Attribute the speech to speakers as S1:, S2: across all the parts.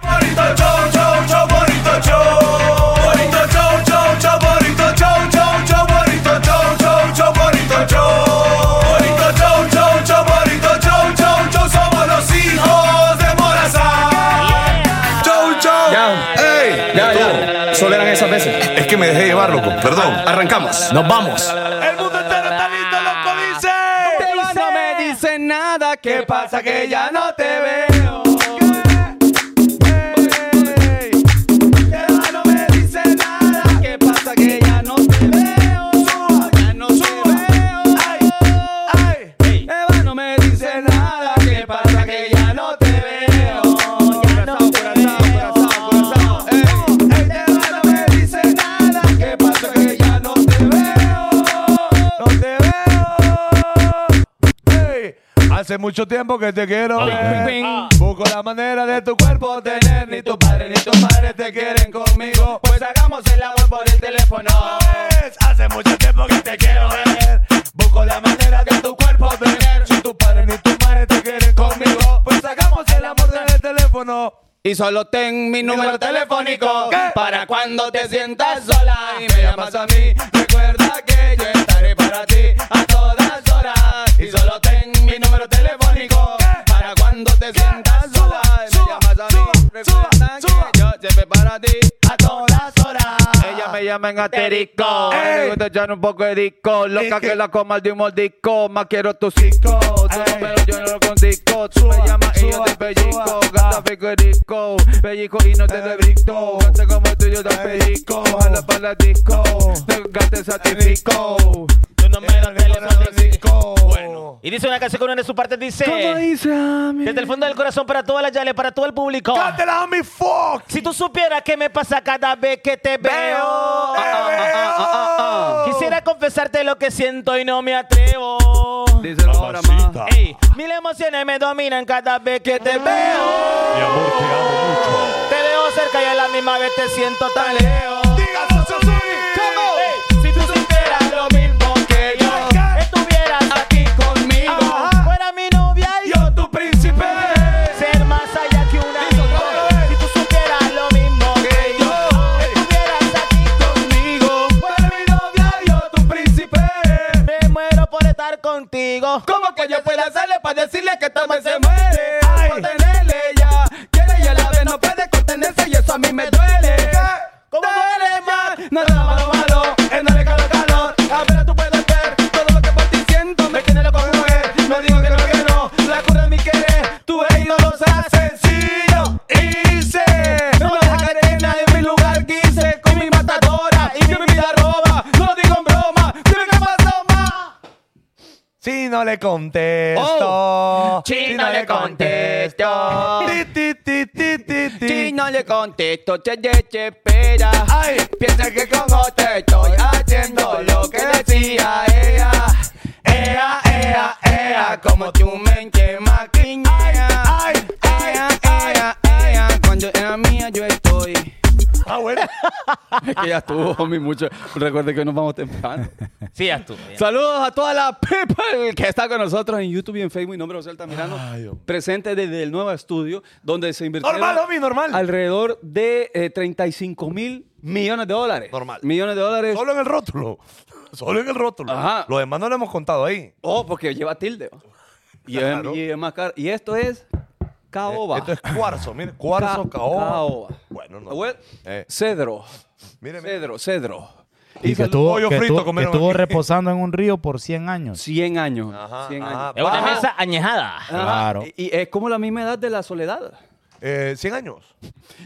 S1: bonito show, show, show, bonito show. Bonito show, show, show, bonito show, show, show, bonito show, show, show, bonito show. Bonito show, show, show, bonito show, show, show, somos los hijos de Morazán. Show, show.
S2: Ya.
S1: ¡Ey!
S2: Ya, ya. Solo eran esas veces.
S1: Es que me dejé llevar, loco. Perdón.
S2: Arrancamos. Nos vamos.
S1: El mundo entero está listo, loco, dice.
S2: No me dicen nada.
S1: ¿Qué pasa que ya no te veo? Ya no me dice nada.
S2: ¿Qué pasa que ya no te veo? Ya no te veo.
S1: Ay, ay.
S2: Eva no me dice nada. ¿Qué pasa que ya no te veo? Ya no te veo.
S1: Ey, Eva no me dice nada. ¿Qué pasa que ya no te veo? No te veo. Ey, Hace mucho tiempo que te quiero ver.
S2: Ah.
S1: Busco la manera de tu cuerpo tener. Ni tu padre ni tu madre te quieren conmigo.
S2: Pues hagamos el amor por el teléfono.
S1: vez. Pues, Hace mucho tiempo que te quiero ver. Busco la manera de tu cuerpo tener. Si tu padre ni tu madre te quieren conmigo, pues sacamos el amor del teléfono.
S2: Y solo ten mi número telefónico
S1: ¿Qué?
S2: para cuando te sientas sola y
S1: Me llamas a mí, recuerda que yo estaré para ti a todas horas.
S2: Y solo ten mi número telefónico
S1: ¿Qué?
S2: para cuando te
S1: ¿Qué?
S2: sientas sola.
S1: Suba,
S2: y me
S1: suba,
S2: llamas a mí.
S1: suba, suba,
S2: Recuerda
S1: suba.
S2: que yo siempre para ti a todas horas.
S1: Ella
S2: Ella
S1: me
S2: me llama en asterisco.
S1: Ey.
S2: Me gusta echar un poco de disco.
S1: Es
S2: Loca
S1: que-
S2: que la coma de un mordisco. Más quiero tu cisco. Tú,
S1: Ey.
S2: pero yo no lo condisco. Tú
S1: Suba,
S2: me llamas y yo
S1: suba,
S2: te
S1: suba.
S2: pellizco. Gata pico y disco. Pellizco y no te
S1: Ey.
S2: debrico. Gata como tú yo te pellizco. Anda para la disco. Te gaste satisfico.
S3: Tu número de teléfono dice.
S1: Bueno.
S3: Y dice una canción que una de sus partes dice.
S2: dice
S3: Desde el fondo del corazón para todas las yales, para todo el público.
S1: Cántela a mi fuck.
S3: Si tú supieras qué me pasa cada vez que te veo.
S1: Te
S3: ah,
S1: veo.
S3: Quisiera confesarte lo que siento y no me atrevo.
S2: Díselo ahora más.
S3: Ey, mil emociones me dominan cada vez que te veo.
S4: Mi amor, te amo mucho.
S3: Te veo cerca y a la misma vez te siento tan lejos.
S1: Dígalo, Susi.
S3: Ey, si tú supieras lo mismo que yo,
S1: ¿Qué?
S3: estuvieras aquí conmigo.
S1: Ajá.
S3: Fuera mi novia y
S1: Yo tu príncipe.
S3: ser más allá que un amigo.
S1: otra vez.
S3: Si tú supieras lo mismo que yo,
S1: Ey.
S3: estuvieras aquí conmigo.
S1: Fuera mi novia, yo tu príncipe.
S3: Me muero por estar contigo.
S2: ¿Cómo que yo pueda hacerle para decirle que esta vez se
S1: muere?
S2: muere?
S1: Ay.
S2: Por tenerle ya. Quiere y a la vez no puede contenerse y eso a mí me duele.
S3: ¿Cómo
S2: duele más? Nada malo, malo. Es darle calor, calor. Ahora tú puedes ver todo lo que por ti siento. Me tiene loco mujer. No digo que no, que no. La cura de mi querer. Tú eres y no lo haces.
S1: Sencillo, hice.
S2: No me dejaré nadie en mi lugar quise con mi matadora y que mi vida roba. No lo digo en broma. Dime qué pasó más.
S1: Si no le contesto.
S2: Oh.
S1: si no le contesto. Ti, ti, ti, ti, ti, ti.
S2: Si no le contesto, te desespera.
S1: Ay,
S2: Piensa que con otra estoy haciendo lo que decía ella. Ea, ea, ea, como tu mente maquinea.
S1: ay,
S2: Ea, ea, ea, cuando era mía yo estoy.
S1: Ah, bueno.
S2: Es que ya estuvo, homie, mucho. Recuerde que nos vamos temprano.
S3: Sí, ya tú.
S2: Saludos a toda la people que está con nosotros en YouTube y en Facebook. Mi nombre es José Altamirano, presente desde el nuevo estudio donde se invirtió
S1: Normal, homie, normal.
S2: alrededor de eh, 35 mil millones de dólares.
S1: Normal.
S2: Millones de dólares.
S1: Solo en el rótulo. Solo en el rótulo.
S2: Ajá.
S1: Lo demás no lo hemos contado ahí.
S2: Oh, porque lleva tilde. ¿va? Y, es-
S1: Claro.
S2: y es, más caro. Y esto es caoba.
S1: Esto es cuarzo, mire. Cuarzo,
S2: Ca-
S1: caoba.
S2: caoba.
S1: Bueno, no.
S2: Abuel-
S1: Eh,
S2: Cedro.
S1: mire, mire.
S2: Cedro, cedro.
S5: Y que
S2: sal-
S5: estuvo,
S1: pollo
S5: que
S1: frito
S5: estuvo- que
S1: comieron
S5: estuvo
S1: aquí.
S5: reposando en un río por 100 años.
S2: 100 años.
S1: Ajá,
S2: 100
S1: ajá.
S2: años.
S3: Es una
S1: Baja.
S3: mesa añejada.
S2: Ajá.
S5: Claro.
S2: Y, y es como la misma edad de la soledad.
S1: Eh, 100 años.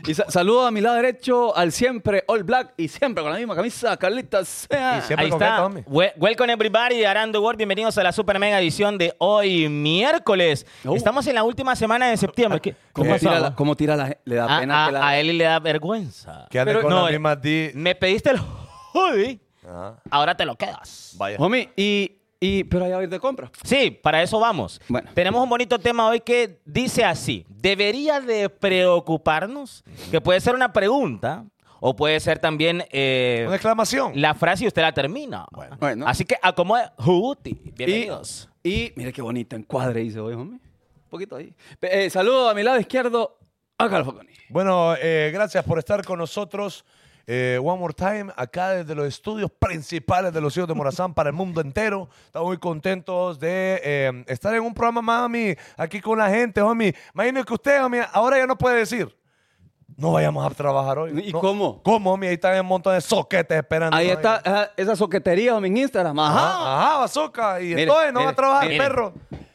S2: Y sa- saludo a mi lado derecho al siempre All Black y siempre con la misma camisa, Carlita Sea.
S1: Y siempre
S3: Ahí
S1: con
S3: está.
S1: esto, homie.
S3: We- Welcome everybody, Arando World. Bienvenidos a la super mega edición de hoy, miércoles.
S2: Oh.
S3: Estamos en la última semana de septiembre. ¿Qué, qué
S2: ¿Cómo
S3: pasó?
S2: tira, la, cómo tira la- Le da
S3: a,
S2: pena
S3: a-
S2: que la...
S3: Ah, a Eli le da vergüenza.
S1: Que ande
S2: Pero-
S1: con
S3: no,
S1: la
S3: eh,
S1: misma di.
S3: Me pediste el hoodie,
S1: Ajá.
S3: ahora te lo quedas.
S1: Vaya.
S2: Homie, y, y... Pero hay a ir de compra.
S3: Sí, para eso vamos.
S2: Bueno.
S3: Tenemos un bonito tema hoy que dice así. ¿Debería de preocuparnos? Que puede ser una pregunta o puede ser también... eh,
S1: Una exclamación.
S3: la frase y usted la termina.
S2: Bueno.
S3: Así que acomode Jubuti. Bienvenidos.
S2: Y, y mire qué bonito encuadre hice hoy, homie. Un poquito ahí. Pe- eh, saludo a mi lado izquierdo Hágalo, Falconi.
S1: Bueno, eh, gracias por estar con nosotros. eh, one more time, acá desde los estudios principales de los hijos de Morazán para el mundo entero. Estamos muy contentos de eh, estar en un programa más, mami, aquí con la gente, homie. Imagino que usted, homie, ahora ya no puede decir. No vayamos a trabajar hoy.
S2: ¿Y
S1: No.
S2: cómo?
S1: ¿Cómo, homie? Ahí están un montón de soquetes esperando.
S2: Ahí
S1: ¿no?
S2: está ajá, esa soquetería en Instagram. Ajá.
S3: Ah,
S1: Ah, Ajá, ajá, bazooka. Y
S2: Mire,
S1: entonces no va
S2: mire,
S1: a trabajar el
S3: mire.
S1: perro.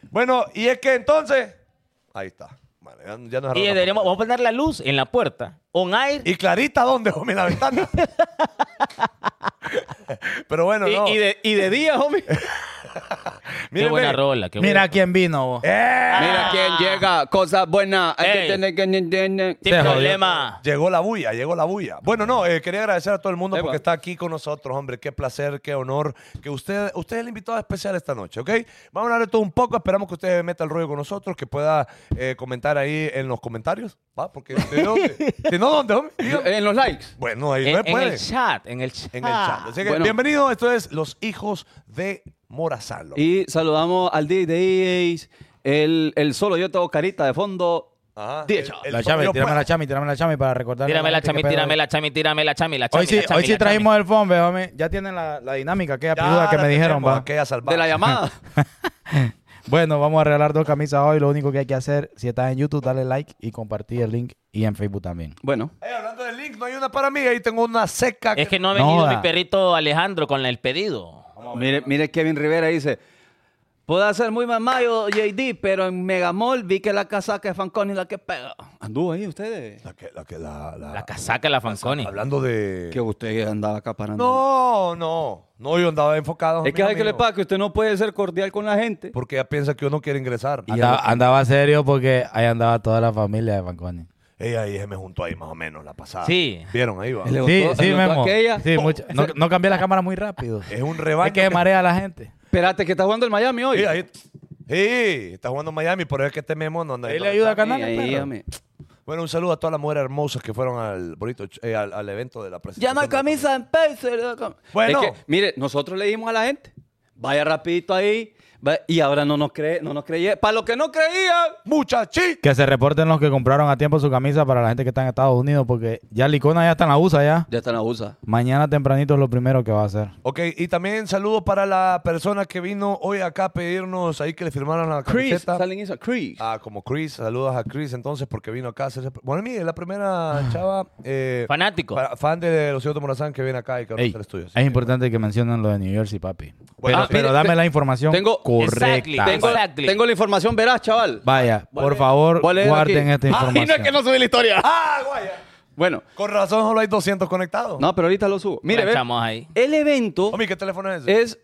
S1: Bueno, y es que entonces. Ahí está. Vale, ya, ya nos
S3: Y
S1: arreglamos.
S3: deberíamos, vamos a poner la luz en la puerta. On air.
S1: ¿Y Clarita dónde, homie? En la ventana. Pero bueno,
S2: Y,
S1: no.
S2: y de, y de día, homie.
S3: qué
S1: Miren,
S3: buena
S1: ve.
S3: rola. Qué
S5: Mira
S3: buena.
S5: quién vino. vos.
S1: ¡Eh!
S2: Mira quién llega. Cosas buenas. Hay que
S3: ah. Ey.
S2: tener que- ne- ne- ne-
S3: Sin
S5: Se jodió.
S3: problema.
S1: Llegó la bulla, llegó la bulla. Bueno, no, eh, quería agradecer a todo el mundo
S2: Eva.
S1: porque está aquí con nosotros, hombre. Qué placer, qué honor. Que usted, usted es el invitado especial esta noche, ¿ok? Vamos a hablar de todo un poco. Esperamos que usted meta el rollo con nosotros, que pueda eh, comentar ahí en los comentarios. ¿Va? Porque de dónde. ¿De no dónde, hombre? Dígame.
S2: eh, En los likes.
S1: Bueno, ahí no
S3: En,
S1: se
S3: en
S1: puede.
S3: el chat, en el chat.
S1: En el chat. Así que
S2: Bueno.
S1: bienvenido. Esto es Los Hijos de Morazán. loco.
S2: Y saludamos al DJ de EAs, el, el solo yo tengo carita de fondo.
S1: Ajá.
S2: Diez,
S1: El-
S2: chaval.
S1: el
S5: La chami,
S1: sonido,
S5: tirame la
S1: pues.
S5: chami, tirame la chami para recordar.
S3: Tírame la chami, tírame la chami, tírame la chami, la chami.
S5: Hoy sí,
S3: la chami,
S5: hoy sí
S3: la chami.
S5: trajimos el fombe, homie. Ya tienen la, la dinámica, aquella
S1: Ya
S5: piluda que
S1: la
S5: me dijeron,
S1: tenemos,
S5: va.
S1: aquella salvada.
S2: De la llamada.
S5: Bueno, vamos a regalar dos camisas hoy. Lo único que hay que hacer, si estás en YouTube, dale like y compartir el link. Y en Facebook también.
S2: bueno.
S1: Eh, hablando del link, no hay una para mí. Ahí tengo una seca.
S3: Es que no ha
S5: No
S3: venido
S5: joda.
S3: mi perrito Alejandro con el pedido.
S2: Mire, mire Kevin Rivera dice. Puedo ser muy mamayo JD, pero en Megamall vi que la casaca de Fanconi es la que pega. Anduvo ahí ustedes.
S1: La que, la que, la, la-
S2: Ah,
S3: La casaca de la Fanconi.
S1: Hablando de.
S2: Que usted andaba acaparando.
S1: No, no. No, yo andaba enfocado.
S2: Es que
S1: amigo
S2: hay que le
S1: mío,
S2: pasa que usted no puede ser cordial con la gente.
S1: Porque ella piensa que uno quiere ingresar. Y
S5: Andaba, andaba serio porque ahí andaba toda la familia de Fanconi.
S1: ella ahí se me juntó ahí más o menos la pasada.
S3: Sí.
S1: ¿Vieron? Ahí va.
S2: El-
S5: Sí,
S2: gustó- le
S5: sí,
S2: gustó
S5: Memo.
S2: aquella?
S5: Sí, mucho- No, no cambié la cámara muy rápido.
S1: Es un
S5: Es
S1: rebaño.
S5: que marea a la gente.
S2: Espérate, que está jugando el Miami hoy.
S1: Sí, ahí- sí, está jugando en Miami, pero es que este memo no anda
S5: Ahí le ayuda a
S2: Ahí,
S5: Canales,
S2: ahí,
S5: perro.
S2: ame.
S1: Bueno, un saludo a todas las mujeres hermosas que fueron al bonito ch- eh, al, al evento de la presentación.
S2: Ya no hay camisa en peso.
S1: Bueno.
S2: Es que, mire, nosotros le dijimos a la gente, vaya rapidito ahí, va- y ahora no nos cree, no nos creía. Para los que no creían,
S1: Muchachita.
S5: Que se reporten los que compraron a tiempo su camisa para la gente que está en Estados Unidos, porque ya Licona ya está en la USA ya.
S2: ya están abusa.
S5: Mañana tempranito es lo primero que va a hacer.
S1: Ok, y también saludo para la persona que vino hoy acá a pedirnos ahí que le firmaran la
S2: Chris,
S1: camiseta.
S2: salen esa Chris.
S1: Ah, como Chris, saludos a Chris entonces porque vino acá. a hacerse- Bueno, mire, la primera chava eh,
S3: Fanático.
S1: fa- fan de los hijos de Morazán que viene acá y que
S5: Ey,
S1: conoce el estudio. así
S5: es
S1: que-
S5: importante que mencionen lo de New Jersey, papi.
S1: Bueno,
S5: pero,
S2: mire,
S5: pero dame
S2: te-
S5: la información
S2: tengo-
S5: correcta.
S3: Exactly,
S2: tengo,
S3: exactly.
S2: tengo la información, verás, chaval.
S5: Vaya,
S2: Voy a
S5: por
S2: leer-
S5: favor,
S2: voy a leer
S5: guarden
S2: aquí. Ah,
S5: esta
S2: y
S5: información.
S2: no es que no subí la historia. Ah,
S1: ¡Ah, guaya!
S2: Bueno,
S1: Con razón solo hay 200 conectados.
S2: no, pero ahorita lo subo. Mire, ve,
S3: Planchamos ahí.
S2: el evento
S1: Homie, ¿qué teléfono es ese?
S2: es...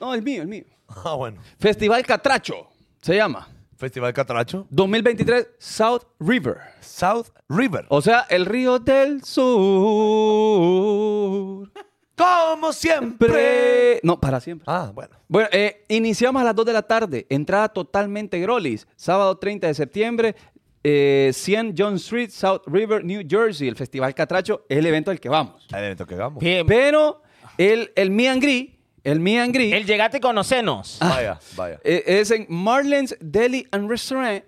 S2: No, el mío, el mío.
S1: Ah, bueno.
S2: Festival Catracho, se llama.
S1: Festival Catracho.
S2: 2023 South River.
S1: South River.
S2: O sea, el río del sur.
S1: Como siempre.
S2: Pre- No, para siempre.
S1: Ah, bueno.
S2: Bueno, eh, iniciamos a las 2 de la tarde. Entrada totalmente grolis. Sábado 30 de septiembre, eh, 100 John Street, South River, New Jersey. El Festival Catracho es el evento al que vamos.
S1: Al evento que hagamos.
S3: Bien.
S2: Pero el, el Me and Greet, el Me and Greet,
S3: El llegate y
S2: Ah,
S3: conocenos.
S1: Vaya, vaya.
S2: eh, es en Marlins Deli and Restaurant.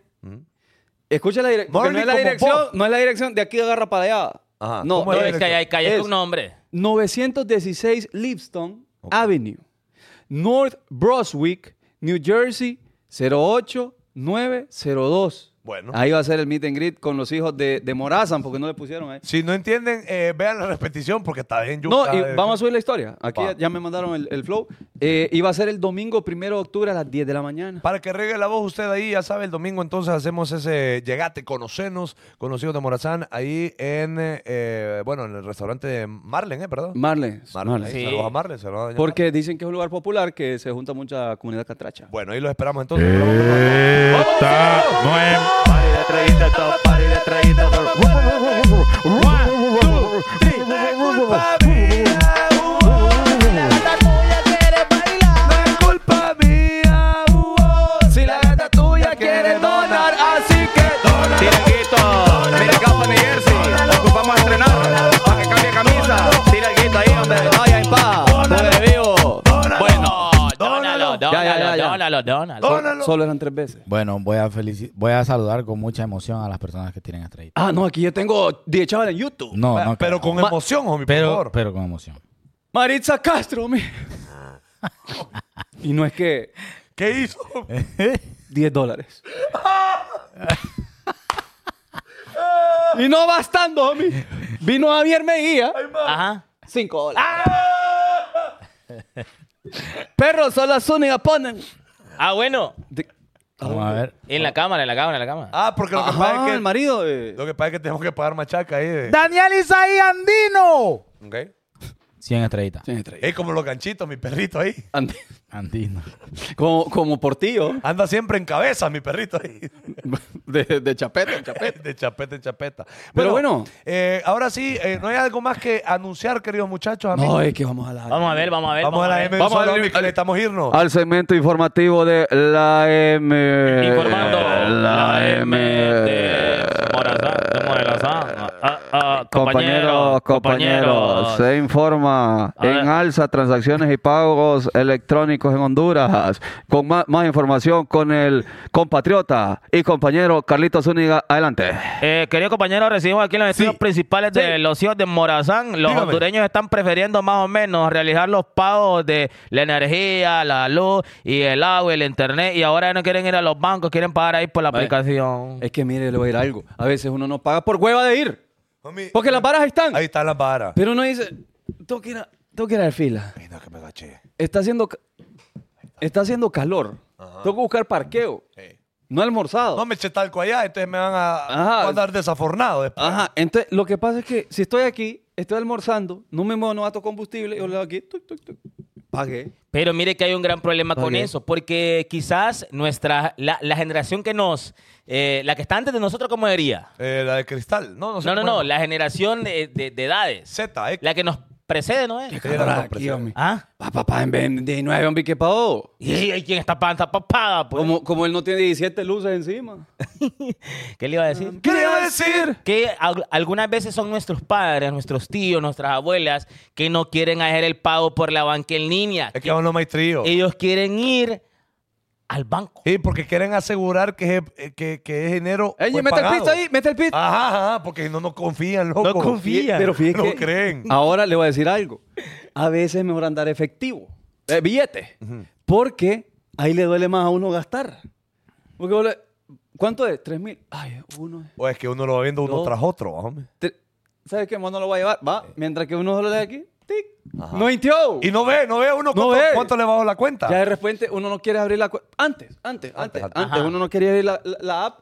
S2: Escucha la dirección. No
S1: Marlin
S2: es la
S1: Mm. como
S2: dirección,
S1: vos.
S2: no es la dirección de aquí agarra para allá.
S1: Ajá.
S2: No,
S1: ¿Cómo es
S2: no,
S1: la
S2: es
S3: Es que hay calle
S2: Es-
S3: con nombre.
S2: 916 Lipston Avenue, North Brunswick, New Jersey, 08902.
S1: Bueno.
S2: Ahí va a ser el meet and greet con los hijos de, de Morazan, porque no le pusieron ahí.
S1: Si no entienden, eh, vean la repetición porque está bien.
S2: No,
S1: yuca,
S2: y
S1: eh.
S2: vamos a subir la historia. Aquí
S1: Va.
S2: ya, ya me mandaron el, el flow. Eh, y va a ser el domingo 1 de octubre a las 10 de la mañana.
S1: Para que regue la voz usted ahí, ya sabe, el domingo entonces hacemos ese llegate, conocenos, conocidos de Morazán, ahí en, eh, eh, bueno, en el restaurante de Marlen, ¿eh? Perdón.
S2: Marle.
S1: Marlen,
S3: Sí.
S1: saludos a Marlen, saludos a Doña
S2: Porque dicen que es un lugar popular que se junta mucha comunidad catracha.
S1: Marlen. Bueno, ahí los esperamos entonces. culpa mía, uh, si la gata tuya quiere bailar. No es culpa mía, uh, oh, si la gata tuya quiere donar, así que dona.
S6: Tiraguito, mira acá para New Jersey, ocupamos estrenar, para que cambie camisa, tira el guito ahí donde vaya en paz,
S2: Dónalo.
S6: donde vivo.
S1: Dónalo.
S6: Bueno,
S1: Dónalo.
S3: Dónalo,
S2: Oh, Ya, ya, ya,
S3: dónalo,
S2: ya.
S3: Dónalo, dónalo.
S2: Solo, solo eran tres veces.
S5: Bueno, voy a, felici- voy a saludar con mucha emoción a las personas que tienen estrellitas.
S2: Ah, no, aquí yo tengo 10 chavales en YouTube.
S5: No, no.
S1: Pero
S5: creo.
S1: con
S2: Ma-
S1: emoción, homie, por
S5: pero,
S1: favor.
S5: pero con emoción.
S2: Maritza Castro, mi. y no es que
S1: ¿Qué hizo?
S2: Eh. 10 dólares. y no bastando, mi. Vino Javier Mejía.
S3: Ajá.
S2: 5 dólares. Perros son las únicas ponen. Ah,
S3: Ah, bueno.
S2: De-
S5: Vamos a ver.
S3: En la cámara, en la cámara, en la cámara.
S1: Ah, porque lo que
S2: Ajá,
S1: pasa es
S2: el
S1: que...
S2: marido. eh.
S1: Lo que pasa es que tenemos que pagar machaca ahí. de-
S5: Daniel Isaí Andino.
S1: ¿Ok?
S5: 100 estrellitas.
S2: Sí, entre-
S1: Es como los ganchitos, mi perrito ahí.
S2: Ande-
S5: Andino.
S2: Como, como por oh. tío.
S1: Anda siempre en cabeza, mi perrito ahí.
S2: De, de chapeta, en chapeta.
S1: De chapeta en chapeta.
S2: Pero bueno.
S1: eh, ahora sí, eh, no hay algo más que anunciar, queridos muchachos. amigos?
S2: No, es que vamos a la.
S3: Vamos a ver, eh. vamos a ver.
S1: Vamos a la M de
S2: Vamos a
S1: Solo,
S2: ver,
S1: mi, que
S2: al-
S1: necesitamos irnos.
S2: al segmento informativo de la M. Eh,
S3: Informando
S2: La M.
S3: de Morazán, de Morazán. Ah, ah,
S2: Compañeros, compañeros, se informa
S3: A
S2: en
S3: ver.
S2: alza transacciones y pagos electrónicos en Honduras. Con más, más información con el compatriota y compañero Carlitos Zúñiga. Adelante.
S3: Eh, queridos compañeros, recibimos aquí las noticias principales de los hijos de Morazán. Los
S1: Dígame.
S3: hondureños están prefiriendo más o menos realizar los pagos de la energía, la luz y el agua, el internet. Y ahora ya no quieren ir a los bancos, quieren pagar ahí por la
S2: Vaya.
S3: aplicación.
S2: Es que mire, le voy a decir algo. A veces uno no paga por hueva de ir.
S1: Homie,
S2: Porque las varas ahí están.
S1: Ahí están las varas.
S2: Pero uno dice, tengo que ir a, tengo que ir a la fila.
S1: Ay, no, que me gaché.
S2: Está haciendo, ca- está haciendo calor. Tengo que buscar parqueo. No he almorzado.
S1: No me eché talco allá, entonces me van a,
S2: Ajá.
S1: a andar desafornado después.
S2: Ajá, entonces lo que pasa es que si estoy aquí, estoy almorzando, no me muevo, no gasto combustible, yo le doy aquí, tuc, tuc, tuc. pagué.
S3: Pero mire que hay un gran problema con eso, porque quizás nuestra, la, la generación que nos, eh, la que está antes de nosotros, ¿cómo diría?
S1: Eh, la de cristal. No, no sé
S3: No, no,
S1: cómo
S3: no,
S1: es.
S3: la generación de, de- de edades.
S1: Z, eh.
S3: La que nos precede, ¿no es?
S1: Era la compresión.
S3: ¿Ah?
S2: Pa, papá, en 29, hombre, ¿qué pagó?
S3: ¿Y y quién está pagando esa papada? Pues?
S2: Como, como él no tiene 17 luces encima.
S3: ¿Qué le iba a decir?
S1: ¿Qué le iba a decir?
S3: Que al- algunas veces son nuestros padres, nuestros tíos, nuestras abuelas que no quieren hacer el pago por la banca en línea.
S1: Es que aún no maestrío. Y
S3: Ellos quieren ir al banco.
S1: porque quieren asegurar que es, eh, que, que es dinero.
S2: Ey,
S1: pues,
S2: mete el
S1: pagado.
S2: pito ahí, mete el pito.
S1: Ajá, ajá, porque no nos confían, loco.
S3: No confían.
S2: Pero fíjate
S1: No
S2: que Ah.
S1: creen.
S2: ahora le voy a decir algo. A veces es mejor andar efectivo, eh, billete, porque ahí le duele más a uno gastar. Porque vos le- ¿Cuánto es? ¿3 mil? Ay, uno.
S1: O Pues es que uno lo va viendo uno
S2: No.
S1: tras otro, hombre.
S2: Tre- ¿Sabes qué? Más no lo voy a llevar. Va, mientras que uno solo le da aquí, tic, no intió.
S1: Y no ve, no ve uno
S2: No
S1: cuánto,
S2: ve.
S1: cuánto le bajó la cuenta.
S2: Ya de repente uno no quiere abrir la cu- Antes, antes, antes, antes. Uno no quería abrir la, la- la app.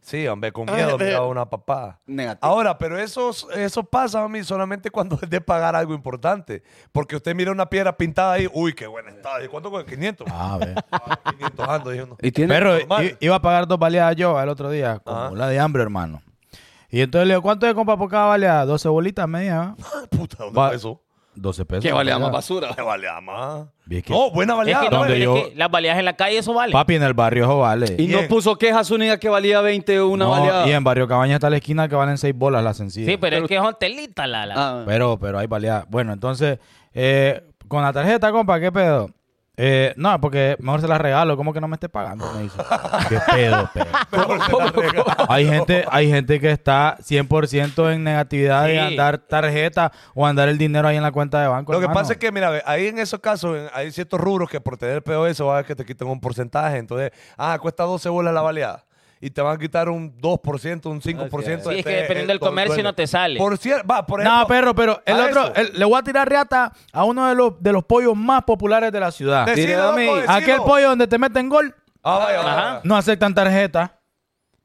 S1: Sí, hombre, con
S2: Ah, eh,
S1: miedo me daba una papada.
S2: Negativo.
S1: Ahora, pero eso, eso pasa, hombre, solamente cuando es de pagar algo importante. Porque usted mira una piedra pintada ahí, uy, qué buena está. ¿Y cuánto cuesta? 500.
S5: A ver.
S1: Ah, 500 ando, dije uno.
S2: Y tiene.
S5: Pero
S1: normal.
S5: i- iba a pagar dos baleadas yo el otro día, como
S1: Ajá.
S5: la de hambre, hermano. Y entonces le digo, ¿cuánto es, compa, por cada baleada? 12 bolitas media.
S1: Puta, ¿dónde
S5: Va-
S1: fue eso?
S5: 12 pesos.
S2: Que vale a más
S5: baleada.
S2: basura.
S1: Qué baleada más.
S5: Bien que-
S1: No, buena
S3: Es
S1: baleada.
S3: que no,
S5: donde
S1: hombre.
S3: pero es
S5: yo-
S3: que las baleadas en la calle, eso vale.
S5: Papi, en el barrio eso vale.
S2: Y no
S1: Bien.
S2: puso quejas únicas que valía 20 una
S5: No,
S2: baleada. Ah,
S5: y en Barrio Cabaña está la esquina que valen 6 bolas la sencilla.
S3: sí, pues. pero, es que es hotelita la... la-
S2: Ah,
S5: Pero, pero hay baleadas. Bueno, entonces, eh, con la tarjeta, compa, ¿qué pedo? Eh, no, porque mejor se la regalo, ¿cómo que no me esté pagando? Me dice. ¿Qué pedo, pedo?
S1: Mejor se la regalo.
S5: Hay gente, hay gente que está 100% en negatividad
S3: Sí.
S5: de andar tarjeta o andar el dinero ahí en la cuenta de banco.
S1: Lo que
S5: hermano.
S1: pasa es que, mira, ve, ahí en esos casos en- hay ciertos rubros que por tener POS va a ver que te quitan un porcentaje. Entonces, ah, cuesta 12 bolas la baleada. Y te van a quitar un 2%, un 5%.
S3: Sí, es que
S1: Entonces,
S3: dependiendo del
S1: todo
S3: comercio
S1: duele.
S3: no te sale.
S1: este, Por cierto, va, por ejemplo.
S5: No, perro, pero el
S1: a
S5: otro,
S1: eso.
S5: el- le voy a tirar riata a uno de los, de los pollos más populares de la ciudad.
S1: Decilo,
S2: Mire, dame.
S1: loco, decilo.
S5: Aquel pollo donde te meten gol,
S1: Ah, vaya, vaya,
S3: Ajá.
S1: vaya.
S5: no aceptan tarjeta.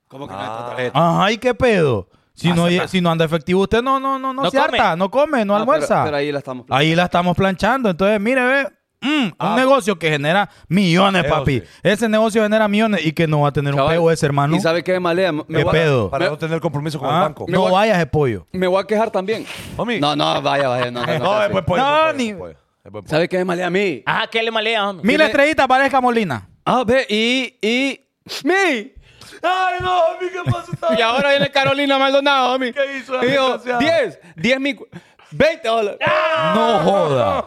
S2: ¿Cómo que no hay tarjeta?
S5: Ajá, ¿y Ah, eh, qué pedo? Si no, si no anda efectivo, usted no, no, no, no,
S3: No
S5: se
S3: come.
S5: harta, no come, no,
S2: No,
S5: almuerza. Ah,
S2: Pero, pero ahí la estamos.
S5: Ahí la estamos planchando. Entonces, mire, ve. mm, un
S1: Ah.
S5: negocio que genera millones,
S1: Eso
S5: papi.
S1: sí.
S5: Ese negocio genera millones y que no va a tener
S2: Cabal.
S5: un POS, hermano.
S2: ¿Y sabe qué me malea? Me,
S5: ¿Qué
S2: voy a-
S5: pedo?
S1: Para
S2: Me-
S1: no tener compromiso con
S5: Ah,
S1: el banco.
S5: No
S2: Me voy-
S5: vayas de pollo.
S2: me voy a quejar también.
S1: Homie. Eh,
S2: No, no, vaya, vaya. No, no, no,
S1: No,
S2: sí.
S1: es buen pollo.
S5: No,
S1: es buen pollo,
S5: ni-
S1: es buen pollo, es buen pollo.
S2: ¿Sabe qué me malea a mí?
S3: Ajá, ¿qué le malea, hombre?
S5: Mil estrellitas parezca Molina.
S2: Ah, ve, y, y... ¡Mi!
S1: Ay, no, homie, ¿qué pasa?
S2: Y ahora viene Carolina Maldonado, homie.
S1: ¿Qué hizo la
S2: Y yo,
S1: desgraciada?
S2: 10, 10 mil... cu- 20 dólares.
S5: No joda.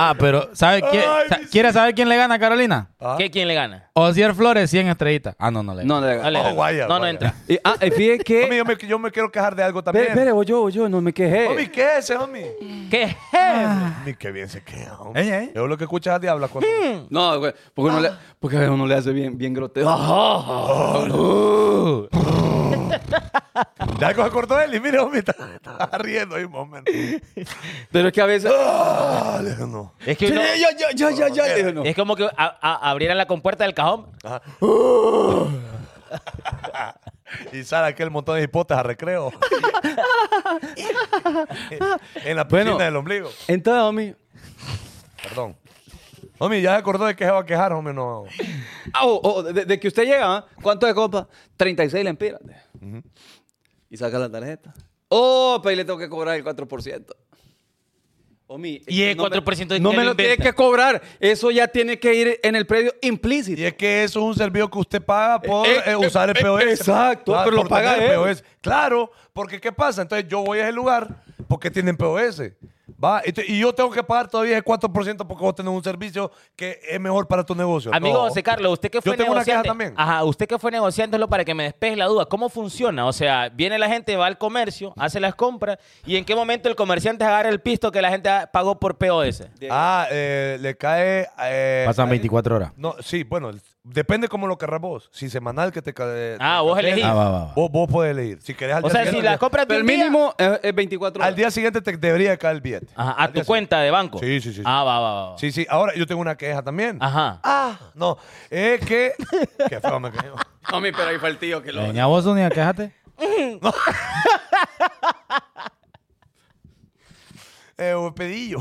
S5: Ah, pero ¿sabe quién,
S1: Ay,
S5: sa-
S1: mis-
S5: ¿quiere saber quién le gana a Carolina?
S1: Ah.
S3: ¿Qué, ¿Quién le gana?
S5: Osier Flores, 100 estrellitas. Ah, no, no le
S2: No,
S5: gana.
S2: no le
S3: No,
S2: hagas.
S3: le
S1: Oh,
S3: gana.
S1: vaya,
S3: no, no
S1: vaya.
S3: entra.
S2: Y, ah, eh, fíjate
S1: Homie,
S2: que.
S1: yo me, yo me quiero quejar de algo también.
S2: Espere, voy yo, voy yo, no me quejé.
S1: Homie, ¿qué es ese, homie?
S3: ¿Qué?
S1: Ni qué bien se queda, homie.
S5: Ey, ey.
S1: Yo lo que escuchas a diabla cuando...
S2: No, güey, porque, uno le, porque a uno le hace bien, bien grotesco. Ah,
S1: Ya que se cortó él y mire, homie, está, está riendo ahí un momento.
S2: Pero es que a veces.
S1: Ah, le digo, no.
S3: Es que uno-
S2: ya, ya, ya, ya, ya, le digo, no.
S3: es como que a- a- abrieran la compuerta del cajón.
S1: Y sale aquel montón de hipotes a recreo. en la piscina
S2: Bueno.
S1: del ombligo.
S2: Entonces, homie,
S1: Perdón. Homie, ya se acordó de que se va a quejar, homie, no.
S2: Ah, oh, oh, de, de que usted llega, ¿ah? ¿cuánto de copa? 36 lempiras. Y saca la tarjeta. Oh, pero ahí le tengo que cobrar el 4%. Homie, eh,
S3: Y el
S2: no me-
S3: 4% de
S2: No
S3: que
S2: me
S3: él
S2: lo tiene
S3: inventa.
S2: que cobrar. Eso ya tiene que ir en el predio implícito.
S1: Y es que eso es un servicio que usted paga por
S2: Eh,
S1: eh,
S2: eh,
S1: usar el
S2: eh,
S1: POS.
S2: exacto, pero
S1: Ah, por
S2: lo paga
S1: tener
S2: él.
S1: POS. Claro, porque ¿qué pasa? Entonces yo voy a ese lugar porque tienen POS. ¿va? Ento- Y yo tengo que pagar todavía el 4% porque vos tenés un servicio que es mejor para tu negocio.
S3: Amigo
S1: No.
S3: José Carlos, usted que
S1: Yo
S3: fue
S1: tengo una queja también.
S3: negociante. Ajá, usted que fue negociándolo para que me despeje la duda. ¿Cómo funciona? O sea, viene la gente, va al comercio, hace las compras y en qué momento el comerciante agarra el pisto que la gente ah, pagó por POS.
S1: Ah, eh, le cae... eh,
S5: Pasan 24 horas.
S1: No, sí, bueno, el- depende cómo lo querrás vos. Si semanal que te cae...
S3: Ah, vos elegís.
S5: Ah, va, va, va.
S1: Vos, vos podés elegir. Si querés al
S3: O
S1: día
S3: sea, si
S1: siguiente-
S3: las compras de
S2: Pero el
S3: un día-
S2: mínimo es, es 24
S1: Al
S2: horas.
S1: día siguiente te debería caer el billete.
S3: Ajá,
S1: Al
S3: a
S1: día
S3: tu cuenta de banco.
S1: Sí, sí, sí, sí.
S3: Ah, va, va, va, va.
S1: Sí, sí. Ahora yo tengo una queja también.
S3: Ajá.
S1: Ah, no. Es que. Qué feo me cayó.
S2: Homie, pero ahí fue el tío que lo...
S5: Leña vos, Sonia, quéjate.
S1: Eh, un pedillo.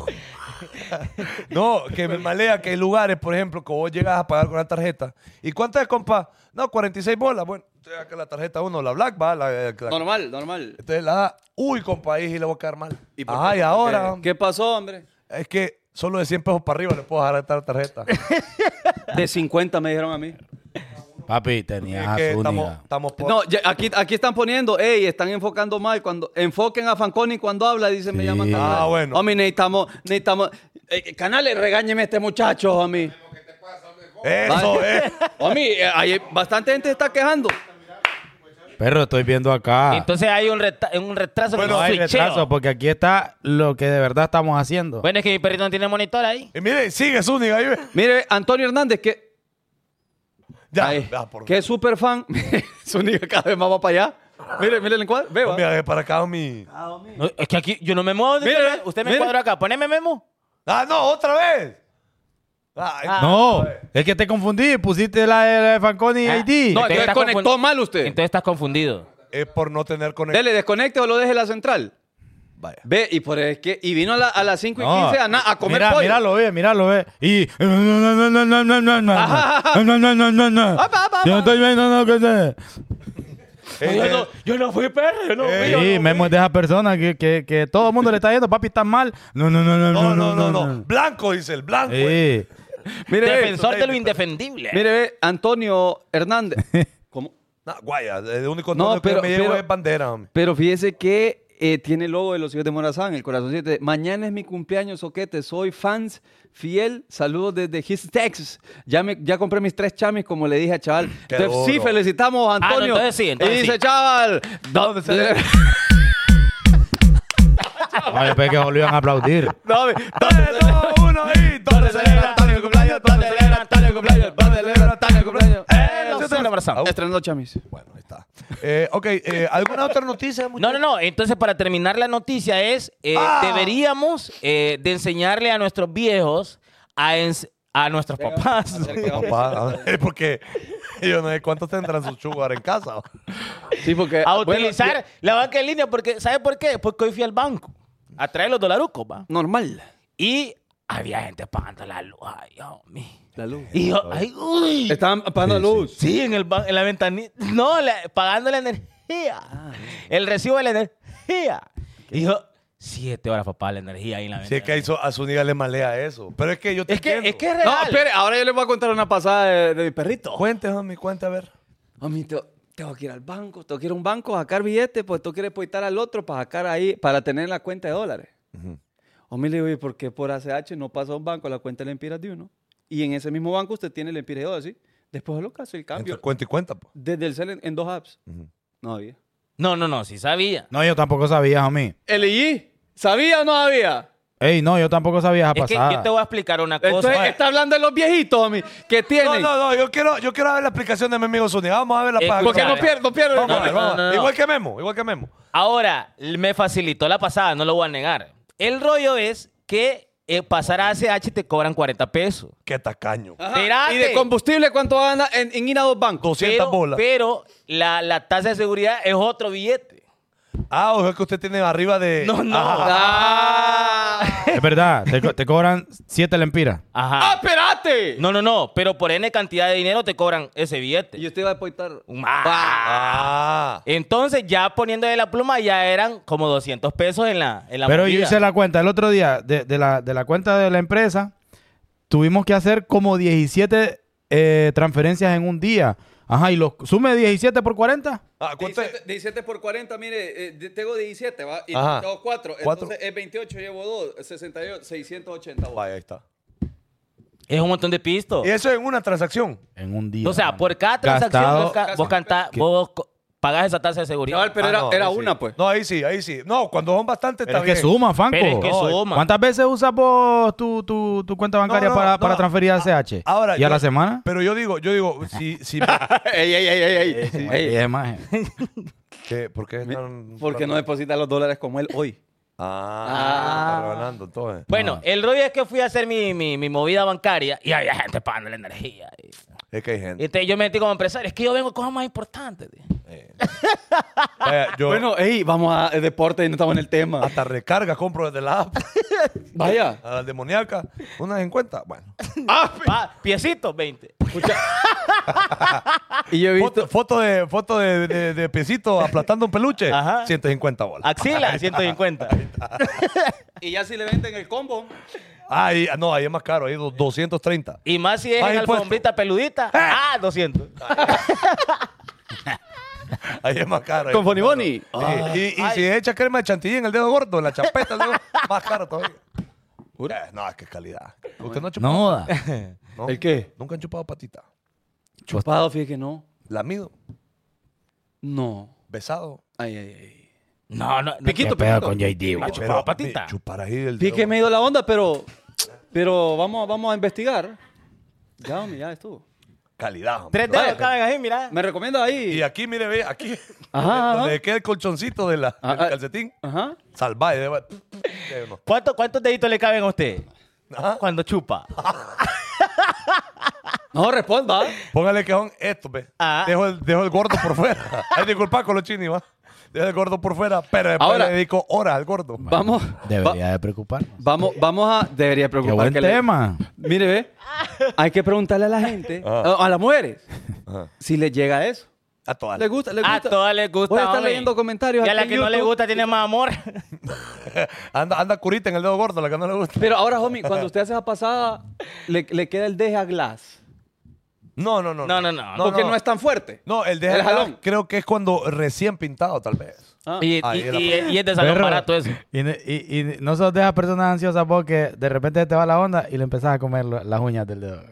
S1: no, que me malea que hay lugares, por ejemplo, que vos llegas a pagar con la tarjeta. ¿Y cuánto es, compa? No, 46 bolas. Bueno, te da que la tarjeta uno, la black, va. La, la-
S2: Normal, normal.
S1: Entonces la da. Uy, compa, ahí sí le voy a quedar mal.
S2: ¿Y por
S1: Ajá,
S2: qué? Eh,
S1: y ahora.
S2: ¿Qué, qué pasó, hombre?
S1: Es que solo de 100 pesos para arriba le puedo dejar esta tarjeta.
S2: De 50 me dijeron a mí.
S5: Papi,
S1: es
S5: tenías
S1: que
S5: a
S1: estamos,
S5: Zúñiga.
S1: estamos por-
S2: No, ya- aquí, aquí están poniendo, ey, están enfocando mal. Cuando enfoquen a Fanconi cuando habla, dice, me
S5: Sí.
S2: llaman tan
S5: Ah,
S2: mal.
S1: bueno.
S2: Homie, necesitamos, necesitamos. eh, canales, regáñeme a este muchacho, homie.
S1: Eso
S2: Vale.
S1: es.
S2: Homie, eh, hay bastante gente está quejando.
S5: Perro, estoy viendo acá.
S3: Entonces hay un, reta- un retraso. que
S5: no
S3: no
S5: hay
S3: switcheo.
S5: retraso porque aquí está lo que de verdad estamos haciendo.
S3: Bueno, es que mi perrito no tiene monitor ahí.
S1: Y mire, sigue Zúñiga. ahí ve.
S2: Mire, Antonio Hernández, que,
S1: Ya,
S2: ay,
S1: ya, por
S2: que es súper fan. Su niña cada vez más va para allá. Mire, mire el encuadre. Veo.
S1: Mira, ve para acá, mi.
S3: No, es que aquí yo no me muevo.
S2: Mire,
S3: usted me- usted me
S2: mire.
S3: cuadró acá. Poneme memo.
S1: Ah, no, otra vez. Ah,
S3: Ah.
S5: No, es que te confundí. Pusiste la de, la de Fanconi
S3: Ah,
S5: ID.
S2: No, entonces
S3: está
S2: conectó
S3: confundi-
S2: mal usted.
S3: Entonces estás confundido.
S1: Es por no tener conexión.
S2: Dele, desconecte o lo deje en la central.
S1: Vaya.
S2: Ve, y por es que, y vino a, la- a las 5 y
S5: No.
S2: 15 a, na- a comer
S5: mira,
S2: pollo.
S5: Míralo, ve, míralo, ve. Y. No, no, no, no, no, no, no, no.
S2: Ajá, ajá.
S5: No, no, no, no, no.
S2: Apa, apa,
S5: Yo no
S2: apa.
S5: estoy viendo, no, que sé.
S1: Eh,
S3: fui perro, yo no
S1: Eh,
S5: Sí,
S1: no,
S5: Memo es de esa persona que, que, que todo el mundo le está yendo, papi, está mal. No, no, no, no,
S1: no, no, no, no. Blanco, dice el blanco. eh.
S5: Sí.
S2: Mire, ve,
S3: Defensor de lo
S1: Totalmente.
S3: indefendible.
S2: mire, ve, Antonio Hernández. ¿Cómo?
S1: No, guaya, el único
S2: No,
S1: tono que
S2: pero-
S1: me llevo
S2: pero-
S1: es bandera. hombre.
S2: Pero fíjese que eh, tiene el logo de los hijos de Morazán, el corazón 7. Mañana es mi cumpleaños, Soquete. Soy fans fiel. Saludos desde His Texas. Ya, me, ya compré mis tres chamis, como le dije a Chaval.
S1: Qué
S2: Entonces, sí,
S1: duro.
S2: felicitamos a
S3: Ah, no,
S2: Antonio.
S3: entonces sí, entonces
S2: y dice,
S3: sí.
S2: Chaval, ¿dónde se
S5: Ay, después pues que volvían a aplaudir.
S2: ¿Dónde-
S1: Tres, dos, uno, y ¿Dónde celebra Antonio el cumpleaños? ¿Dónde celebra Antonio el cumpleaños? ¿Dónde celebra Antonio el cumpleaños?
S3: Eh, no sé, no, abrazamos.
S2: Estrenando chamis.
S1: Bueno, ahí está. Eh, ok, eh, ¿alguna otra noticia?
S3: No, no, no. Entonces, para terminar la noticia es, eh,
S1: Ah.
S3: deberíamos eh, de enseñarle a nuestros viejos, a, ens- a nuestros papás.
S1: Papá, eh, porque yo no sé cuántos tendrán sus chugar en casa.
S2: Sí, porque,
S3: a
S2: bueno,
S3: utilizar la banca en línea, porque ¿sabe por qué? Porque hoy fui al banco a traer los dolarucos, va.
S2: normal.
S3: Y había gente pagando la luz. Ay, Dios mío.
S2: La luz.
S3: Y yo, ay, uy.
S2: Estaban apagando la luz.
S3: Sí, en, el ba- en la ventanita. No, la- pagando la energía. El recibo de la energía. Y yo, siete horas, papá, la energía ahí en la
S1: Si es que
S3: ventanita.
S1: a su- a Zúñiga le malea eso. Pero es que yo te
S3: es, que,
S1: entiendo.
S3: es que es real.
S2: No, espere, ahora yo les voy a contar una pasada de, de mi perrito.
S1: Cuente, homie, cuente, a ver.
S2: A mí te- tengo que ir al banco, tengo que ir a un banco a sacar billetes, pues tú quieres poitar al otro para sacar ahí, para tener la cuenta de dólares. Hombre, le digo, ¿y por qué por ACH no pasa a un banco la cuenta de lempiras de uno? Y en ese mismo banco usted tiene lempiras de dos, ¿sí? Después lo caso el
S1: Entre
S2: cambio.
S1: cuenta y cuenta, pues. po.
S2: Desde el cel en, en dos apps. No había.
S3: No, no, no, sí sabía.
S5: No, yo tampoco sabía, a mí.
S2: ¿Eli? ¿Sabía o no había?
S5: Ey, no, yo tampoco sabía esa
S3: Es que yo
S5: pasada.
S3: te voy a explicar una cosa.
S2: Entonces, está hablando de los viejitos, homie, que
S1: No,
S2: tienen.
S1: no, no, yo quiero, yo quiero ver la explicación de mi amigo Zuni. Vamos a ver la
S3: Eh,
S1: paja.
S2: Porque
S3: Escucha,
S2: no pierdo, no pierdo.
S1: Vamos a
S3: no,
S1: ver,
S3: no,
S1: vamos a ver.
S3: no, no.
S1: Igual que Memo, igual que Memo.
S3: Ahora, me facilitó la pasada, no lo voy a negar. El rollo es que eh, pasar a ACH te cobran 40 pesos.
S1: Qué tacaño.
S2: Ajá.
S3: Espérate.
S2: ¿Y de combustible cuánto gana en, en ir a dos bancos?
S1: 200
S3: Pero,
S1: bolas.
S3: pero la, la tasa de seguridad es otro billete.
S1: Ah, ojo, es que usted tiene arriba de.
S3: No, no.
S1: Ajá.
S2: ¡Ah!
S5: Es verdad, te, co- te cobran siete lempiras.
S2: ¡Ah,
S3: Ajá.
S2: espérate!
S3: No, no, no. Pero por N cantidad de dinero te cobran ese billete.
S2: Y usted va a aportar.
S3: Un- ¡Ah!
S1: Ah.
S3: Entonces, ya poniendo de la pluma, ya eran como 200 pesos en la, en la
S5: Pero
S3: mordida.
S5: yo hice la cuenta el otro día de, de la, de la cuenta de la empresa. Tuvimos que hacer como 17 eh, transferencias en un día. Ajá, y los sume 17 por 40.
S1: Ah, ¿cuánto es?
S2: 17, 17 por 40, mire, eh, de- tengo 17, ¿va? Y
S1: Ajá.
S2: tengo 4.
S1: Cuatro.
S2: Entonces es 28, llevo 2, 68, 680.
S1: Vaya, ahí está.
S3: Es un montón de pistos.
S1: Y eso en una transacción.
S5: En un día.
S3: O sea,
S5: mano.
S3: por cada transacción
S5: Gastado-
S3: vos, ca- vos cantás- vos co- pagás esa tasa de seguridad.
S2: Chaval, pero
S1: Ah,
S2: era,
S1: no,
S2: era
S1: ahí sí.
S2: una, pues.
S1: No, ahí sí, ahí sí. No, cuando son bastantes
S5: Pero
S1: está
S5: es que
S1: bien.
S5: suma, Franco.
S3: Pero es que
S5: No,
S3: suma.
S5: ¿Cuántas veces usas vos tu, tu, tu cuenta bancaria
S1: no,
S5: para,
S1: no.
S5: para transferir a CH?
S1: Ahora,
S5: ¿Y a
S1: yo-
S5: la semana?
S1: Pero yo digo, yo digo, si, si
S2: ey, ey, ey, ey, ey.
S5: Sí,
S2: Ey,
S5: es más. eh.
S1: ¿Qué? ¿Por qué están
S2: Porque no deposita los dólares como él hoy.
S1: Ah,
S2: Ah.
S1: están rebanando, entonces.
S3: Bueno, el rollo es que fui a hacer mi, mi- mi movida bancaria y había gente pagando la energía. Y-
S1: Es que hay gente.
S3: y entonces yo me metí como empresario. Es que yo vengo con cosas más importantes. tío.
S1: Vaya, yo
S2: Bueno, ey, vamos a eh, deporte y no estamos en el tema.
S1: hasta recarga compro desde la app
S2: Ah, Vaya.
S1: a la demoníaca. Unas en cuenta. Bueno.
S3: Ah, piecitos, 20.
S2: Y yo he visto.
S1: Foto, foto de, foto de, de, de piecito aplastando un peluche.
S3: Ajá.
S1: 150 bolas.
S3: Axila, 150.
S2: Y ya si le venden el combo.
S1: Ahí, ah, no, ahí es más caro. Ahí dos- 230.
S3: Y más si es
S1: Más
S3: en
S1: impuesto.
S3: alfombrita peludita. Ah, 200.
S1: Ahí es más caro. ahí
S2: Con
S1: es más caro.
S2: Boniboni.
S1: Sí. Y, y si echa crema de chantilly en el dedo gordo, en la chapeta, el dedo, más caro todavía. Eh, no, es que es calidad. Usted no ha chupado.
S5: No joda.
S1: ¿no?
S2: ¿El qué?
S1: Nunca han chupado patita.
S2: Chupado, fíjate que no.
S1: Lamido,
S2: No.
S1: besado.
S2: Ay, ay, ay.
S3: No, no. no
S2: Piquito,
S5: ¿Qué pedo
S2: piquito.
S5: con JD,
S1: Ah,
S5: guacho?
S3: chupado patita?
S1: me- Chupar ahí el
S2: Fíjate
S1: dedo.
S2: que me he ido la onda, pero. Pero vamos, vamos a investigar. Ya, homie, ya estuvo.
S1: Calidad. hombre.
S3: Tres dedos caben ahí, mira.
S2: ¿Me recomiendas ahí?
S1: Y aquí, mire, ve, aquí.
S2: Ajá,
S1: donde
S2: ajá.
S1: queda el colchoncito de la, del
S2: Ah, ah.
S1: calcetín.
S2: Ajá.
S1: Salvaje. de- de uno.
S3: ¿Cuánto- ¿Cuántos deditos le caben a usted?
S1: Ajá.
S3: Cuando chupa.
S2: Ah, No, responda.
S1: Póngale que son estos, ve.
S3: Ah.
S1: Dejo, el, dejo el gordo por fuera. Ay, disculpa con los chinis, va. Dejo el gordo por fuera, pero después
S2: Ahora-
S1: le dedico horas al gordo.
S2: Vamos.
S5: Debería de preocuparnos.
S2: Vamos, vamos a. Debería
S5: Qué
S2: preocupar
S5: buen
S2: que le-
S5: tema.
S2: Mire, ve. Hay que preguntarle a la gente, a, a las mujeres, si les llega eso.
S1: A todas.
S2: ¿Les gusta? ¿Les gusta?
S3: A todas les gusta.
S2: Voy a estar
S3: hombre.
S2: leyendo comentarios
S3: Y a
S2: aquí
S3: la
S2: en
S3: que no le
S2: YouTube.
S3: gusta tiene más amor.
S1: Anda, anda curita en el dedo gordo, la que no le gusta.
S2: Pero ahora, homie, cuando usted hace esa pasada, le, le queda el deja glass.
S1: No, no, no.
S3: No, no, no.
S2: porque no. es tan fuerte.
S1: No, el deja
S2: El jalón.
S1: creo que es cuando recién pintado, tal vez.
S2: Ah.
S3: Y,
S1: Ahí
S3: y-
S1: era.
S3: y- y es de salón
S5: Perro,
S3: barato eso.
S5: Y, ne- y, y no sos de esas personas ansiosas vos que de repente te va la onda y le empezás a comer lo- las uñas del dedo.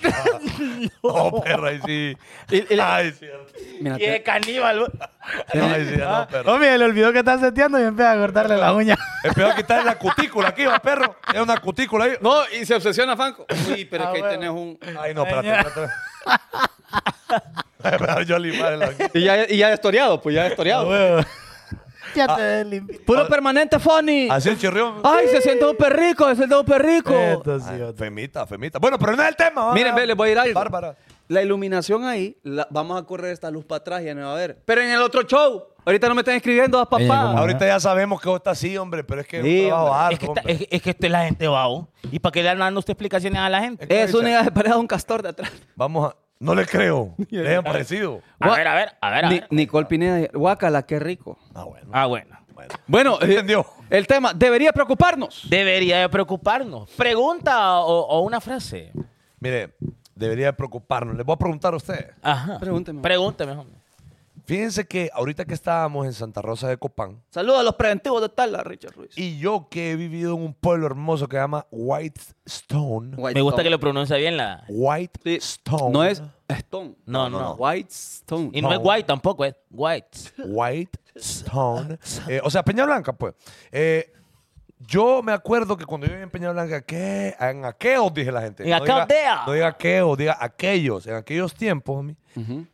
S1: No, Oh, perra, ahí sí.
S2: Y- y le-
S1: Ay, cierto.
S2: Mira,
S3: Y es
S2: te-
S3: caníbal. bo-
S1: Ay, sí, no, perro.
S2: Ah.
S5: Homie, le olvidó que está seteando y empieza a cortarle las uñas.
S1: Es peor quitarle la cutícula aquí, va, perro. Es una cutícula ahí.
S2: No, y se obsesiona Franco. Uy, pero es que
S3: Ah,
S2: ahí tenés un.
S1: Ay, no, espérate, espérate. Ay, pero Yo limar el
S2: Y ya, y ya estoreado, pues ya
S5: Ah,
S2: estoreado.
S5: ya te ves limpio.
S2: Ah, Puro Ah. permanente funny.
S1: Ah, Así el chirrión.
S2: Ay, se siente un perrico, se siente un perrico.
S5: Esto sí,
S1: Ay,
S5: otro.
S1: Femita, femita. Bueno, pero no es el tema. va.
S2: Miren, ve, les voy a ir algo.
S1: Bárbara.
S2: La iluminación ahí, la- vamos a correr esta luz para atrás, ya no va a ver. Pero en el otro show, ahorita no me están escribiendo, ah,
S5: Ella, ¿cómo?
S2: papá.
S1: Ahorita ya sabemos que vos estás así, hombre, pero es que
S2: Sí,
S1: un trabajo
S2: Ah,
S1: arduo,
S2: hombre.
S3: Es que, esta-
S1: hombre.
S3: es, es que esto es la gente vago. ¿Y para qué le andan dando usted explicaciones a la gente?
S2: Es una hija separada de un castor de atrás.
S1: Vamos a... No le creo. Le han parecido.
S3: A ver, a ver, a ver. A
S2: Ni-
S3: ver.
S2: Nicole Pineda, guácala, qué rico.
S1: Ah, bueno.
S3: Ah, bueno.
S2: Bueno, eh,
S1: Entendió.
S2: el tema, debería preocuparnos.
S3: Debería de preocuparnos. Pregunta o, o una frase.
S1: Mire, debería preocuparnos. Les voy a preguntar a ustedes.
S3: Ajá.
S2: Pregúnteme.
S3: Pregúnteme, hombre.
S1: Fíjense que ahorita que estábamos en Santa Rosa de Copán,
S2: Saludos a los preventivos de Tala, Richard Ruiz.
S1: y yo que he vivido en un pueblo hermoso que se llama White Stone.
S3: Me gusta que lo pronuncia bien la.
S1: White
S2: Sí.
S1: Stone.
S2: No es Stone.
S3: No, no, no.
S2: White Stone.
S3: Y no, es
S1: No.
S3: white tampoco, es white.
S1: White Stone. Eh, o sea, Peña Blanca, pues. Eh, yo me acuerdo que cuando yo vivía en Peña Blanca, ¿qué? En aquellos, dije la gente.
S3: En
S1: no, diga,
S3: aquellos.
S1: no diga aquellos, diga aquellos. En aquellos tiempos, homie,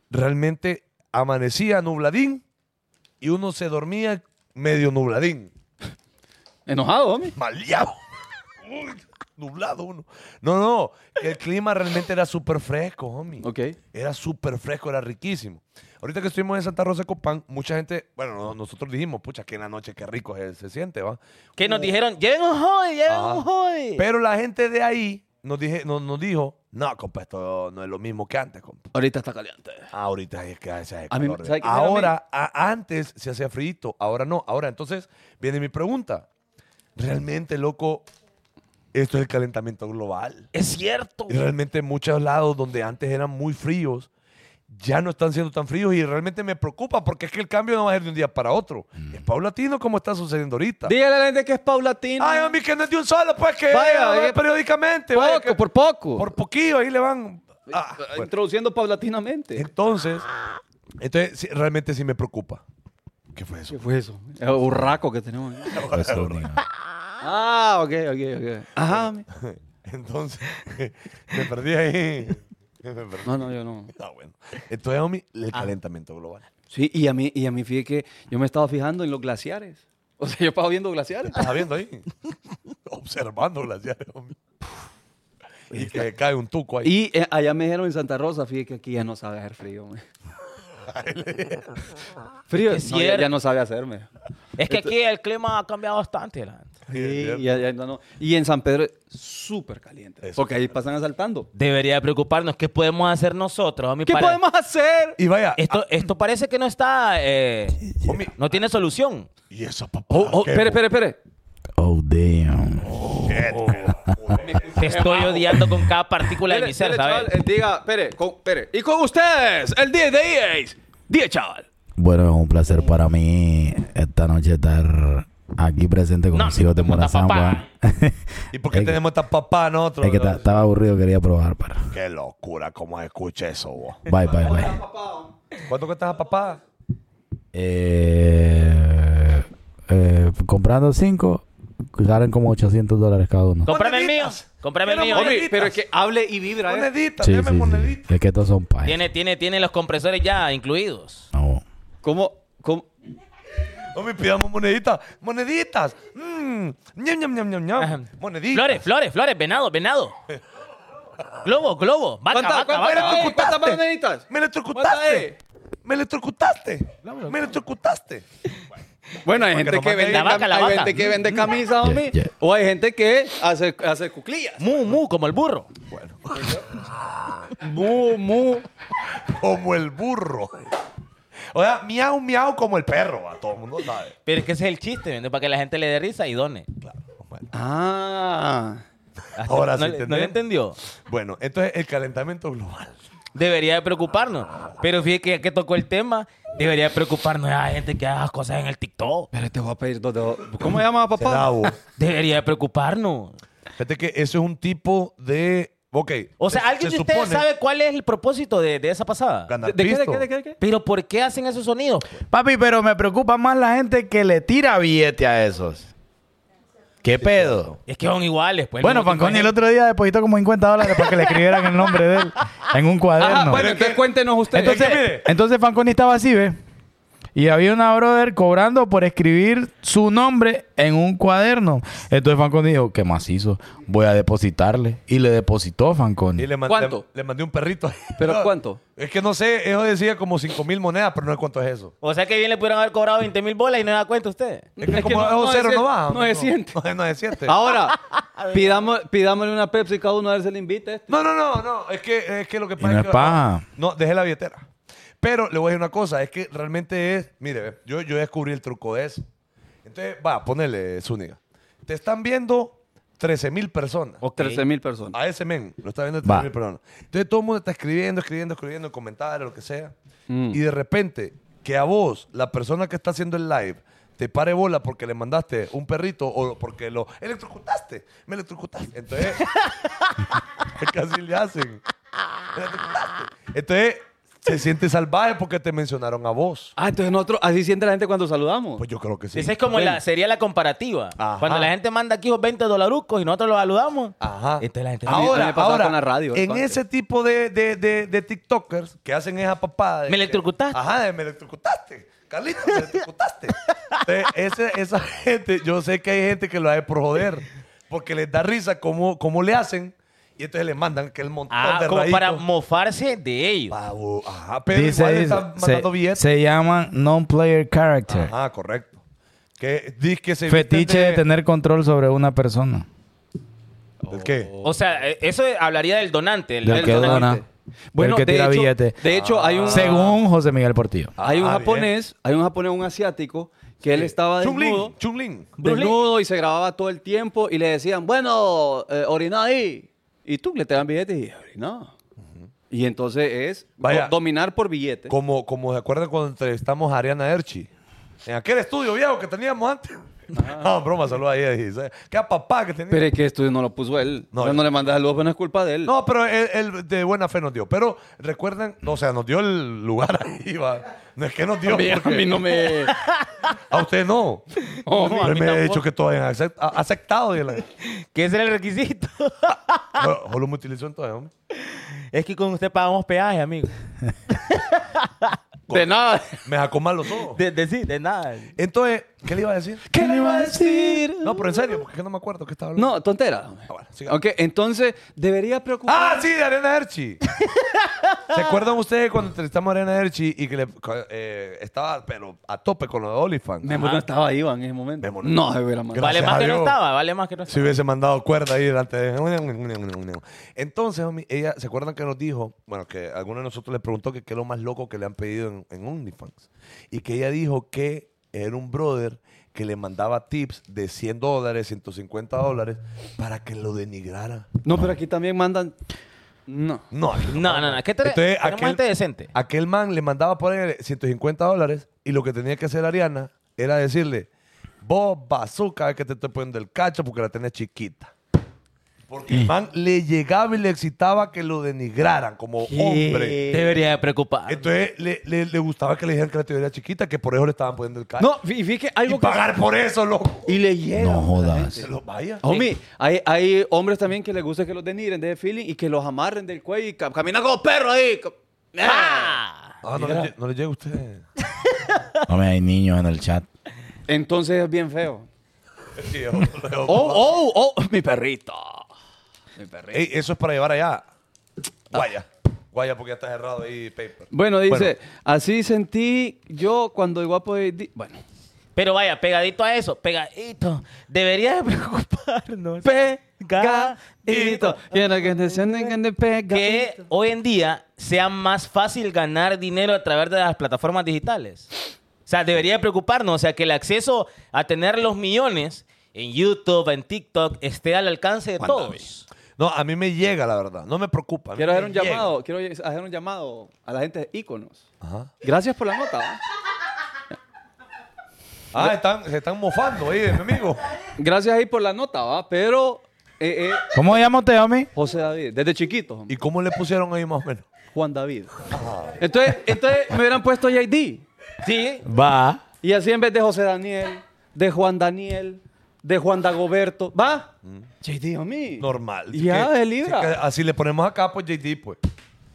S1: realmente amanecía nubladín y uno se dormía medio nubladín.
S2: Enojado, homie.
S1: Maleado. Uy, Nublado uno. No, no. El clima realmente era súper fresco, homie.
S2: Ok.
S1: Era súper fresco, era riquísimo. Ahorita que estuvimos en Santa Rosa de Copán, mucha gente, bueno, no- nosotros dijimos, pucha, que en la noche qué rico se, se siente, ¿va?
S3: Que nos
S1: Uh,
S3: dijeron, lleven un hoy, lleven
S1: Ajá.
S3: un hoy.
S1: Pero la gente de ahí nos, dije, no- nos dijo, no, compa, esto no es lo mismo que antes, compa.
S2: Ahorita está caliente.
S1: Ahorita es que hace ese
S2: A mí,
S1: calor,
S2: ¿sabe qué me da a mí?
S1: Ahora, a- antes se hacía frito, ahora no. Ahora, entonces, viene mi pregunta. Realmente, loco, esto es el calentamiento global.
S3: Es cierto.
S1: Y realmente muchos lados donde antes eran muy fríos, ya no están siendo tan fríos y realmente me preocupa porque es que el cambio no va a ser de un día para otro. Es paulatino como está sucediendo ahorita.
S2: Dígale a la gente que es paulatino.
S1: Ay, a mí que no es de un solo, pues que
S2: Vaya,
S1: eh,
S2: vaya,
S1: periódicamente.
S2: poco,
S1: vaya, que
S2: por poco.
S1: por poquillo ahí le van. Ah,
S2: Ah,
S1: bueno.
S2: Introduciendo paulatinamente.
S1: Entonces, entonces sí, realmente sí me preocupa. ¿Qué fue eso?
S2: ¿Qué fue eso? El burraco que tenemos. ahí.
S5: Eso, niño.
S2: Ah, ok, ok, ok. Ajá. homie.
S1: Entonces, me perdí ahí. Me perdí.
S2: No, Ah. no, yo no.
S1: Ah, bueno. Entonces, homie, el calentamiento global.
S2: Sí, y a mí, y a mí fíjate que yo me estaba fijando en los glaciares. O sea, yo estaba viendo glaciares.
S1: Estás viendo ahí. Observando glaciares, hombre. Y que cae un tuco ahí.
S2: Y eh, allá me dijeron en Santa Rosa, fíjate que aquí ya no sabe hacer frío. homie. frío,
S3: Es
S2: no, ya,
S3: cierto.
S2: ya no sabe hacerme.
S3: Es que aquí el clima ha cambiado bastante. la gente.
S1: Sí, es cierto.
S2: Y, ya- ya no- no. Y en San Pedro es súper caliente.
S1: Es
S2: porque ahí pasan asaltando.
S3: Debería preocuparnos. ¿Qué podemos hacer nosotros? homie,
S2: ¿Qué
S3: para-
S2: podemos Ah. hacer?
S1: Y vaya.
S3: Esto, esto parece que no está. eh,
S1: ah, homie,
S3: no tiene solución.
S1: Y eso, papá.
S2: Oh, oh,
S1: qué
S2: espere, espere, espere.
S5: Oh, damn.
S1: Oh,
S3: Te estoy odiando con cada partícula de
S2: Espere,
S3: mi ser,
S2: espere,
S3: ¿sabes?
S2: chaval, eh, diga, espere, con- espere. Y con ustedes, el 10 de EAs. 10, chaval.
S5: Bueno, es un placer para mí esta noche estar aquí presente con
S3: No,
S5: los hijos de
S3: como está
S5: Morazán,
S3: papá.
S5: weón.
S1: ¿Y por qué
S5: Es que-
S1: tenemos esta papá nosotros?
S5: Es que ta- estaba aburrido, quería probar, para.
S1: Qué locura, cómo escucha eso, vos.
S5: Bye, bye, bye.
S1: ¿Cuánto cuesta a papá?
S5: Eh, eh, comprando cinco, salen como 800 dólares cada uno.
S3: Cómprame el mío.
S1: Moneditas.
S3: Cómprame el
S1: Quiero
S3: mío.
S1: moneditas.
S2: Pero es que hable y vibra. eh.
S1: Monedita,
S5: Sí,
S1: deme
S5: sí, sí.
S1: monedita.
S5: Es que estos son pajes.
S3: Tiene, tiene, tiene los compresores ya incluidos.
S5: No.
S2: ¿Cómo? ¿Cómo?
S1: Homie, pidamos moneditas. Moneditas. Mmm. Ñam, ñam, ñam, ñam,
S2: Ah,
S3: Ajá.
S1: ñam. Moneditas.
S3: Flores, flores, flores, venado, venado. Globo, globo. Vaca,
S2: ¿Cuánta-
S3: vaca,
S2: Ah, cuánta
S3: vaca.
S2: era tu-
S3: vaca.
S2: ¿Cuántas
S1: ¡Electrocutaste!
S2: moneditas?
S1: ¡Me
S2: ¿Cuántas
S1: electrocutaste!
S2: es?
S1: ¡Me electrocutaste! ¡Me electrocutaste!
S2: Bueno, hay
S1: Porque
S2: gente que
S1: nomás
S2: vende,
S3: la vaca,
S2: cam-
S3: la
S2: hay
S3: vaca.
S2: gente que vende camisas,
S5: Yeah,
S2: homie.
S5: yeah.
S2: O hay gente que hace, hace cuclillas.
S3: Mu, mu, como el burro.
S1: Bueno,
S2: Mu, mu.
S1: como el burro. O sea, miau, miau como el perro, a todo el mundo sabe.
S3: Pero es que ese es el chiste, ¿vende? Para que la gente le dé risa y done.
S1: Claro. bueno.
S2: Ah.
S3: Hasta-
S1: Ahora sí
S3: no, le-
S1: entendí.
S3: ¿No le entendió?
S1: Bueno, entonces el calentamiento global.
S3: Debería de preocuparnos. Pero fíjate que, que tocó el tema. Debería de preocuparnos a gente que haga cosas en el TikTok.
S2: Pero te voy a pedir dos dedos. ¿Cómo llamas a papá?
S1: Bravo.
S3: Debería de preocuparnos.
S1: Fíjate que eso es un tipo de. Ok.
S3: O sea,
S1: se-
S3: ¿alguien
S1: se
S3: de ustedes
S1: supone
S3: sabe cuál es el propósito de, de esa pasada?
S2: ¿De,
S1: ganar
S2: de qué, de
S1: pisto.
S2: qué, de qué, de qué?
S3: Pero ¿por qué hacen esos sonidos? pues?
S5: Papi, pero me preocupa más la gente que le tira billete a esos. ¿Qué pedo?
S3: Es que son iguales. Pues,
S5: Bueno,
S3: mismo tipo
S5: Fanconi
S3: de
S5: el
S3: gente.
S5: otro día depositó como 50 dólares para que le escribieran el nombre de él en un cuaderno.
S2: Ajá, bueno, entonces cuéntenos ustedes.
S5: Entonces,
S1: Ah, Es que mire.
S5: entonces Fanconi estaba así, ¿ves? Y había una brother cobrando por escribir su nombre en un cuaderno. Entonces Fanconi dijo, qué macizo, voy a depositarle. Y le depositó Fanconi.
S1: Y le mandé,
S2: ¿Cuánto?
S1: Le, mandé un perrito.
S2: ¿Pero cuánto?
S1: Es que no sé, eso decía como 5 mil monedas, pero no sé cuánto es eso.
S3: O sea que bien le pudieron haber cobrado 20 mil bolas y no se da cuenta usted.
S1: Es que
S2: Es que
S1: como
S2: no-
S1: es
S2: no
S1: un
S2: se
S1: cero
S2: siente-
S1: no baja.
S2: no Ah, se siente.
S1: No, no se siente.
S2: Ahora, pidamos, pidámosle una Pepsi cada uno a ver si le invita a este.
S1: No, no, no, no. Es que, es que lo que pasa
S5: no
S1: es
S5: es
S1: que.
S5: paja.
S1: No, dejé la billetera. Pero le voy a decir una cosa, es que realmente es. Mire, ve, yo, yo descubrí el truco de eso. Entonces, va, ponele, Zúñiga. Te están viendo 13 mil personas.
S2: 13 mil personas.
S1: A ese men, lo está viendo
S5: Va.
S1: 13 mil personas. Entonces todo el mundo está escribiendo, escribiendo, escribiendo, en comentarios, lo que sea. Y de repente, que a vos, la persona que está haciendo el live, te pare bola porque le mandaste un perrito o porque lo electrocutaste. Me electrocutaste. Entonces, casi le hacen. Me electrocutaste. Entonces, se siente salvaje porque te mencionaron a vos.
S2: Ah, entonces nosotros, así siente la gente cuando saludamos.
S1: Pues yo creo que sí.
S3: Esa es como la, sería la comparativa.
S1: Ajá.
S3: Cuando la gente manda aquí los 20 dolarucos y nosotros los saludamos.
S1: Ajá.
S3: Entonces la gente
S2: Ah, a mí
S1: Ahora,
S2: me pasaba
S1: ahora,
S2: con la radio,
S1: en
S2: compadre.
S1: ese tipo de, de, de, de TikTokers que hacen esa papada. de
S3: Me
S1: que-
S3: electrocutaste.
S1: Ajá, de me electrocutaste. Carlitos, me electrocutaste. Entonces, ese- esa gente, yo sé que hay gente que lo hace por joder, porque les da risa cómo, cómo le hacen y entonces le mandan que el montón
S3: Ah,
S1: de
S3: como
S1: rayitos.
S3: para mofarse de ellos.
S1: Pavo, Ajá, pero
S5: Dice-
S1: igual le
S5: dice-
S1: están mandando
S5: se,
S1: billetes.
S5: se llaman non-player character.
S1: Ajá, correcto. Que, dice que se visten
S5: Fetiche de tener control sobre una persona.
S1: ¿Del qué?
S3: O sea, eh, eso hablaría del donante. El,
S5: Del
S3: el
S5: que
S3: donante.
S5: dona. Bueno, que
S2: de
S5: tira
S2: hecho-
S5: billetes.
S2: De hecho, hay un.
S5: Según José Miguel Portillo.
S2: Hay un
S1: Ah,
S2: japonés, hay un japonés, un asiático, que él estaba desnudo,
S1: Chun-Lin, Chun-Lin.
S3: Bruce Lee.
S2: desnudo y se grababa todo el tiempo y le decían, bueno, eh, orina ahí. Y tú le te dan billetes y orina. Y entonces es
S1: Vaya.
S2: do- dominar por billetes.
S1: Como, como se acuerdan cuando entrevistamos a Ariana Erchi. En aquel estudio viejo que teníamos antes. No, broma, saludos a ella. dice, Qué papá que tenía.
S2: Ah. Pero es que esto no lo puso él.
S1: No,
S2: No, no
S1: yo-
S2: le mandas saludos, pero no es culpa de él.
S1: no, pero él, él de buena fe nos dio. Pero recuerden, o sea, nos dio el lugar ahí. va. No es que nos dio.
S2: a, mí, a
S1: porque-
S2: mí no me...
S1: a usted no.
S3: No, a
S1: Pero
S3: mí
S1: me ha
S3: tampoco.
S1: dicho que todo hayan accept- a- aceptado. Y la,
S3: Que ese era el requisito.
S1: o, o lo utilizó entonces, hombre.
S3: es que con usted pagamos peaje, amigo.
S2: de nada.
S1: Me sacó mal los ojos.
S3: De, de, sí, de nada.
S1: Entonces, ¿qué le iba a decir?
S2: ¿Qué le iba a decir?
S1: No, pero en serio, porque es que no me acuerdo qué estaba hablando.
S2: No, tontera.
S1: Ah, bueno, siga.
S2: Ok, entonces debería preocupar.
S1: ¡Ah, sí! De Arena Erchi. ¿Se acuerdan ustedes cuando entrevistamos a Arena Erchi y que le, co- eh, estaba pero a tope con lo de OnlyFans?
S2: Memo no estaba Iván en ese momento.
S1: Memo no.
S2: no, se hubiera mandado.
S1: Gracias
S3: vale más
S1: a
S3: que no
S1: Dios.
S3: estaba, vale más que no
S1: Si
S3: estaba.
S1: hubiese mandado cuerda ahí delante de... Entonces, homie, ella, ¿se acuerdan que nos dijo? Bueno, que alguno de nosotros le preguntó que qué es lo más loco que le han pedido en, en OnlyFans. Y que ella dijo que era un brother que le mandaba tips de 100 dólares, 150 dólares, para que lo denigrara.
S2: No, pero aquí también mandan. No.
S1: No,
S3: No, no, no. ¿Qué te
S1: Entonces,
S3: tenemos
S1: aquel-
S3: gente decente.
S1: Aquel man le mandaba poner 150 dólares y lo que tenía que hacer Ariana era decirle, vos bazooka es que te estoy poniendo el cacho porque la tenés chiquita. Porque el man le llegaba y le excitaba que lo denigraran como hombre.
S3: Debería de preocupar.
S1: Entonces le, le- le gustaba que le dijeran que la tenía chiquita, que por eso le estaban poniendo el cacho.
S2: No, y fíjate que algo
S1: Ah. y
S2: que-
S1: pagar por eso, loco.
S2: Y le llega.
S5: No jodas.
S1: Se lo vaya.
S2: Homie, hay, hay hombres también que les gusta que los denigren de feeling y que los amarren del cuello y caminan camina como perro ahí. co-
S3: ¡Ah!
S1: Ah, no, le, lle- no le llega a usted.
S5: No me hay niños en el chat.
S2: Entonces es bien feo.
S1: Sí, ojo, ojo.
S2: Oh, oh, oh, mi perrito. Mi perrito.
S1: Ey, eso es para llevar
S2: Ah.
S1: allá. Guaya. Guaya porque ya está cerrado ahí, paper.
S2: Bueno, dice,
S1: Bueno.
S2: así sentí yo cuando el guapo. de- di- Bueno.
S3: Pero vaya, pegadito a eso, pegadito. Debería de preocuparnos.
S2: Pegadito. Y en la que se sienten que de
S3: que
S2: pegadito.
S3: hoy en día sea más fácil ganar dinero a través de las plataformas digitales. O sea, debería preocuparnos, o sea, que el acceso a tener los millones en YouTube, en TikTok, esté al alcance de todos.
S1: No, a mí me llega, la verdad. No me preocupa. a mí
S2: Quiero hacer
S1: me
S2: un
S1: llega.
S2: llamado, quiero hacer un llamado a la gente de Iconos.
S1: Ajá.
S2: Gracias por la nota. ¿va?
S1: Ah, están, se están mofando ahí de mi amigo.
S2: Gracias ahí por la nota, ¿va? Pero, eh, eh,
S5: ¿Cómo llamo usted, homie?
S2: José David, desde chiquito, homie.
S1: ¿Y cómo le pusieron ahí más o menos?
S2: Juan David. Entonces, entonces me hubieran puesto JD.
S3: Sí,
S5: Va.
S2: Y así en vez de José Daniel, de Juan Daniel, de Juan Dagoberto, ¿va? JD, homie.
S1: Mm. Normal.
S2: Ya,
S1: Que-
S2: de libra.
S1: sí que así le ponemos acá, pues JD, pues.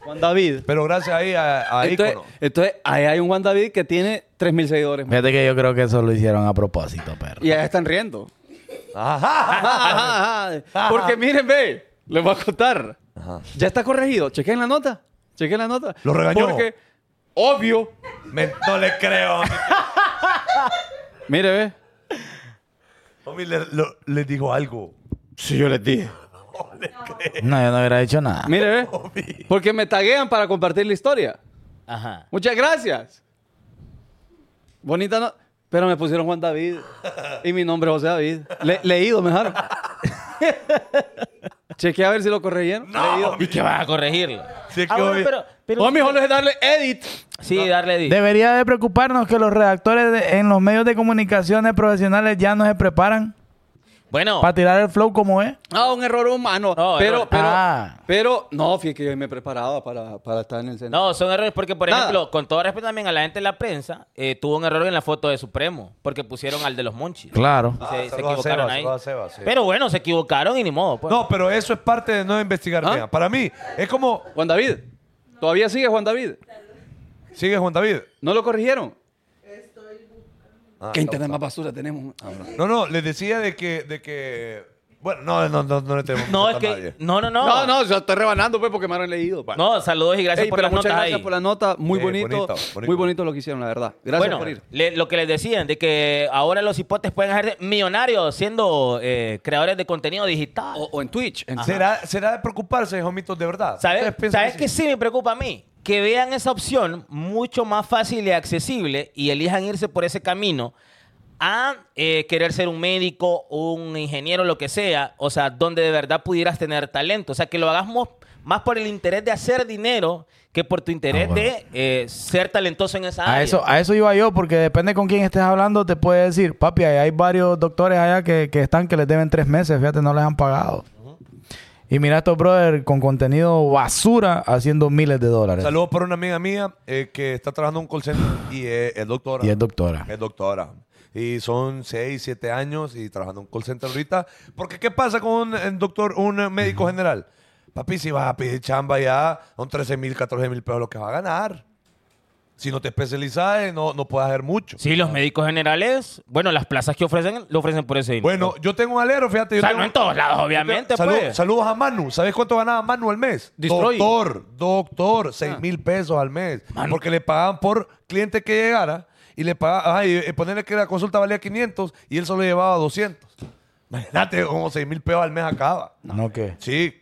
S2: Juan David.
S1: Pero gracias ahí a, a
S2: Entonces,
S1: Ícono.
S2: entonces, ahí hay un Juan David que tiene 3.000 seguidores. más.
S5: Fíjate que yo creo que eso lo hicieron a propósito, perro.
S2: Y ahí están riendo. Ah,
S1: Ajá.
S2: Ajá, ajá, ajá. ah. Porque miren, ve, les voy a contar. Ya está corregido. Chequen la nota. Chequen la nota.
S1: Lo regañó.
S2: Porque, obvio.
S1: Me- no le creo.
S2: Mire, ve.
S1: Homie, le, lo- le digo algo.
S2: Sí, yo les dije.
S5: No, yo no hubiera dicho nada.
S2: Mire, ve.
S1: Homie.
S2: Porque me taguean para compartir la historia.
S3: ajá.
S2: Muchas gracias. Bonita no. Pero me pusieron Juan David. Y mi nombre es José David. Le- leído, mejor. Chequé a ver si lo corrigieron.
S1: No,
S2: Leído.
S1: homie.
S3: ¿Y qué vas a corregirlo?
S1: Sí, Sí, es
S3: Ah,
S1: que
S3: bueno,
S1: hoy-
S3: pero, pero-
S2: Vos, mijo, lo es darle edit.
S3: Sí, darle edit.
S5: Debería de preocuparnos que los redactores de- en los medios de comunicaciones profesionales ya no se preparan
S3: Bueno,
S5: para tirar el flow como es.
S2: Ah, un error humano.
S3: No,
S2: pero,
S3: error.
S2: pero,
S5: Ah.
S2: pero, no, fíjate que yo me preparaba para, para estar en el centro.
S3: no, son errores porque, por
S2: Nada.
S3: ejemplo, con todo respeto también a la gente de la prensa, eh, tuvo un error en la foto de Supremo porque pusieron al de los Monchis.
S5: Claro.
S3: Y
S1: Ah,
S3: se, se
S1: saludos a
S3: equivocaron
S1: Sebas,
S3: ahí.
S1: saludos a Sebas, sí.
S3: Pero bueno, se equivocaron y ni modo. pues.
S1: No, pero eso es parte de no investigar.
S2: ¿Ah?
S1: Mira, Para mí, es como.
S2: Juan David. ¿Todavía sigue Juan David?
S1: Sigue Juan David.
S2: ¿No lo corrigieron?
S1: Ah,
S2: ¿Qué internet más basura tenemos? Ah,
S1: No,
S2: no.
S1: no, les decía de que. De que bueno, no, no, no, no le tenemos
S3: No,
S1: que contar
S3: es
S1: a
S3: que.
S1: nadie.
S3: No, no, no.
S2: No, no, yo estoy rebanando, pues, porque me han leído. pa.
S3: No, saludos y gracias
S2: Ey,
S3: por
S2: pero
S3: las
S2: muchas
S3: notas
S2: gracias
S3: ahí.
S2: por la nota. Muy
S1: Eh,
S2: bonito,
S1: bonito, bonito.
S2: Muy bonito lo que hicieron, la verdad. Gracias
S3: bueno,
S2: por ir.
S3: le- lo que les decían, de que ahora los hipotes pueden hacer millonarios siendo eh, creadores de contenido digital.
S2: O, o en Twitch. en-
S1: ¿Será, será de preocuparse, homitos, de verdad.
S3: ¿Sabes,
S1: ¿Ustedes piensan
S3: ¿sabes
S1: sí?
S3: qué sí me preocupa a mí? Que vean esa opción mucho más fácil y accesible y elijan irse por ese camino a eh, querer ser un médico, un ingeniero, lo que sea, o sea, donde de verdad pudieras tener talento. O sea, que lo hagas mo- más por el interés de hacer dinero que por tu interés
S5: Ah, bueno.
S3: de eh, ser talentoso en esa área.
S5: A eso, a eso iba yo, porque depende con quién estés hablando, te puede decir, papi, hay, hay varios doctores allá que, que están que les deben tres meses, fíjate, no les han pagado. Y mira a estos brothers con contenido basura haciendo miles de dólares.
S1: Saludos para una amiga mía eh, que está trabajando en un call center y es, es doctora.
S5: Y es doctora.
S1: Es doctora. Y son 6, 7 años y trabajando en un call center ahorita. Porque ¿qué pasa con un eh, doctor, un eh, médico general? Papi, si vas a pedir chamba ya, son 13 mil, 14 mil pesos lo que vas a ganar. Si no te especializas, eh, no, no puedes hacer mucho.
S3: Sí, los médicos generales, bueno, las plazas que ofrecen, lo ofrecen por ese dinero.
S1: Bueno, yo tengo un alero, fíjate.
S3: o
S1: Yo
S3: sea,
S1: tengo-
S3: no en todos lados, obviamente,
S1: Salud-
S3: pues.
S1: Saludos a Manu. ¿Sabes cuánto ganaba Manu al mes?
S2: Destroy.
S1: Doctor, doctor, seis mil pesos al mes. Porque le pagaban por cliente que llegara y le pagaban, ah, y, y ponerle que la consulta valía 500 y él solo llevaba 200. Imagínate como seis mil pesos al mes acaba.
S5: ¿No qué?
S1: Sí.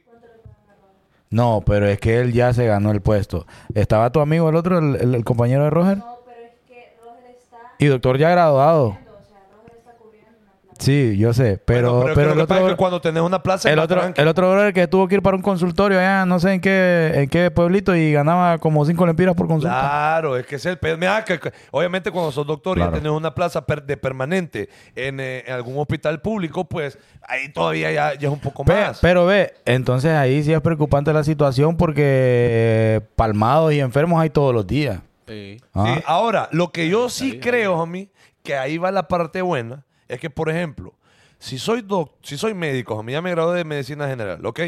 S5: No, pero es que él ya se ganó el puesto. Estaba tu amigo el otro, el, el- el compañero de Roger.
S7: No, pero es que Roger está
S5: Y doctor ya graduado.
S7: cubriendo, o sea, Roger está cubriendo una plaza.
S5: Sí, yo sé, pero,
S1: Bueno, es
S5: pero
S1: que
S5: el
S1: lo que pasa es
S5: otro...
S1: que cuando tenés una plaza...
S5: El
S1: es más
S5: otro,
S1: tranqui.
S5: el otro brother que tuvo que ir para un consultorio allá, no sé en qué, en qué pueblito, y ganaba como cinco lempiras por consulta.
S1: Claro, es que es el... pe- Mira, que- que- obviamente cuando sos doctor y
S5: Claro.
S1: ya tenés una plaza per- de permanente en, eh, en algún hospital público, pues ahí todavía ya, ya es un poco
S5: Pe-
S1: más.
S5: pero ve, entonces ahí sí es preocupante la situación porque eh, palmados y enfermos hay todos los días.
S2: Sí.
S5: Ah.
S1: Sí, ahora, lo que yo sí creo, homie, que ahí va la parte buena, es que, por ejemplo, si soy doc, si soy médico, homie, ya me gradué de medicina general, ¿ok?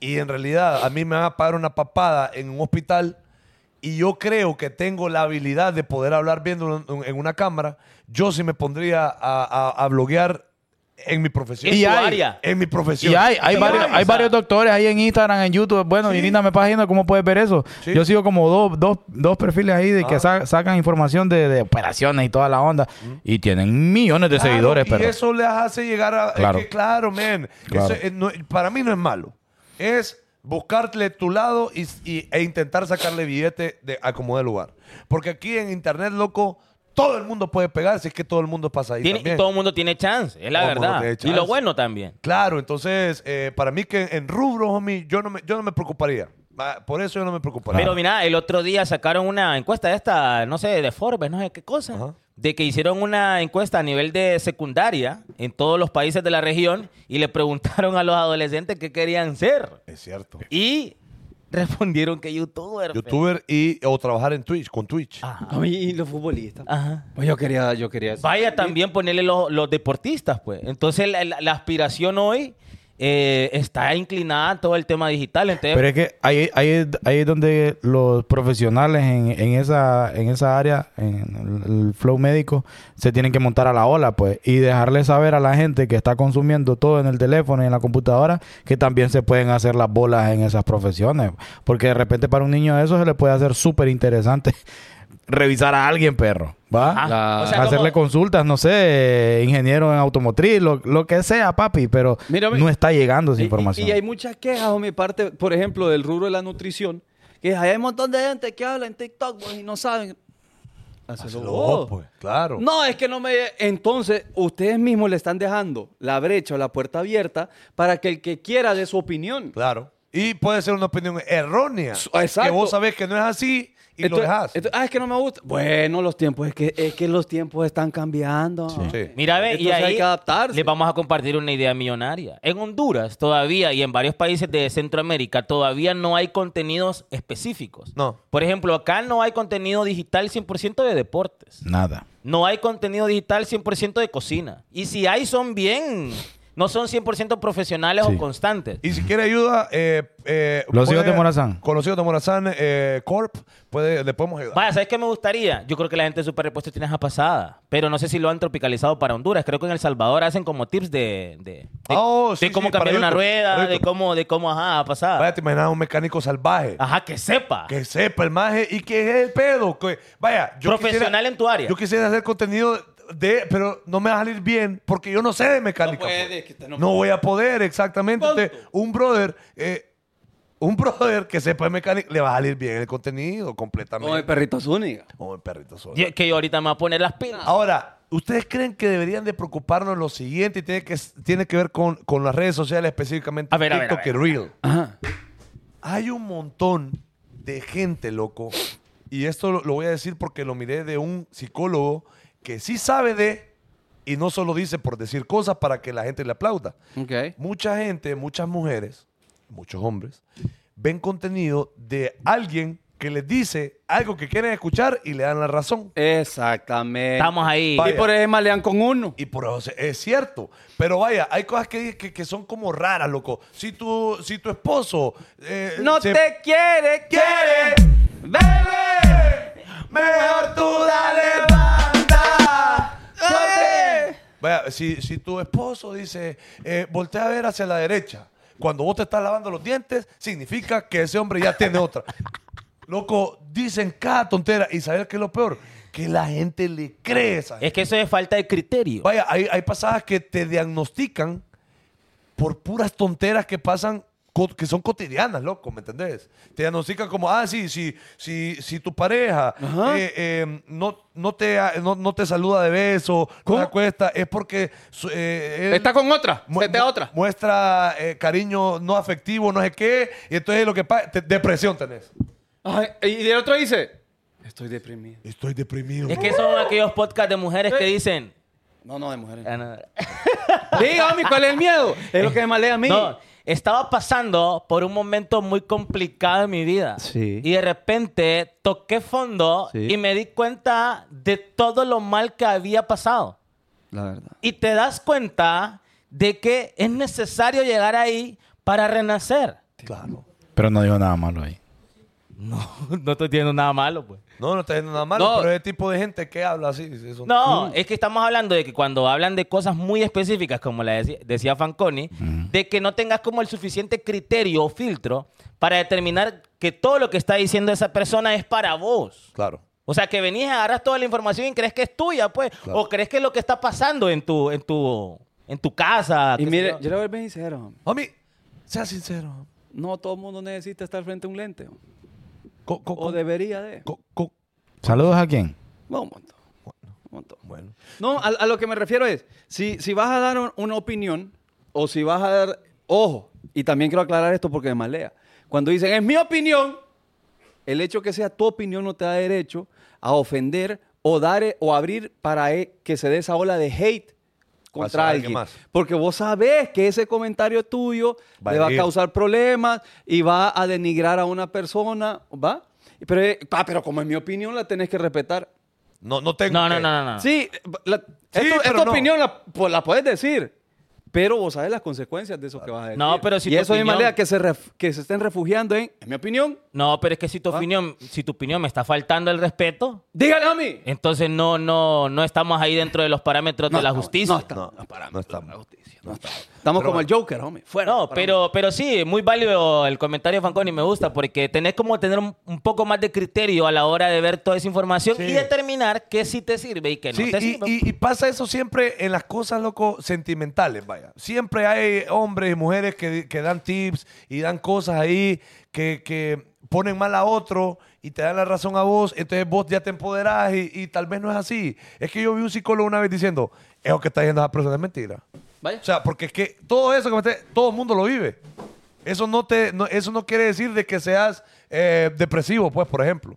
S1: Y en realidad a mí me van a pagar una papada en un hospital y yo creo que tengo la habilidad de poder hablar viendo un- en una cámara, yo sí me pondría a, a- a bloguear en mi profesión.
S3: En tu área.
S1: En mi profesión.
S5: Y hay, hay,
S3: Sí,
S5: varios,
S3: hay,
S5: hay
S3: o sea.
S5: varios doctores ahí en Instagram, en YouTube. Bueno, y Nina me está diciendo cómo puedes ver eso.
S1: Sí.
S5: Yo sigo como dos, dos, dos perfiles ahí de
S3: Ah.
S5: que sa- sacan información de, de operaciones y toda la onda. Y tienen millones de
S1: Claro,
S5: seguidores,
S1: y
S5: pero...
S1: eso les hace llegar a... es
S5: Claro.
S1: que, claro, man. Eso,
S5: Claro.
S1: eh, no- para mí no es malo. Es buscarle tu lado y, y- e intentar sacarle billete de acomodar lugar. Porque aquí en internet, loco, todo el mundo puede pegar si es que todo el mundo pasa ahí
S3: Tiene- y
S1: también.
S3: todo el mundo tiene chance, es la
S1: Todo el mundo tiene
S3: verdad. Y
S1: chance.
S3: lo bueno también.
S1: Claro, entonces, eh, para mí que en rubro, homie, yo no me, yo no me preocuparía. Ah, Por eso yo no me preocuparía.
S3: Pero mira, el otro día sacaron una encuesta de esta, no sé, de Forbes, no sé qué cosa,
S1: Ajá.
S3: de que hicieron una encuesta a nivel de secundaria en todos los países de la región y le preguntaron a los adolescentes qué querían ser.
S1: es cierto.
S3: Y respondieron que youtuber. fe.
S1: YouTuber y o trabajar en Twitch, con Twitch.
S3: Ajá.
S2: No, y- y los futbolistas.
S3: Ajá.
S2: Pues yo quería, yo quería.
S3: Vaya también ponerle los, los deportistas, pues. Entonces, la, la- la aspiración hoy eh, está inclinada a todo el tema digital. Entonces,
S5: Pero es que ahí, ahí, es- ahí es donde los profesionales en, en esa, en esa área, en el, el flow médico, se tienen que montar a la ola, pues, y dejarle saber a la gente que está consumiendo todo en el teléfono y en la computadora, que también se pueden hacer las bolas en esas profesiones. Porque de repente para un niño eso se le puede hacer súper interesante revisar a alguien, perro. ¿Va?
S3: Ajá.
S2: La-
S3: O sea,
S5: hacerle
S3: como-
S5: consultas, no sé, ingeniero en automotriz, lo, lo que sea, papi, pero
S2: Mira,
S5: no está llegando esa
S2: Y- y-
S5: información.
S2: Y, hay muchas quejas, mi parte, por ejemplo, del rubro de la nutrición, que hay un montón de gente que habla en TikTok pues, y no saben. Hacelo
S1: Hazlo
S2: vos.
S1: vos, pues, claro.
S2: No, es que no me... Entonces, ustedes mismos le están dejando la brecha o la puerta abierta para que el que quiera dé su opinión.
S1: Claro. Y puede ser una opinión errónea.
S2: Su- exacto.
S1: Que vos sabés que no es así y
S2: Entonces-
S1: lo dejás.
S2: entonces, ah, es que no me gusta. Bueno, los tiempos, es que, es que los tiempos están cambiando.
S1: Sí.
S3: Mira, ve, y
S2: Entonces
S3: ahí
S2: hay que adaptarse.
S3: les vamos a compartir una idea millonaria. En Honduras todavía y en varios países de Centroamérica todavía no hay contenidos específicos.
S1: No.
S3: Por ejemplo, acá no hay contenido digital 100% de deportes.
S5: Nada.
S3: No hay contenido digital 100% de cocina. Y si hay, son bien. No son 100% profesionales
S5: Sí.
S3: o constantes.
S1: Y si quiere ayuda, eh, eh,
S5: Los hijos de Morazán.
S1: Con los hijos de Morazán, eh, Corp, puede, le podemos ayudar.
S3: Vaya, ¿sabes qué me gustaría? Yo creo que la gente de Super Repuesto tiene esa pasada, pero no sé si lo han tropicalizado para Honduras. Creo que en El Salvador hacen como tips de, de, de-
S1: Oh,
S3: de
S1: sí,
S3: cómo
S1: sí, para
S3: cambiar una
S1: YouTube, para
S3: rueda, de
S1: YouTube.
S3: cómo, de cómo, ajá, pasada.
S1: Vaya, te imaginas un mecánico salvaje.
S3: Ajá, que sepa.
S1: Que sepa el maje y que es el pedo. que- vaya, yo
S3: Profesional
S1: quisiera-
S3: en tu área.
S1: Yo quisiera hacer contenido de, pero no me va a salir bien porque yo no sé de mecánica.
S2: No puede,
S1: pues.
S2: que usted no
S1: No voy a poder, exactamente. Entonces, un brother, eh, un brother que sepa de mecánica, le va a salir bien el contenido completamente.
S2: Como el perrito Zúñiga.
S1: Como el perrito solo.
S3: Yo- que yo ahorita me voy a poner las pilas.
S1: Ah, Ahora, ¿ustedes creen que deberían de preocuparnos lo siguiente y tiene que, tiene que ver con, con las redes sociales específicamente
S3: A ver, a ver, a
S1: TikTok
S3: ver.
S1: y Reel?
S2: Ajá.
S1: Hay un montón de gente, loco, y esto lo, lo voy a decir porque lo miré de un psicólogo que sí sabe de y no solo dice por decir cosas para que la gente le aplauda.
S2: Ok.
S1: Mucha gente, muchas mujeres, muchos hombres, ven contenido de alguien que les dice algo que quieren escuchar y le dan la razón.
S2: Exactamente.
S3: Estamos ahí.
S2: Y por ahí malean con uno.
S1: Y por eso es cierto. Pero vaya, hay cosas que, que, que son como raras, loco. Si tu, si tu esposo. eh,
S2: No
S1: se-
S2: te quiere, quiere.
S1: ¡Bebe! Mejor tú dale banda.
S2: Dale.
S1: Vaya, si, si tu esposo dice, eh, voltea a ver hacia la derecha, cuando vos te estás lavando los dientes, significa que ese hombre ya tiene otra. Loco, dicen cada tontera. ¿Y saber qué es lo peor? Que la gente le cree esa
S3: Es que eso es falta de criterio.
S1: Vaya, hay, hay pasadas que te diagnostican por puras tonteras que pasan, co- que son cotidianas, loco, ¿me entendés? Te diagnostican como, ah, sí, si sí, sí, tu pareja eh, eh, no, no, te, ah, no, no te saluda de beso, no te acuesta, es porque... su- eh, él
S2: Está con otra.
S1: mu-
S2: Se te da otra.
S1: Muestra eh, cariño no afectivo, no sé qué, y entonces lo que pasa, depresión tenés.
S2: Ay, y el otro dice, estoy deprimido.
S1: Estoy deprimido.
S3: Es que son aquellos podcasts de mujeres que dicen.
S2: No, no, de mujeres.
S3: Ah, no.
S2: Diga, homie, ¿cuál es el miedo? Es lo que me malea a mí.
S3: No, estaba pasando por un momento muy complicado en mi vida.
S2: Sí.
S3: Y de repente toqué fondo
S2: Sí.
S3: y me di cuenta de todo lo mal que había pasado.
S2: La verdad.
S3: Y te das cuenta de que es necesario llegar ahí para renacer.
S1: Claro.
S5: Pero no dijo nada malo ahí.
S3: No, no estoy diciendo nada malo, pues.
S1: No, no está diciendo nada malo,
S2: No.
S1: pero es el tipo de gente que habla así. eso-
S3: No, es que estamos hablando de que cuando hablan de cosas muy específicas, como la deci- decía Fanconi, de que no tengas como el suficiente criterio o filtro para determinar que todo lo que está diciendo esa persona es para vos.
S1: Claro.
S3: O sea, que venís, agarras toda la información y crees que es tuya, pues.
S1: Claro.
S3: O crees que es lo que está pasando en tu, en tu, en tu casa.
S2: Y
S3: qué sé
S2: mire,
S3: yo.
S2: yo le voy a ser bien sincero. homie.
S1: Homie, sea sincero. homie.
S2: No todo el mundo necesita estar frente a un lente. homie.
S1: Co- co-
S2: O
S1: co-
S2: debería de.
S1: co- co-
S5: ¿Saludos a quién?
S2: No, un montón. Un montón.
S1: bueno.
S2: No, a, a lo que me refiero es, si, si vas a dar un- una opinión o si vas a dar, ojo, y también quiero aclarar esto porque me malea, cuando dicen, es mi opinión, el hecho que sea tu opinión no te da derecho a ofender o dar eh, o abrir para eh, que se dé esa ola de hate
S1: Hacia
S2: contra
S1: alguien
S2: alguien.
S1: más.
S2: Porque vos sabés que ese comentario tuyo
S1: Va a
S2: le va a
S1: herir.
S2: causar problemas y va a denigrar a una persona, ¿va? Pero, eh, ah, pero como es mi opinión, la tenés que respetar.
S1: No, no tengo.
S3: No, no,
S1: que-
S3: no, no. no.
S2: Sí, la,
S1: Sí,
S2: es tu- es
S1: pero
S2: tu
S1: no.
S2: opinión, la, pues, la puedes decir. Pero vos sabes las consecuencias de eso que vas a decir.
S3: No, pero si
S2: y
S3: tu
S2: eso es
S3: opinión-
S2: manera que se, ref- que se estén refugiando en, en mi opinión,
S3: No, pero es que si
S2: Ah.
S3: tu opinión, si tu opinión me está faltando el respeto,
S2: dígale a mí.
S3: entonces no, no, no estamos ahí dentro de los parámetros de la justicia.
S2: No, estamos,
S1: No,
S2: no paramos,
S1: no estamos.
S2: la justicia, no estamos. Estamos como el Joker, homie. Fuera.
S3: No,
S2: paramos.
S3: pero, pero sí, muy válido el comentario de Fanconi, me gusta, porque tenés como tener un, un poco más de criterio a la hora de ver toda esa información
S1: Sí.
S3: y determinar qué sí te sirve y qué no
S1: Sí,
S3: te
S1: y,
S3: sirve.
S1: y- y pasa eso siempre en las cosas, loco, sentimentales, vaya. Siempre hay hombres y mujeres que, que dan tips y dan cosas ahí que, que ponen mal a otro y te dan la razón a vos, entonces vos ya te empoderás y, y tal vez no es así. Es que yo vi un psicólogo una vez diciendo, eso que está diciendo esa persona es mentira.
S2: Vaya.
S1: O sea, porque es que todo eso que me está- todo el mundo lo vive. Eso no, te, no- eso no quiere decir de que seas eh, depresivo, pues, por ejemplo.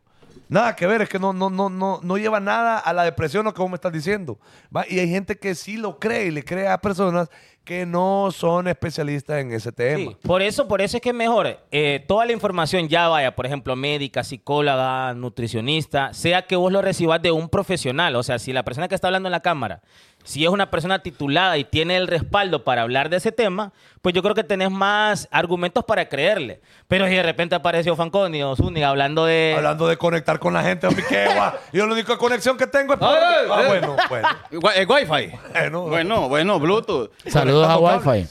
S1: Nada que ver, es que no, no, no, no, no lleva nada a la depresión lo que vos me estás diciendo. ¿va? Y hay gente que sí lo cree y le cree a personas que no son especialistas en ese tema.
S3: Sí, Por eso, por eso es que es mejor eh, toda la información ya vaya, por ejemplo, médica, psicóloga, nutricionista, sea que vos lo recibas de un profesional. O sea, si la persona que está hablando en la cámara, si es una persona titulada y tiene el respaldo para hablar de ese tema, pues yo creo que tenés más argumentos para creerle. Pero si de repente apareció Fanconi o Zúñiga hablando de...
S1: Hablando de conectar con la gente, hombre, qué guau. Yo la única conexión que tengo es... por-
S2: Ay,
S1: Ah,
S2: eh.
S1: bueno, bueno.
S2: Gua- eh, Wi-Fi.
S1: Bueno.
S2: bueno, bueno, Bluetooth.
S5: Saludos a Wi-Fi.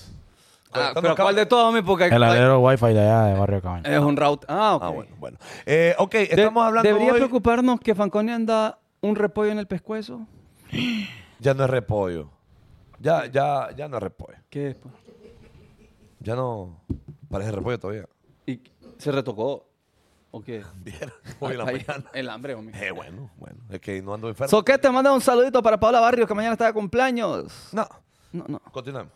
S2: Ah, pero ¿cuál de todos, mi? Porque
S5: El alero Wi-Fi de allá de Barrio Cabaña.
S2: es un route. Ah, ok.
S1: Ah, bueno, bueno. Eh, ok,
S2: De-
S1: estamos hablando
S2: ¿Debería
S1: hoy-
S2: preocuparnos que Fanconi anda un repollo en el pescuezo?
S1: Ya no es repollo. Ya, ya, ya no es repollo.
S2: ¿Qué es, pues, po?
S1: Ya no parece repollo todavía.
S2: ¿Y se retocó? ¿O qué?
S1: Viera, hoy en la
S2: Ay,
S1: mañana.
S2: El hambre, homie.
S1: Eh, bueno, bueno. Es que no ando enfermo.
S2: Soquete, manda un saludito para Paola Barrios, que mañana está de cumpleaños.
S1: no,
S2: No, no.
S1: continuemos.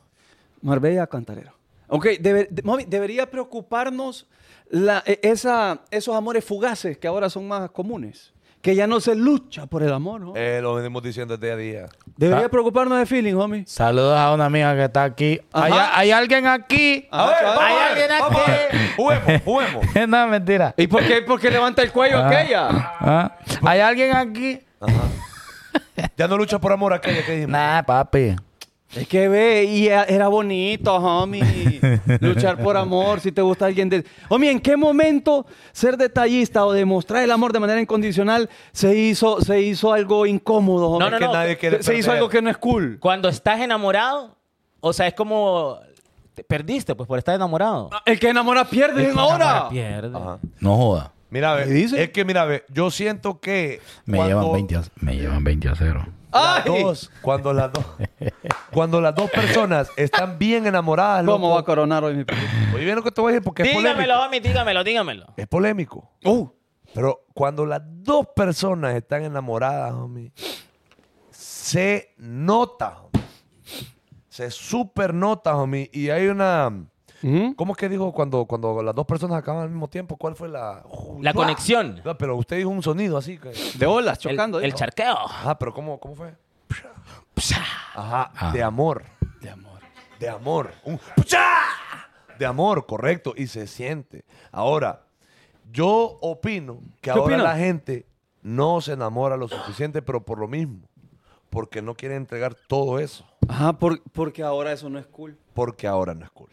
S2: Marbella Cantarero. Ok, debe- de- mami, debería preocuparnos la- e- esa, esos amores fugaces que ahora son más comunes. Que ya no se lucha por el amor, ¿no?
S1: Eh, lo venimos diciendo día a día.
S2: Debería
S5: ah.
S2: preocuparnos de feeling, homie.
S5: Saludos a una amiga que está aquí.
S2: Ajá.
S5: ¿Hay, hay alguien aquí?
S2: Ah.
S1: a ver,
S2: chaval.
S1: vamos
S3: Hay
S1: a ver,
S3: alguien
S1: vamos a
S3: aquí.
S1: ver. Juguemos, juguemos.
S5: no, mentira.
S2: ¿Y por qué, por qué levanta el cuello
S5: Ah.
S2: aquella?
S5: Ah. ¿Hay alguien aquí?
S1: Ya no lucha por amor aquella que dijimos.
S5: Nah, papi.
S2: Es que ve, y e- era bonito, homie. Luchar por amor, si te gusta alguien de. Homie, ¿en qué momento ser detallista o demostrar el amor de manera incondicional se hizo, se hizo algo incómodo, homie?
S3: No, no,
S1: que
S3: no.
S1: nadie quiere
S2: se, se hizo
S1: perder.
S2: algo que no es cool.
S3: Cuando estás enamorado, o sea, es como... te perdiste, pues, por estar enamorado.
S2: El que enamora pierde en ahora.
S3: Pierde.
S1: Ajá.
S5: No joda.
S1: Mira, a ver,
S2: ¿Qué dice?
S1: es que mira, a ver, yo siento que
S5: Me
S1: cuando
S5: llevan 20 a, me llevan 20 a 0.
S1: las
S2: ¡Ay!
S1: dos, cuando las dos, cuando las dos personas están bien enamoradas,
S2: ¿Cómo va a
S1: loco.
S2: coronar hoy mi
S1: Oye, bien lo que te voy a decir porque es
S3: Dígamelo,
S1: polémico.
S3: mami, dígamelo, dígamelo.
S1: Es polémico.
S3: Oh.
S2: ¡Uh!
S1: Pero cuando las dos personas están enamoradas, homie, se nota, homie. Se super nota, homie. Y hay una.
S2: ¿Mm?
S1: ¿Cómo es que dijo cuando, cuando las dos personas acaban al mismo tiempo? ¿Cuál fue la.
S3: La conexión.
S1: No, pero usted dijo un sonido así. que-
S2: De olas,
S3: El-
S2: chocando. ¿eh?
S3: el,
S2: dijo.
S3: charqueo.
S1: Ajá, pero ¿cómo, cómo fue? Ajá,
S5: Ah.
S1: de amor. De amor. De amor.
S5: Uh.
S1: Un ¡pucha! De amor, correcto. Y se siente. Ahora, yo opino que ahora
S2: opinas?
S1: la gente no se enamora lo suficiente, pero por lo mismo. Porque no quiere entregar todo eso.
S2: Ajá, por- porque ahora eso no es cool.
S1: Porque ahora no es cool.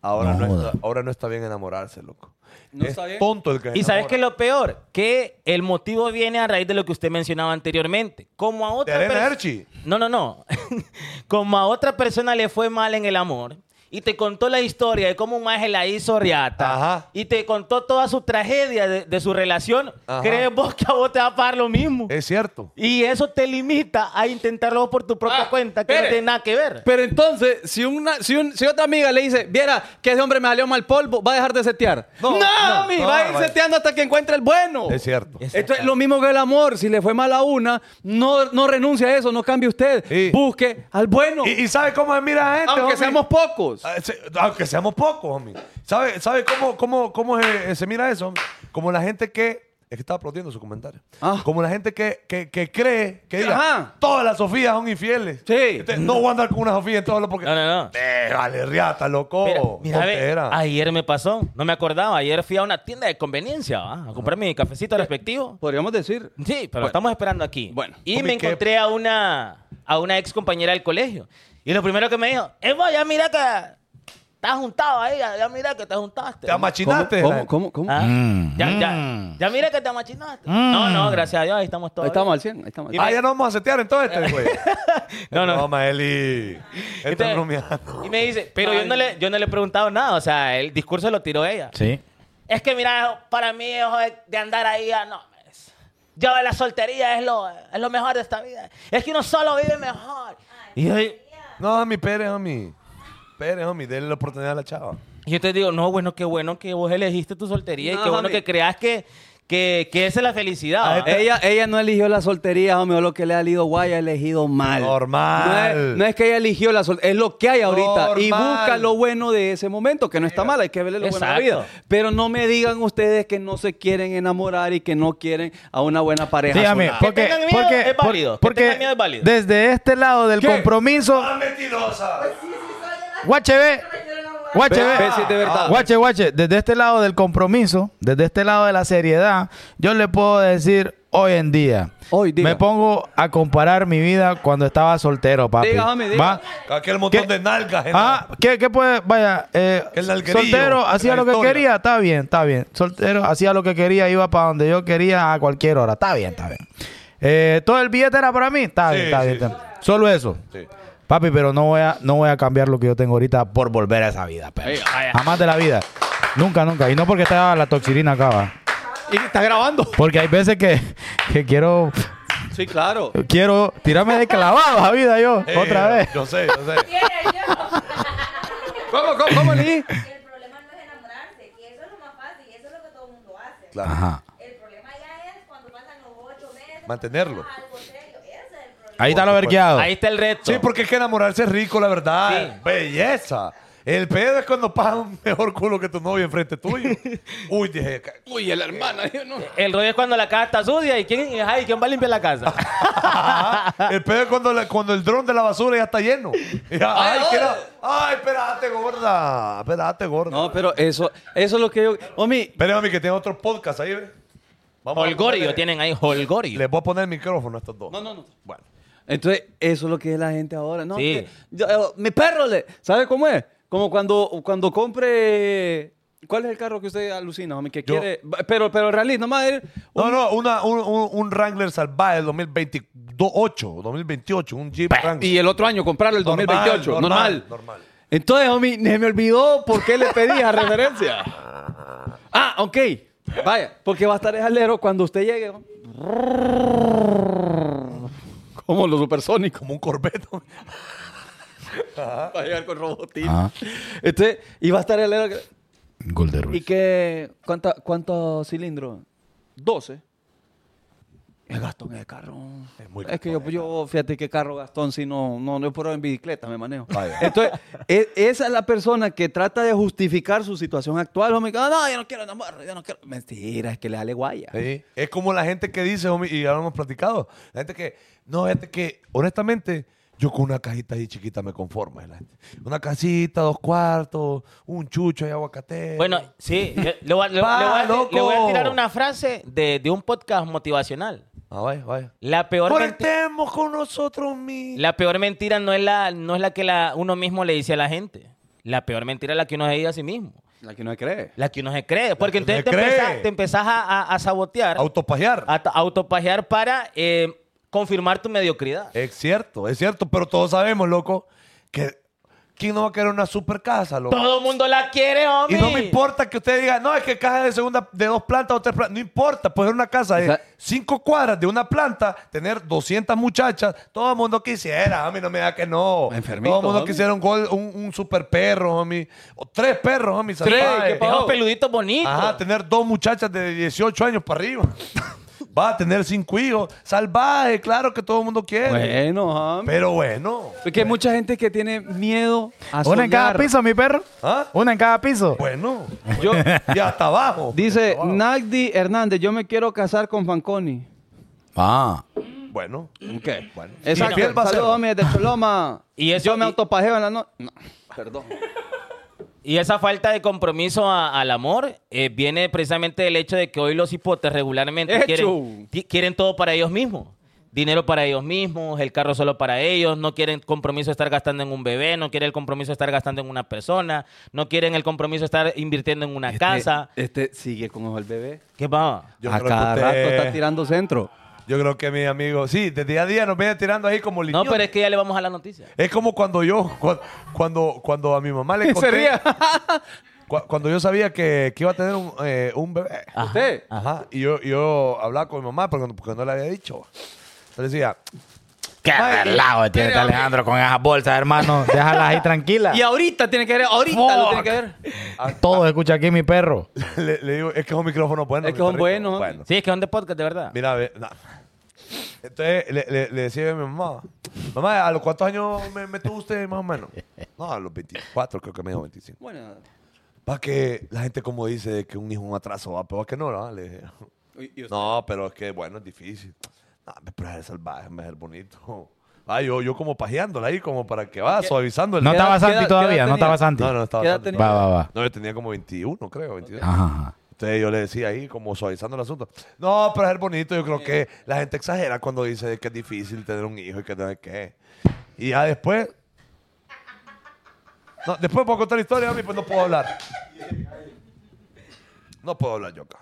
S1: Ahora
S5: No
S1: no,
S5: joda.
S1: está, ahora no está bien enamorarse, loco.
S2: No
S1: es
S2: está bien.
S1: tonto el que se
S3: Y sabes
S1: enamora.
S3: que lo peor, que el motivo viene a raíz de lo que usted mencionaba anteriormente. Como a
S1: De
S3: otra
S1: Arena
S3: pers-
S1: Hershey.
S3: No, no, no. Como a otra persona le fue mal en el amor y te contó la historia de cómo un maje la hizo riata
S1: Ajá.
S3: y te contó toda su tragedia de, de su relación,
S1: Ajá. Eh.
S3: ¿crees vos que a vos te va a pagar lo mismo?
S1: Es cierto.
S3: Y eso te limita a intentarlo por tu propia
S2: Ah,
S3: cuenta, que
S2: espere.
S3: no tiene nada que ver.
S2: Pero entonces, si, una, si, un- si otra amiga le dice, viera que ese hombre me salió mal polvo, va a dejar de setear. No,
S1: No, no,
S2: mi,
S1: no,
S2: va a ir
S1: vale.
S2: seteando hasta que encuentre el bueno.
S1: Es cierto.
S2: Esto es lo mismo que el amor. Si le fue mal a una, no, no renuncie a eso, no cambie usted.
S1: Sí.
S2: Busque al bueno.
S1: ¿Y, y sabes cómo es mira la gente?
S2: aunque
S1: homie?
S2: seamos pocos.
S1: Ah, se- Aunque seamos pocos, homie. ¿Sabe, sabe cómo, cómo, cómo eh, se, se mira eso? homie? Como la gente que. Es que estaba aplaudiendo su comentario.
S2: Ah.
S1: Como la gente que, que, que cree que diga,
S2: Ajá.
S1: todas las Sofías son infieles.
S2: Sí.
S1: Entonces, no voy a andar con una Sofía en todo lo porque.
S3: No, no, no.
S1: Eh, vale, riata, loco.
S3: Mira, mira, ve,
S1: Tontera.
S3: ayer me pasó, no me acordaba, ayer fui a una tienda de conveniencia ¿va? a comprar mi cafecito respectivo.
S2: Podríamos decir.
S3: Sí, pero estamos esperando aquí.
S2: Bueno.
S3: y
S1: Homie,
S3: me
S1: ¿qué?
S3: encontré a una a una ex compañera del colegio. Y lo primero que me dijo, Evo, ya mira que estás juntado ahí, ya, ya mira que te juntaste.
S1: Te amachinaste.
S2: ¿Cómo? ¿Cómo? cómo?
S3: Ah,
S5: Mm.
S3: Ya, ya, ya mira que te amachinaste. No, no, gracias a Dios, ahí estamos todos.
S2: Ahí estamos al 100. Ahí estamos al
S1: Ah,
S2: 100.
S1: ya no vamos a setear entonces, este, güey.
S3: No, no.
S1: No, Maeli. Estás
S3: Entonces-
S1: bromeando.
S3: Y me dice, pero yo no, le, yo no le he preguntado nada, o sea, el discurso lo tiró ella.
S5: Sí.
S3: Es que mira, para mí eso de, de andar ahí, ah, no. es- Yo la soltería es lo, es lo mejor de esta vida. Es que uno solo vive mejor. Y yo, y
S1: No, homie, Pérez, homie. Pérez, homie, denle la oportunidad a la chava.
S3: yo te digo, no, bueno, qué bueno que vos elegiste tu soltería y
S2: No,
S3: qué bueno
S2: mami.
S3: que creas que, Que, que esa es la felicidad. ¿eh?
S1: Ah,
S3: ¿va?
S1: esta-
S2: Ella, ella no eligió la soltería, hombre, o lo que le ha ido guay, ha elegido mal.
S1: Normal.
S2: No es, no es que ella eligió la soltería, es lo que hay ahorita. Y
S1: Normal.
S2: busca lo bueno de ese momento, que no está mal, hay que verle lo bueno de la
S3: Exacto.
S2: vida. Pero no me digan ustedes que no se quieren enamorar y que no quieren a una buena pareja.
S5: Dígame,
S2: sola.
S5: porque,
S3: tengan miedo
S5: porque,
S3: es válido, que
S5: porque
S3: tengan miedo es válido.
S5: desde este lado del
S2: ¿Qué?
S5: compromiso,
S1: ¡Ah, mentirosa!
S2: Pues
S5: guache ve, guache
S2: Ve-
S5: ve,
S2: ve si es de verdad.
S5: guache, guache, desde este lado del compromiso, desde este lado de la seriedad, yo le puedo decir hoy en día,
S2: Hoy, diga.
S5: me pongo a comparar mi vida cuando estaba soltero, papi.
S2: Diga, homie, diga.
S5: ¿Va?
S1: Aquel montón
S5: ¿Qué?
S1: de nalgas. en la-
S5: Ah, ¿qué, qué puede? Vaya, eh,
S1: El nalguerillo,
S5: soltero, hacía
S1: la
S5: lo que
S1: historia.
S5: quería, está bien, está bien. Soltero, hacía lo que quería, iba para donde yo quería a cualquier hora, está bien, está bien. Eh, Todo el billete era para mí, está
S1: Sí,
S5: bien, está
S1: sí,
S5: bien. está bien. Solo eso.
S1: Sí.
S5: Papi, pero no voy, a, no voy a cambiar lo que yo tengo ahorita por volver a esa vida, perro. Jamás de la vida. Nunca, nunca. Y no porque estaba la toxirina acá, va.
S2: Y está grabando.
S5: Porque hay veces que, que quiero,
S2: Sí, claro.
S5: quiero tirarme de clavado a vida yo,
S1: Eh,
S5: otra vez.
S1: Yo sé, yo sé.
S2: ¿Cómo, cómo, cómo, Lee?
S7: El problema no es enamorarse, que eso es lo más fácil y eso es lo que todo el mundo hace.
S5: Ajá.
S7: El problema ya es cuando pasan los ocho meses.
S1: Mantenerlo.
S7: cuando pasa Algo serio, ese es el problema.
S5: Ahí está lo verqueado.
S3: Ahí está el reto.
S1: Sí, porque es que enamorarse es rico, la verdad.
S3: Sí.
S1: Belleza. El pedo es cuando pasa un mejor culo que tu novio enfrente tuyo. Uy, dije, ca-
S2: Uy, la hermana. yo no-
S3: El rollo es cuando la casa está sucia y quién, ay, ¿quién va a limpiar la casa.
S1: el pedo es cuando, la- cuando el dron de la basura ya está lleno. Ya, ay, que la- ay, espérate, gorda. Espérate, gorda.
S2: No, pero eso, eso es lo que yo. Homie,
S1: Espérame, mami, que tiene otro podcast ahí, ve. Vamos a
S3: Holgorio,
S1: ponerle-
S3: tienen ahí holgorio.
S1: Les voy a poner el micrófono a estos dos.
S2: No, no, no.
S1: Bueno.
S2: Entonces, eso es lo que es la gente ahora. No,
S3: Sí.
S2: que yo- eh, mi perro le. ¿Sabe cómo es? Como cuando, cuando compre. ¿Cuál es el carro que usted alucina, homie? Que
S1: Yo-
S2: quiere. Pero, pero realista, nomás. es
S1: No,
S2: un-
S1: no, una, un, un, un Wrangler salvaje del 2028, 2028, un Jeep Wrangler.
S2: Y el otro año comprarlo el 2028. Normal.
S1: normal.
S2: Entonces, homie, se me olvidó por qué le pedí a referencia. Ah, ok. Vaya, porque va a estar el alero cuando usted llegue. Como los supersónicos.
S1: Como un Corvette. ¿no?
S2: Va a llegar con robotín.
S5: Ajá.
S2: Entonces, y va a estar el alero. que-
S5: Golden Ruiz.
S2: ¿Y qué? ¿Cuánta- ¿Cuántos cilindros? 12. El Gastón es de carro. Es,
S1: muy
S2: que yo, yo, fíjate qué carro Gastón, si no, no, no puedo en bicicleta, me manejo. Entonces, e- esa es la persona que trata de justificar su situación actual. Homie, que, "Ah, no, yo no quiero enamorar, yo no quiero. Mentira, es que le dale guaya.
S1: Sí. Es como la gente que dice, homie, y ya lo hemos platicado, la gente que, no, gente que, honestamente, yo con una cajita ahí chiquita me conformo. es la gente. Una casita, dos cuartos, un chucho y aguacate.
S3: Bueno, sí, yo- le voy, a- le-
S1: Va,
S3: le voy a-
S1: loco.
S3: le voy a tirar una frase de, de un podcast motivacional.
S1: Ah, vaya, vaya.
S3: La peor, menti-
S1: Conectemos con nosotros mismos.
S3: la peor mentira no es la, no es la que la, uno mismo le dice a la gente. La peor mentira es la que uno se dice a sí mismo.
S2: La que no se cree.
S3: La que uno se cree. Porque
S1: que uno
S3: entonces
S1: se
S3: te
S1: cree.
S3: empezás, te empezás a, a- a sabotear,
S1: Autopajear.
S3: a ta- autopajear para eh, confirmar tu mediocridad.
S1: Es cierto, es cierto, pero todos sabemos, loco, que ¿quién no va a querer una super casa, loco?
S3: Todo el mundo la quiere,
S1: Y
S3: hombre.
S1: no me importa que usted diga, no, es que caja de segunda, de dos plantas o tres plantas. No importa, puede ser una casa de
S2: Esa-
S1: cinco cuadras de una planta, tener 200 muchachas. Todo el mundo quisiera, a mí no me da que no.
S2: Enfermito,
S1: todo el mundo
S2: homie.
S1: quisiera un, gol, un, un super perro, homie. O tres perros, homie.
S2: Tres,
S1: salvajes.
S2: ¿qué pasó?
S3: Esos peluditos bonitos.
S1: Ajá, tener dos muchachas de 18 años para arriba. Va a tener cinco hijos. Salvaje, claro que todo el mundo quiere.
S2: Bueno, homie.
S1: Pero bueno.
S2: Porque hay mucha gente que tiene miedo a soñar.
S5: Una en cada piso, mi perro.
S1: ¿Ah?
S5: Una en cada piso.
S1: Bueno.
S2: Yo,
S1: Y hasta abajo.
S2: dice
S1: Hasta abajo.
S2: Nagdi Hernández, yo me quiero casar con Fanconi.
S5: Ah.
S1: Bueno.
S2: ¿Qué?
S1: Bueno.
S2: Exacto.
S1: Infiel va a ser.
S2: Saludos, homie, desde Choloma.
S3: Y eso-
S2: Yo me
S3: y-
S2: autopajeo en la noche. No, perdón.
S3: Y esa falta de compromiso a- al amor eh, viene precisamente del hecho de que hoy los hipotes regularmente
S2: Hecho.
S3: quieren, ti- quieren todo para ellos mismos. Dinero para ellos mismos, el carro solo para ellos, no quieren compromiso de estar gastando en un bebé, no quieren el compromiso de estar gastando en una persona, no quieren el compromiso de estar invirtiendo en una casa.
S2: Este, este sigue con el bebé.
S3: ¿Qué pasa?
S1: Yo
S2: a
S1: creo que
S2: cada
S1: usted-
S2: rato está tirando centro.
S1: Yo creo que mi amigo, sí, de día a día nos viene tirando ahí como
S3: No,
S1: liñón.
S3: pero es que ya le vamos a la noticia.
S1: Es como cuando yo, cu- cuando, cuando a mi mamá le
S2: Se
S1: conté,
S2: ría.
S1: cu- cuando yo sabía que, que iba a tener un, eh, un bebé.
S2: Usted.
S1: Ajá. Y yo, yo hablaba con mi mamá porque, no- porque no le había dicho. Entonces decía,
S5: Qué relajo tiene este Alejandro con esas bolsas, hermano. Déjalas ahí tranquilas.
S8: Y ahorita tiene que ver, ahorita lo tiene que ver.
S5: Todo escucha aquí mi perro.
S1: Le, le digo, es que es un micrófono bueno.
S8: Es que
S1: mi
S8: son
S1: perrito.
S8: buenos.
S1: Bueno.
S3: Sí, es que son de podcast, de verdad.
S1: Mira, ve, na. Entonces le, le- le decía yo a mi mamá, mamá, ¿a los cuántos años me, me tuvo usted más o menos? No, a los 24, creo que me dijo 25.
S8: Bueno,
S1: Para que la gente como dice de que un hijo es un atraso, va, pero es que no, ¿no? Le dije.
S8: y- y usted.
S1: No, pero es que bueno, es difícil. No, hombre, pero es el salvaje, hombre, es el bonito. Ah, yo, yo como pajeándola ahí, como para que va, suavizando el
S5: No
S8: ¿Qué edad-
S5: estaba
S8: qué
S5: Santi
S8: edad- qué
S5: todavía,
S8: edad
S5: no estaba
S8: tenía?
S5: Santi.
S1: No, no, estaba
S8: ¿Qué edad
S1: bastante-
S8: tenía?
S5: Va, va, va.
S1: No, yo tenía como 21, creo, 22.
S5: Ajá, ajá.
S1: Entonces yo le decía ahí, como suavizando el asunto. No, pero es bonito. Yo creo
S8: Eh.
S1: que la gente exagera cuando dice que es difícil tener un hijo y que no es que. Y ya después. No, después puedo contar la historia, mí, pues no puedo hablar. No puedo hablar yo acá.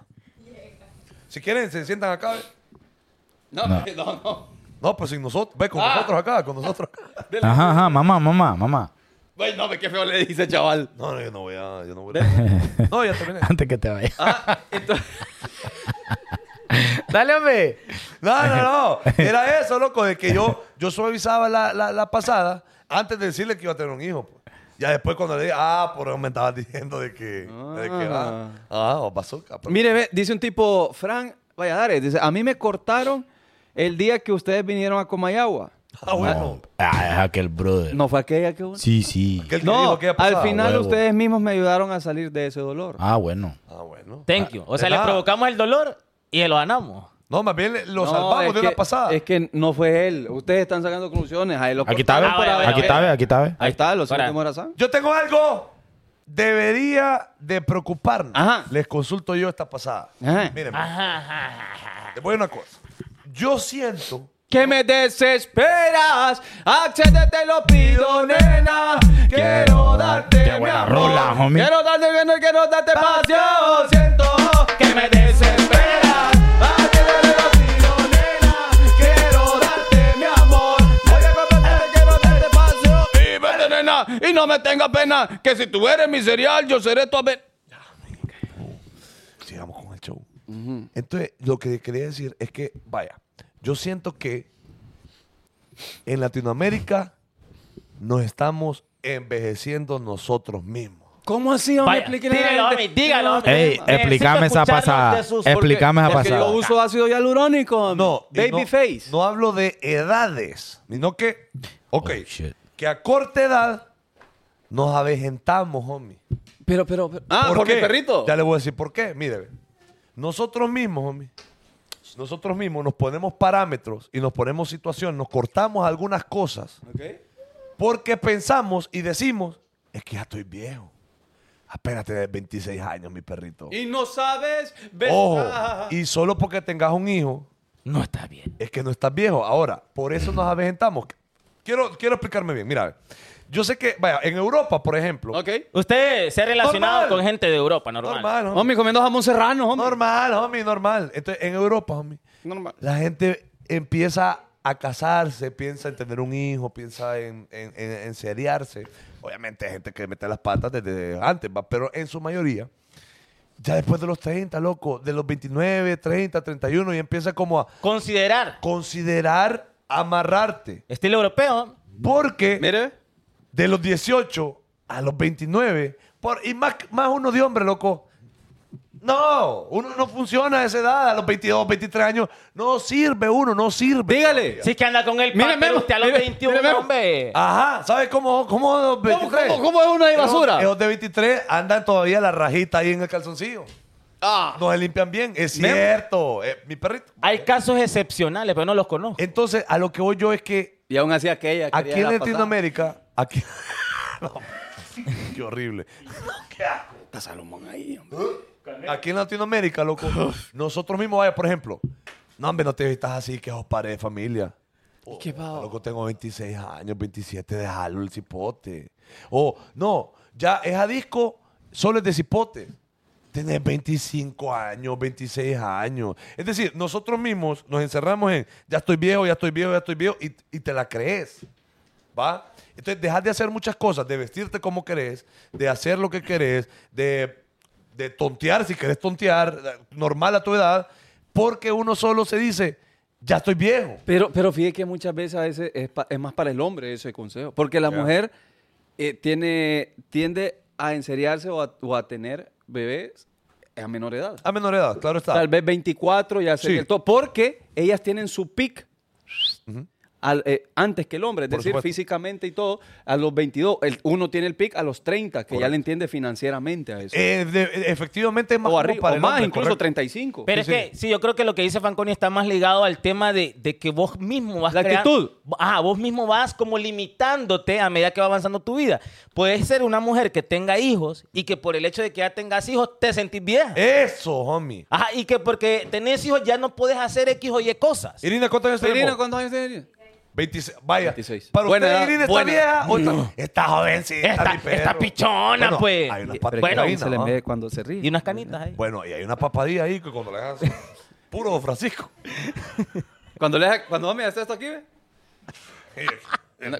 S1: Si quieren, se sientan acá. ve.
S8: No,
S5: No.
S8: no, no. Ah.
S1: No, pues sin nosotros. Ve, con nosotros acá, con nosotros acá.
S5: Ajá, ajá, mamá, mamá, mamá.
S8: Bueno, hombre, qué feo le dice, chaval.
S1: No, no, yo no voy a. Yo no, voy a- no, ya terminé.
S5: Antes que te vaya.
S8: Entonces,
S5: Dale, hombre.
S1: No, no, no. Era eso, loco, de que yo, yo suavizaba la, la, la pasada antes de decirle que iba a tener un hijo. pues. Ya después cuando le dije, ah, por eso me estabas diciendo de que, de que ah, ah, o bazooka. pero-
S2: Mire, ve, dice un tipo, Fran Valladares, dice, a mí me cortaron el día que ustedes vinieron a Comayagua.
S1: ah, bueno.
S5: Ah, es aquel brother.
S2: No fue aquella que... hubo?
S5: Sí, sí.
S1: Aquel que
S2: No,
S1: dijo que iba a
S2: al
S1: pasar.
S2: final
S5: huevo.
S2: ustedes mismos me ayudaron a salir de ese dolor.
S5: Ah, bueno.
S1: Ah, bueno.
S3: Thank you. O
S1: de
S3: sea, le
S1: nada.
S3: provocamos el dolor y lo ganamos.
S1: No, más bien le- lo
S2: No,
S1: salvamos
S2: es
S1: de una
S2: que-
S1: pasada.
S2: Es que no fue él. Ustedes están sacando conclusiones. Ahí lo
S5: Aquí está,
S2: cortaron
S5: ve.
S3: Ah, bueno, bueno,
S5: Aquí está,
S3: bueno.
S5: ve, aquí está, ve.
S2: Ahí está, lo
S3: Para.
S2: últimos Morazán.
S1: Yo tengo algo. Debería de preocuparnos.
S2: Ajá.
S1: Les consulto yo esta pasada.
S2: Ajá.
S1: Mírenme. Les voy a una cosa. Yo siento
S2: Que me desesperas, accede te lo pido, nena. Quiero darte
S5: Qué
S2: mi
S5: buena
S2: amor.
S5: rola, homie.
S2: Quiero darte que quiero darte pasión.
S8: siento que me desespera. Accédete, lo pido, nena. Quiero darte mi amor. Voy a confesarte que no te despacio.
S2: Y vete, nena, y no me tenga pena, que si tú eres mi cereal, yo seré tu ave.
S1: sigamos con el show. Entonces, lo que quería decir es que, vaya, yo siento que en Latinoamérica nos estamos envejeciendo nosotros mismos.
S2: ¿Cómo así? hombre?
S3: Vaya,
S2: Explíquenle a la
S3: dígalo,
S2: gente.
S3: hombre, dígalo. hombre.
S5: Ey,
S3: Necesito
S5: explícame esa
S3: escucharlos
S5: pasada.
S3: de sus-
S5: Explícame esa
S2: Porque yo
S5: pasada.
S2: uso ácido hialurónico.
S1: No, y no-
S2: Babyface.
S1: No, hablo de edades, sino que, ok,
S5: Oh, shit.
S1: que a corta edad nos avejentamos, homie.
S2: Pero, pero, pero- Ah, ¿por, mi
S1: qué?
S2: perrito.
S1: Ya le voy a decir por qué. Mire, ve. nosotros mismos, homie, nosotros mismos nos ponemos parámetros y nos ponemos situación, nos cortamos algunas cosas
S2: Ok.
S1: porque pensamos y decimos, es que ya estoy viejo. Apenas tenés 26 años, mi perrito.
S2: Y no sabes Ah,
S1: Ojo,
S2: besar.
S1: y solo porque tengas un hijo
S3: No está bien.
S1: es que no estás viejo. Ahora, por eso nos avejentamos. Quiero, quiero explicarme bien. Mira, yo sé que, vaya, en Europa, por ejemplo,
S2: Ok.
S3: Usted se ha relacionado
S1: Normal.
S3: con gente de Europa, normal.
S1: normal, homie.
S2: Homie, comiendo jamón serrano, homie.
S1: Normal, homie, normal. Entonces, en Europa, homie,
S2: Normal.
S1: la gente empieza a casarse, piensa en tener un hijo, piensa en, en, en- en seriarse. Obviamente hay gente que mete las patas desde antes, ¿va? pero en su mayoría, ya después de los 30, loco, de los 29, 30, 31, y empieza como a
S3: Considerar.
S1: considerar amarrarte.
S3: Estilo europeo.
S1: Porque
S2: Mire.
S1: de los 18 a los 29, por, y más, más uno de hombre, loco. No, uno no funciona a esa edad, a los 22, 23 años. No sirve uno, no sirve.
S2: Dígale.
S3: Si es que anda con el
S2: Mire, Memo,
S3: pan, pero usted a los
S2: mire,
S3: 21,
S2: mire, Memo.
S3: hombre.
S1: Ajá, ¿sabes cómo? ¿Cómo, los 23?
S2: cómo- cómo es uno ahí
S1: Esos-
S2: basura?
S1: Esos, de 23 andan todavía la rajita ahí en el calzoncillo.
S2: Ah.
S1: No se limpian bien, es
S2: Memo.
S1: cierto. eh, mi perrito.
S3: Hay casos excepcionales, pero no los conozco.
S1: Entonces, a lo que voy yo es que
S2: Y aún así aquella. quería
S1: Aquí en
S2: la pasada.
S1: Latinoamérica, aquí. No, qué horrible. Qué asco. ¿Eh? Aquí en Latinoamérica, loco, nosotros mismos, vaya, por ejemplo, no, hombre, no te vistas así, que sos padre de familia. Oh,
S2: qué pavo?
S1: Loco, tengo 26 años, 27, déjalo el cipote. O, no, ya es a disco, solo es de cipote. Tenés 25 años, 26 años. Es decir, nosotros mismos nos encerramos en, ya estoy viejo, ya estoy viejo, ya estoy viejo, y, y te la crees. ¿va? Entonces, dejas de hacer muchas cosas, de vestirte como querés, de hacer lo que querés, de, de tontear si querés tontear, eh, normal a tu edad, porque uno solo se dice, ya estoy viejo.
S2: Pero, pero fíjate que muchas veces a veces es, pa- es más para el hombre ese consejo. Porque la mujer eh, tiene, tiende a enseriarse o a, o a tener bebés a menor edad.
S1: A menor edad, claro está.
S2: Tal vez 24 ya se
S1: Sí.
S2: el top. Porque ellas tienen su pic antes que el hombre, es
S1: Por
S2: decir,
S1: supuesto.
S2: físicamente y todo, a los 22. El, uno tiene el pic a los 30, que ya
S1: Correcto.
S2: le entiende financieramente a eso.
S1: Eh, de- efectivamente es más
S2: o
S1: como
S2: arriba,
S1: para
S2: o
S1: el
S2: más,
S1: hombre,
S2: incluso
S1: correcto.
S2: 35.
S3: Pero es que, sí, yo creo que lo que dice Fanconi está más ligado al tema de, de que vos mismo vas
S2: La
S3: creando-
S2: actitud.
S3: Ajá, vos mismo vas como limitándote a medida que va avanzando tu vida. Puedes ser una mujer que tenga hijos y que por el hecho de que ya tengas hijos te sentís vieja.
S2: Eh.
S1: Eso, homie.
S3: Ajá, y que porque tenés hijos ya no puedes hacer X o Y cosas.
S1: Irina, ¿cuántos años tenemos?
S2: Irina, ¿cuántos años tiene?
S1: 26. Vaya.
S2: 26.
S1: Para
S2: Buena
S1: usted,
S2: edad, Mm.
S1: Irina, está
S2: buena.
S1: vieja. o está- Está jovencita.
S3: Esta-
S1: mi perro.
S3: esta pichona,
S1: Bueno, Hay
S3: pues.
S1: unas
S3: Pero es que
S1: papadillas.
S3: la
S1: ahí,
S3: se
S1: ¿no?
S2: cuando se ríe.
S3: Y unas canitas ahí.
S1: Bueno, y hay una papadilla ahí que cuando le hagas. Puro don Francisco.
S2: Cuando le cuando me haces esto aquí, ve.
S1: Eh,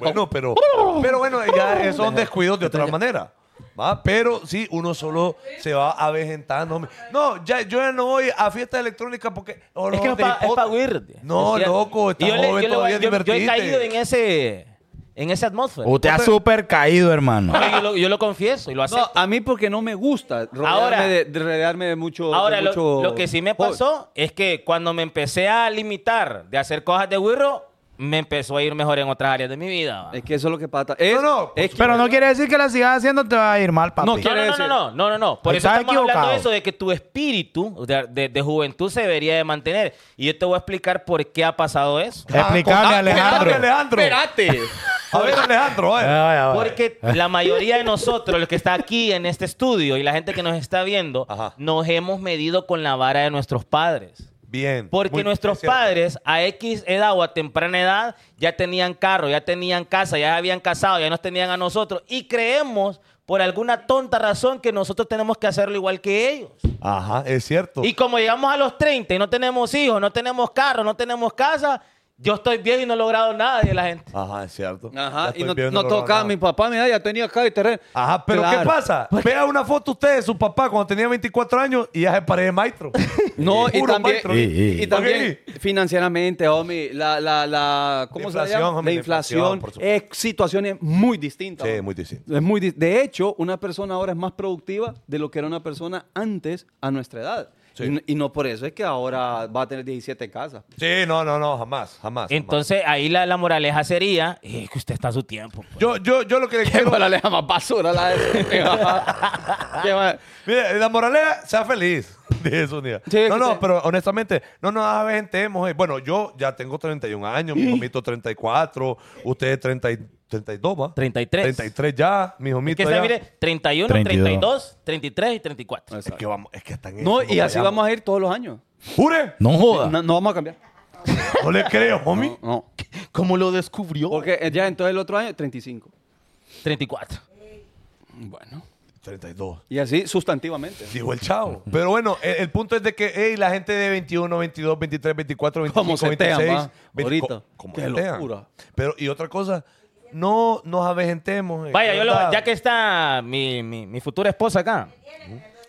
S1: Bueno, pero, pero bueno, ya esos son descuidos de otra manera. ¿va? Pero sí, uno solo se va avejentando. hombre. No, ya, yo ya no voy a fiesta electrónica porque. o
S3: Es que
S1: no,
S3: es
S1: de
S3: para
S1: hipota-
S3: huir.
S1: No,
S3: Es cierto.
S1: loco, está
S3: Y yo le-
S1: joven
S3: yo le-
S1: todavía
S3: yo- Yo he
S1: divertirte.
S3: caído en ese, en esa atmósfera.
S5: Usted ha super caído, hermano.
S3: Yo lo, yo lo confieso y lo acepto.
S2: No, a mí porque no me gusta rodearme,
S3: Ahora-
S2: de, de rodearme de mucho. de
S3: Ahora, lo,
S2: mucho
S3: lo que sí me
S2: joven.
S3: pasó es que cuando me empecé a limitar de hacer cosas de wirro, me empezó a ir mejor en otras áreas de mi vida. va.
S2: Es que eso es lo que pasa. Es,
S1: No, no,
S2: es que-
S5: Pero no quiere decir que la sigas haciendo, te va a ir mal, papi.
S2: No,
S3: No,
S2: quiere
S3: no, no,
S2: decir-
S3: no, no, no, no, no. Por eso
S5: Estás
S3: estamos hablando de
S5: equivocado.
S3: eso, de que tu espíritu de, de- de juventud se debería de mantener. Y yo te voy a explicar por qué ha pasado eso.
S5: Explícame,
S1: Ah,
S5: Alejandro.
S1: espérate, Alejandro. A ver, Alejandro, vaya.
S5: Ay, ay, ay.
S3: Porque la mayoría de nosotros, los que está aquí en este estudio y la gente que nos está viendo,
S1: Ajá.
S3: nos hemos medido con la vara de nuestros padres.
S1: Bien.
S3: Porque
S1: Muy-
S3: nuestros
S1: es cierto.
S3: padres a X edad o a temprana edad ya tenían carro, ya tenían casa, ya habían casado, ya nos tenían a nosotros. Y creemos, por alguna tonta razón, que nosotros tenemos que hacerlo igual que ellos.
S1: Ajá, es cierto.
S3: Y como llegamos a los 30 y no tenemos hijos, no tenemos carro, no tenemos casa, yo estoy bien y no he logrado nada de la gente.
S1: Ajá, es cierto. Ya
S2: Ajá, y
S1: estoy
S2: no,
S1: viendo
S2: no
S1: lo
S2: tocaba.
S1: raro.
S2: Mi papá, mira, ya tenía acá y terreno.
S1: Ajá, pero
S2: Claro. Pues-
S1: ¿qué pasa? Vea una foto usted de su papá cuando tenía 24 años y ya se parece maestro.
S2: No, y
S1: Puro
S2: también,
S1: maestro.
S5: Sí,
S2: y- y
S5: sí.
S2: también
S1: Ok.
S2: financieramente, homie, la, la, la, ¿cómo se
S1: Inflación,
S2: llama?
S1: homie,
S2: La
S1: la inflación,
S2: inflación,
S1: por supuesto.
S2: es situaciones muy distintas.
S1: Sí,
S2: homie.
S1: muy distinto.
S2: Es muy di- de hecho, una persona ahora es más productiva de lo que era una persona antes a nuestra edad.
S1: Sí.
S2: Y n- Y, no por eso es que ahora va a tener 17 casas.
S1: Sí, no, no, no, jamás, jamás.
S3: Entonces ahí la, la moraleja sería eh, que usted está a su tiempo. pues".
S1: jamás. Yo, yo, yo lo que le quiero.
S2: Pero le más basura la Qué va-
S1: Mire, la moraleja, sea feliz. Dije eso un día.
S2: Sí, es
S1: no,
S2: que
S1: no,
S2: sí.
S1: pero honestamente, no nos aventemos. eh. Bueno, yo ya tengo 31 años, mi jomito 34, ustedes 30, y- 32, ¿va?
S3: 33.
S1: 33 ya, mi
S3: Es
S1: jomito.
S3: que se
S1: ya.
S3: mire 31,
S5: 32.
S3: 32, 33 y 34.
S1: Es que, vamos, es que están
S2: No, y así vamos a ir todos los años.
S1: ¡Jure! No,
S5: No joda.
S2: No, no vamos a cambiar.
S1: le creo, homie.
S2: No.
S3: ¿Cómo lo descubrió?
S2: Porque eh, ya entonces el otro año, 35.
S3: 34.
S2: Bueno.
S1: 32.
S2: Y así sustantivamente.
S1: Dijo el chavo. Pero bueno, el, el punto es de que hey, la gente de 21, 22, 23, 24, 25,
S2: ¿Cómo se tean,
S1: 26,
S2: va? Ahorita.
S1: como
S2: Qué
S1: se tean.
S2: locura.
S1: Pero y otra cosa, no nos avejentemos. eh,
S3: Vaya,
S1: de
S3: yo lo-
S1: verdad.
S3: ya que está mi, mi- mi futura esposa acá.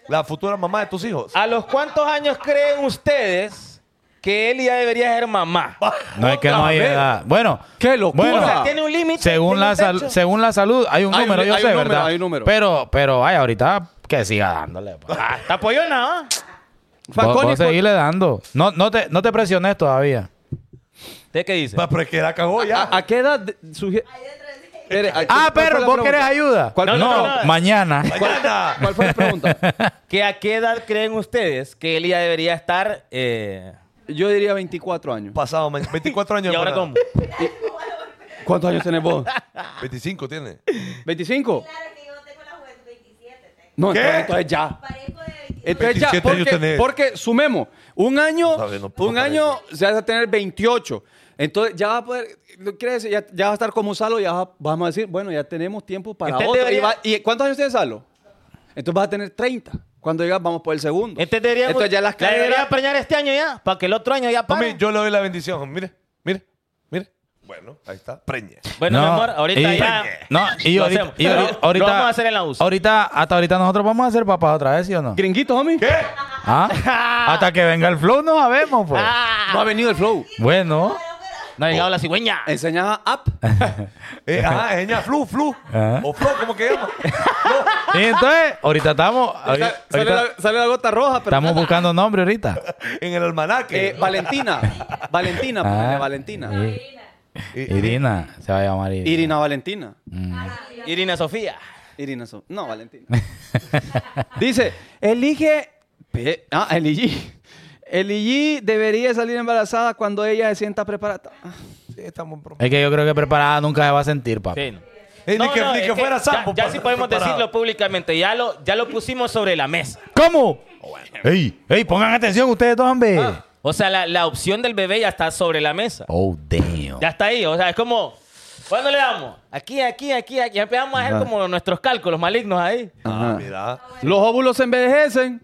S1: la futura mamá de tus hijos.
S3: ¿A los cuántos años creen ustedes que él ya debería ser mamá?
S5: No es que no hay edad. Bueno,
S2: ¡Qué locura!
S5: bueno,
S2: O sea,
S3: tiene un límite,
S5: Según
S3: tiene
S5: la
S3: un
S5: sal-
S3: techo.
S5: según la salud, hay un
S2: Hay un-
S5: número, yo
S2: hay
S5: sé,
S2: un número,
S5: ¿verdad?
S2: hay un número.
S5: Pero, pero, ay, ahorita que siga dándole. pues.
S3: Ah, Está pollona, ¿ah?
S5: Vos-
S2: Fanconi,
S5: vos seguirle dando. No, no te, no te presiones todavía.
S3: ¿Usted qué dice?
S1: Va, pero es que la cagó ya.
S2: ¿A, a qué edad de- sugi- Espere, ¿a-
S5: Ah,
S2: cuál fue
S5: pero
S2: la
S5: vos
S2: pregunta?
S5: querés ayuda.
S2: ¿Cuál
S5: no,
S3: fue la pregunta?
S5: mañana.
S1: Mañana.
S2: ¿Cuál fue la pregunta?
S3: ¿Que ¿A qué edad creen ustedes que él ya debería estar? eh,
S2: Yo diría 24 años.
S1: Pasado, ma- 24 años.
S3: ¿Y ahora
S1: hermana.
S3: cómo?
S2: ¿Cuántos años tenés vos?
S1: 25 tiene.
S2: ¿25?
S7: Claro que yo tengo la juventud 27. tengo.
S2: No,
S1: ¿Qué?
S2: entonces- entonces ya.
S7: Parezco de 27.
S2: Entonces ya,
S1: 27 años
S2: porque,
S1: tenés.
S2: porque sumemos, un año,
S1: No sabe, no puedo
S2: un
S1: parar
S2: año se va a tener 28. Entonces ya va a poder, ¿lo quiere decir? Ya, ya va a estar como Salo, ya va- vamos a decir, bueno, ya tenemos tiempo para
S3: Usted
S2: otro.
S3: debería-
S2: Y, va- ¿y cuántos años tiene Salo? Entonces vas a tener 30. Cuando llegas, vamos por el segundo.
S3: Este debería,
S2: Entonces ya las
S3: la debería
S2: carreras...
S3: preñar este año ya, para que el otro año ya pare.
S1: Homie, yo le doy la bendición. Mire, mire, mire. Bueno, ahí está. Preñe.
S3: Bueno, mi amor, ahorita
S5: y-
S3: ya.
S5: No, y
S3: Lo
S5: ahorita,
S3: hacemos.
S5: y ahorita-
S3: Lo- lo vamos a hacer en la USA.
S5: Ahorita, hasta ahorita nosotros vamos a ser papás otra vez, ¿sí o no?
S2: Gringuitos, homie.
S1: ¿Qué?
S5: ¿Ah? Hasta que venga el flow no sabemos, pues.
S2: No ha venido el flow.
S5: Bueno.
S3: No ha llegado la cigüeña.
S2: Enseñaba app.
S1: Eh, ajá, genial, flu, flu.
S5: Ajá.
S1: O flo, ¿cómo que llama?
S5: Y entonces, ahorita estamos... ahorita-
S2: Sa- sale,
S5: ahorita
S2: la, sale la gota roja, pero.
S5: estamos buscando nombre ahorita.
S1: En el almanaque.
S2: Eh, Valentina. Valentina,
S5: Ah,
S2: póngale Valentina.
S5: sí. Irina. Se va a llamar Irina.
S2: Irina Valentina.
S3: Irina Sofía.
S2: Irina So- No, Valentina. Dice, elige. pe- Ah, eligí. Eligí debería salir embarazada cuando ella se sienta preparada. Ah,
S1: Sí, estamos prom-
S5: Es que yo creo que preparada nunca se va a sentir, papá.
S3: Sí. no.
S1: Eh, ni que- ni
S3: es
S1: que fuera pues.
S3: ya-
S1: sapo,
S3: Ya,
S1: pa-
S3: sí podemos
S1: preparado.
S3: decirlo públicamente. Ya lo, ya lo pusimos sobre la mesa.
S5: ¿Cómo?
S3: Oh,
S5: Ey, ey, pongan atención ustedes dos, hombre.
S3: O sea, la, la opción del bebé ya está sobre la mesa.
S5: Oh, damn.
S3: Ya está ahí. O sea, es como. ¿Cuándo le damos? Aquí, aquí, aquí, aquí. Ya empezamos a hacer como nuestros cálculos malignos ahí.
S1: Ah,
S2: ajá.
S1: mira.
S2: Los óvulos se envejecen.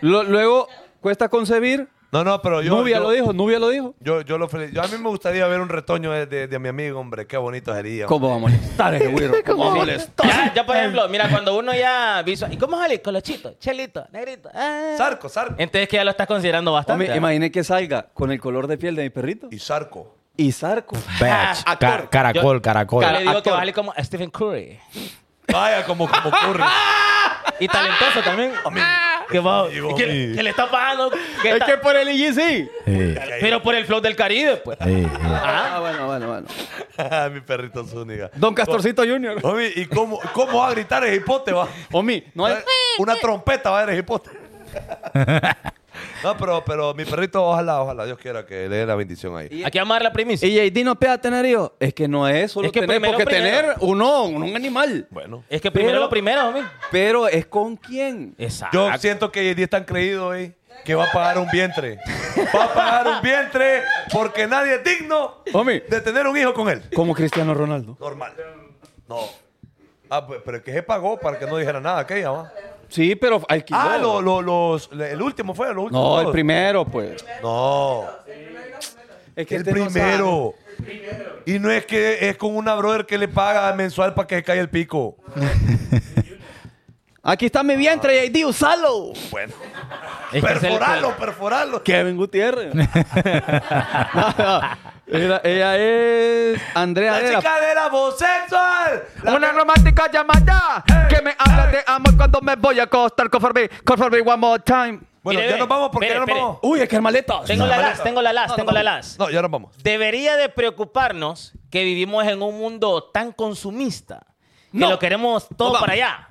S2: Lo- luego cuesta concebir.
S1: No, no, pero yo.
S2: Nubia
S1: yo-
S2: lo dijo, Nubia lo dijo.
S1: Yo, yo lo fel- yo a mí me gustaría ver un retoño de, de- de mi amigo, hombre. Qué bonito sería.
S2: ¿Cómo va a molestar ese güiro? ¿Cómo va a molestar?
S3: Ya, ya, por ejemplo, mira, cuando uno ya visual... ¿Y cómo sale? Colochito, chelito, negrito. ah.
S1: Sarco, Sarco.
S3: Entonces que ya lo estás considerando bastante.
S2: Hombre,
S3: ¿ah?
S2: imagine que salga con el color de piel de mi perrito
S1: Y Sarco.
S2: y sarco.
S5: Bitch.
S2: Actor.
S5: Ca- caracol,
S3: Yo-
S5: caracol. Ah,
S3: Yo le digo que
S2: Actor.
S3: vale como Stephen Curry.
S1: Vaya, como, como ocurre.
S3: Y talentoso también. Que va-
S1: amigo,
S3: que,
S1: amigo.
S3: que le está pagando. que
S2: Es
S3: está-
S2: que por el IG sí.
S5: Sí,
S3: pero por el flow del Caribe, pues.
S5: sí, sí.
S2: Ah, bueno, bueno, bueno.
S1: mi perrito Zúñiga.
S2: Don Castorcito Junior.
S1: Homie, ¿y cómo, cómo va a gritar el hipote? Va?
S2: Omi, no hay.
S1: Una trompeta va a dar el hipote. No, pero, pero mi perrito, ojalá, ojalá, Dios quiera que le dé la bendición ahí.
S3: Aquí vamos a dar la primicia.
S2: Y JD no pega tener hijos. Es que no es solo
S3: Es que
S2: tener,
S3: primero,
S2: porque
S3: primero.
S2: tener uno, un animal.
S1: Bueno,
S3: Es que primero
S2: Pero-
S3: lo primero, homie.
S2: Pero es con quién.
S3: Exacto. Este
S1: yo siento que JD es tan creído ahí que va a pagar un vientre. Va a pagar un vientre porque nadie es digno
S2: Homie.
S1: de tener un hijo con él.
S2: Como Cristiano Ronaldo.
S1: Normal. No. Ah, pues, pero es que se pagó para que no dijera nada aquella, ¿va?
S2: Sí, pero alquiló.
S1: Ah, lo- lo- los, le- el último fue, los últimos.
S2: No, el
S1: dos.
S2: primero, pues.
S1: No,
S2: Es
S1: el
S2: este no
S1: primero. Y no es que es con una brother que le paga mensual para que se caiga el pico.
S2: sabe. Aquí está mi vientre, JD, usalo.
S1: Bueno,
S3: Es que es el-
S1: perforalo, perforalo.
S2: Kevin Gutiérrez. No, no. Era- ella es Andrea
S1: La
S2: Herrera.
S1: chica de la voz sexual. La
S8: Una
S1: que-
S8: romántica llamada que me habla de amor cuando me voy a acostar. Conforme, conforme, one more time.
S1: Bueno,
S3: Mire,
S1: ya nos vamos porque
S3: espere,
S1: ya nos
S3: espere.
S1: vamos.
S2: Uy, es que el maleta.
S3: Tengo la las, tengo la las, tengo la las.
S1: No, ya nos vamos.
S3: Debería de preocuparnos que vivimos en un mundo tan consumista que
S2: No.
S3: lo queremos todo
S2: No vamos.
S3: para allá.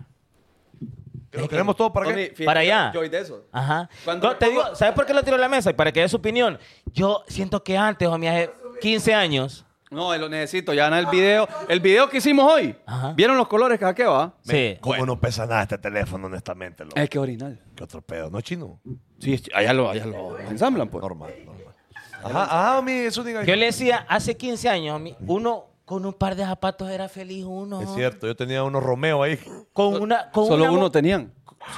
S1: Que lo queremos todo para
S2: Tony,
S1: que.
S2: fíjate
S3: Para
S2: que
S3: allá.
S2: Yo oí de eso.
S3: Ajá.
S2: Cuando
S3: No, te
S2: pongo-
S3: digo, ¿sabes por qué lo tiro a la mesa? Y para que dé su opinión. Yo siento que antes, homie, hace 15 años.
S2: No, eh, lo necesito. Ya en el video. El video que hicimos hoy.
S3: Ajá.
S2: ¿Vieron los colores que qué va?
S3: Sí.
S1: Como no pesa nada este teléfono, honestamente. Loco.
S2: Es que original.
S1: Qué otro pedo, ¿no, chino?
S2: Sí, es- allá lo, allá lo ensamblan, pues.
S1: Normal, normal. Ajá, ajá, mi, eso diga.
S3: Yo le decía, hace 15 años, homie, uno con un par de zapatos era feliz, uno.
S1: Es cierto, yo tenía unos Romeo ahí.
S3: Con una. Con
S2: Solo
S3: una
S2: uno
S3: mo-
S2: tenían.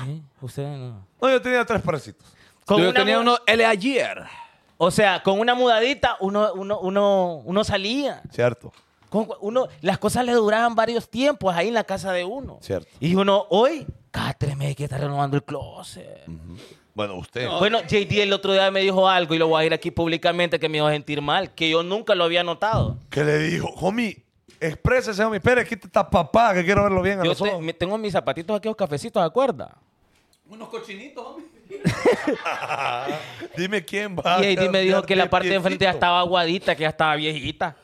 S3: Sí, ustedes no.
S1: No, yo tenía tres parecitos.
S3: Con
S2: Yo
S3: una
S2: tenía
S3: mo-
S2: uno L ayer.
S3: O sea, con una mudadita, uno, uno, uno, uno salía.
S1: Cierto.
S3: Con- uno, las cosas le duraban varios tiempos ahí en la casa de uno.
S1: Cierto.
S3: Y uno hoy, cada tres meses hay que está renovando el closet.
S1: Bueno, usted.
S3: Bueno, JD el otro día me dijo algo y lo voy a ir aquí públicamente que me iba a sentir mal, que yo nunca lo había notado.
S1: ¿Qué le dijo? Homie, exprésese, homie. Espere, quítate esta papá, que quiero verlo bien a
S3: Yo
S1: los
S3: te-
S1: ojos.
S3: me- tengo mis zapatitos aquí, los cafecitos, ¿de acuerdo?
S2: Unos cochinitos, hombre.
S1: Dime quién
S5: Ah,
S1: va.
S3: y JD me dijo que la parte de
S1: enfrente
S3: enfrente ya estaba aguadita, que ya estaba viejita.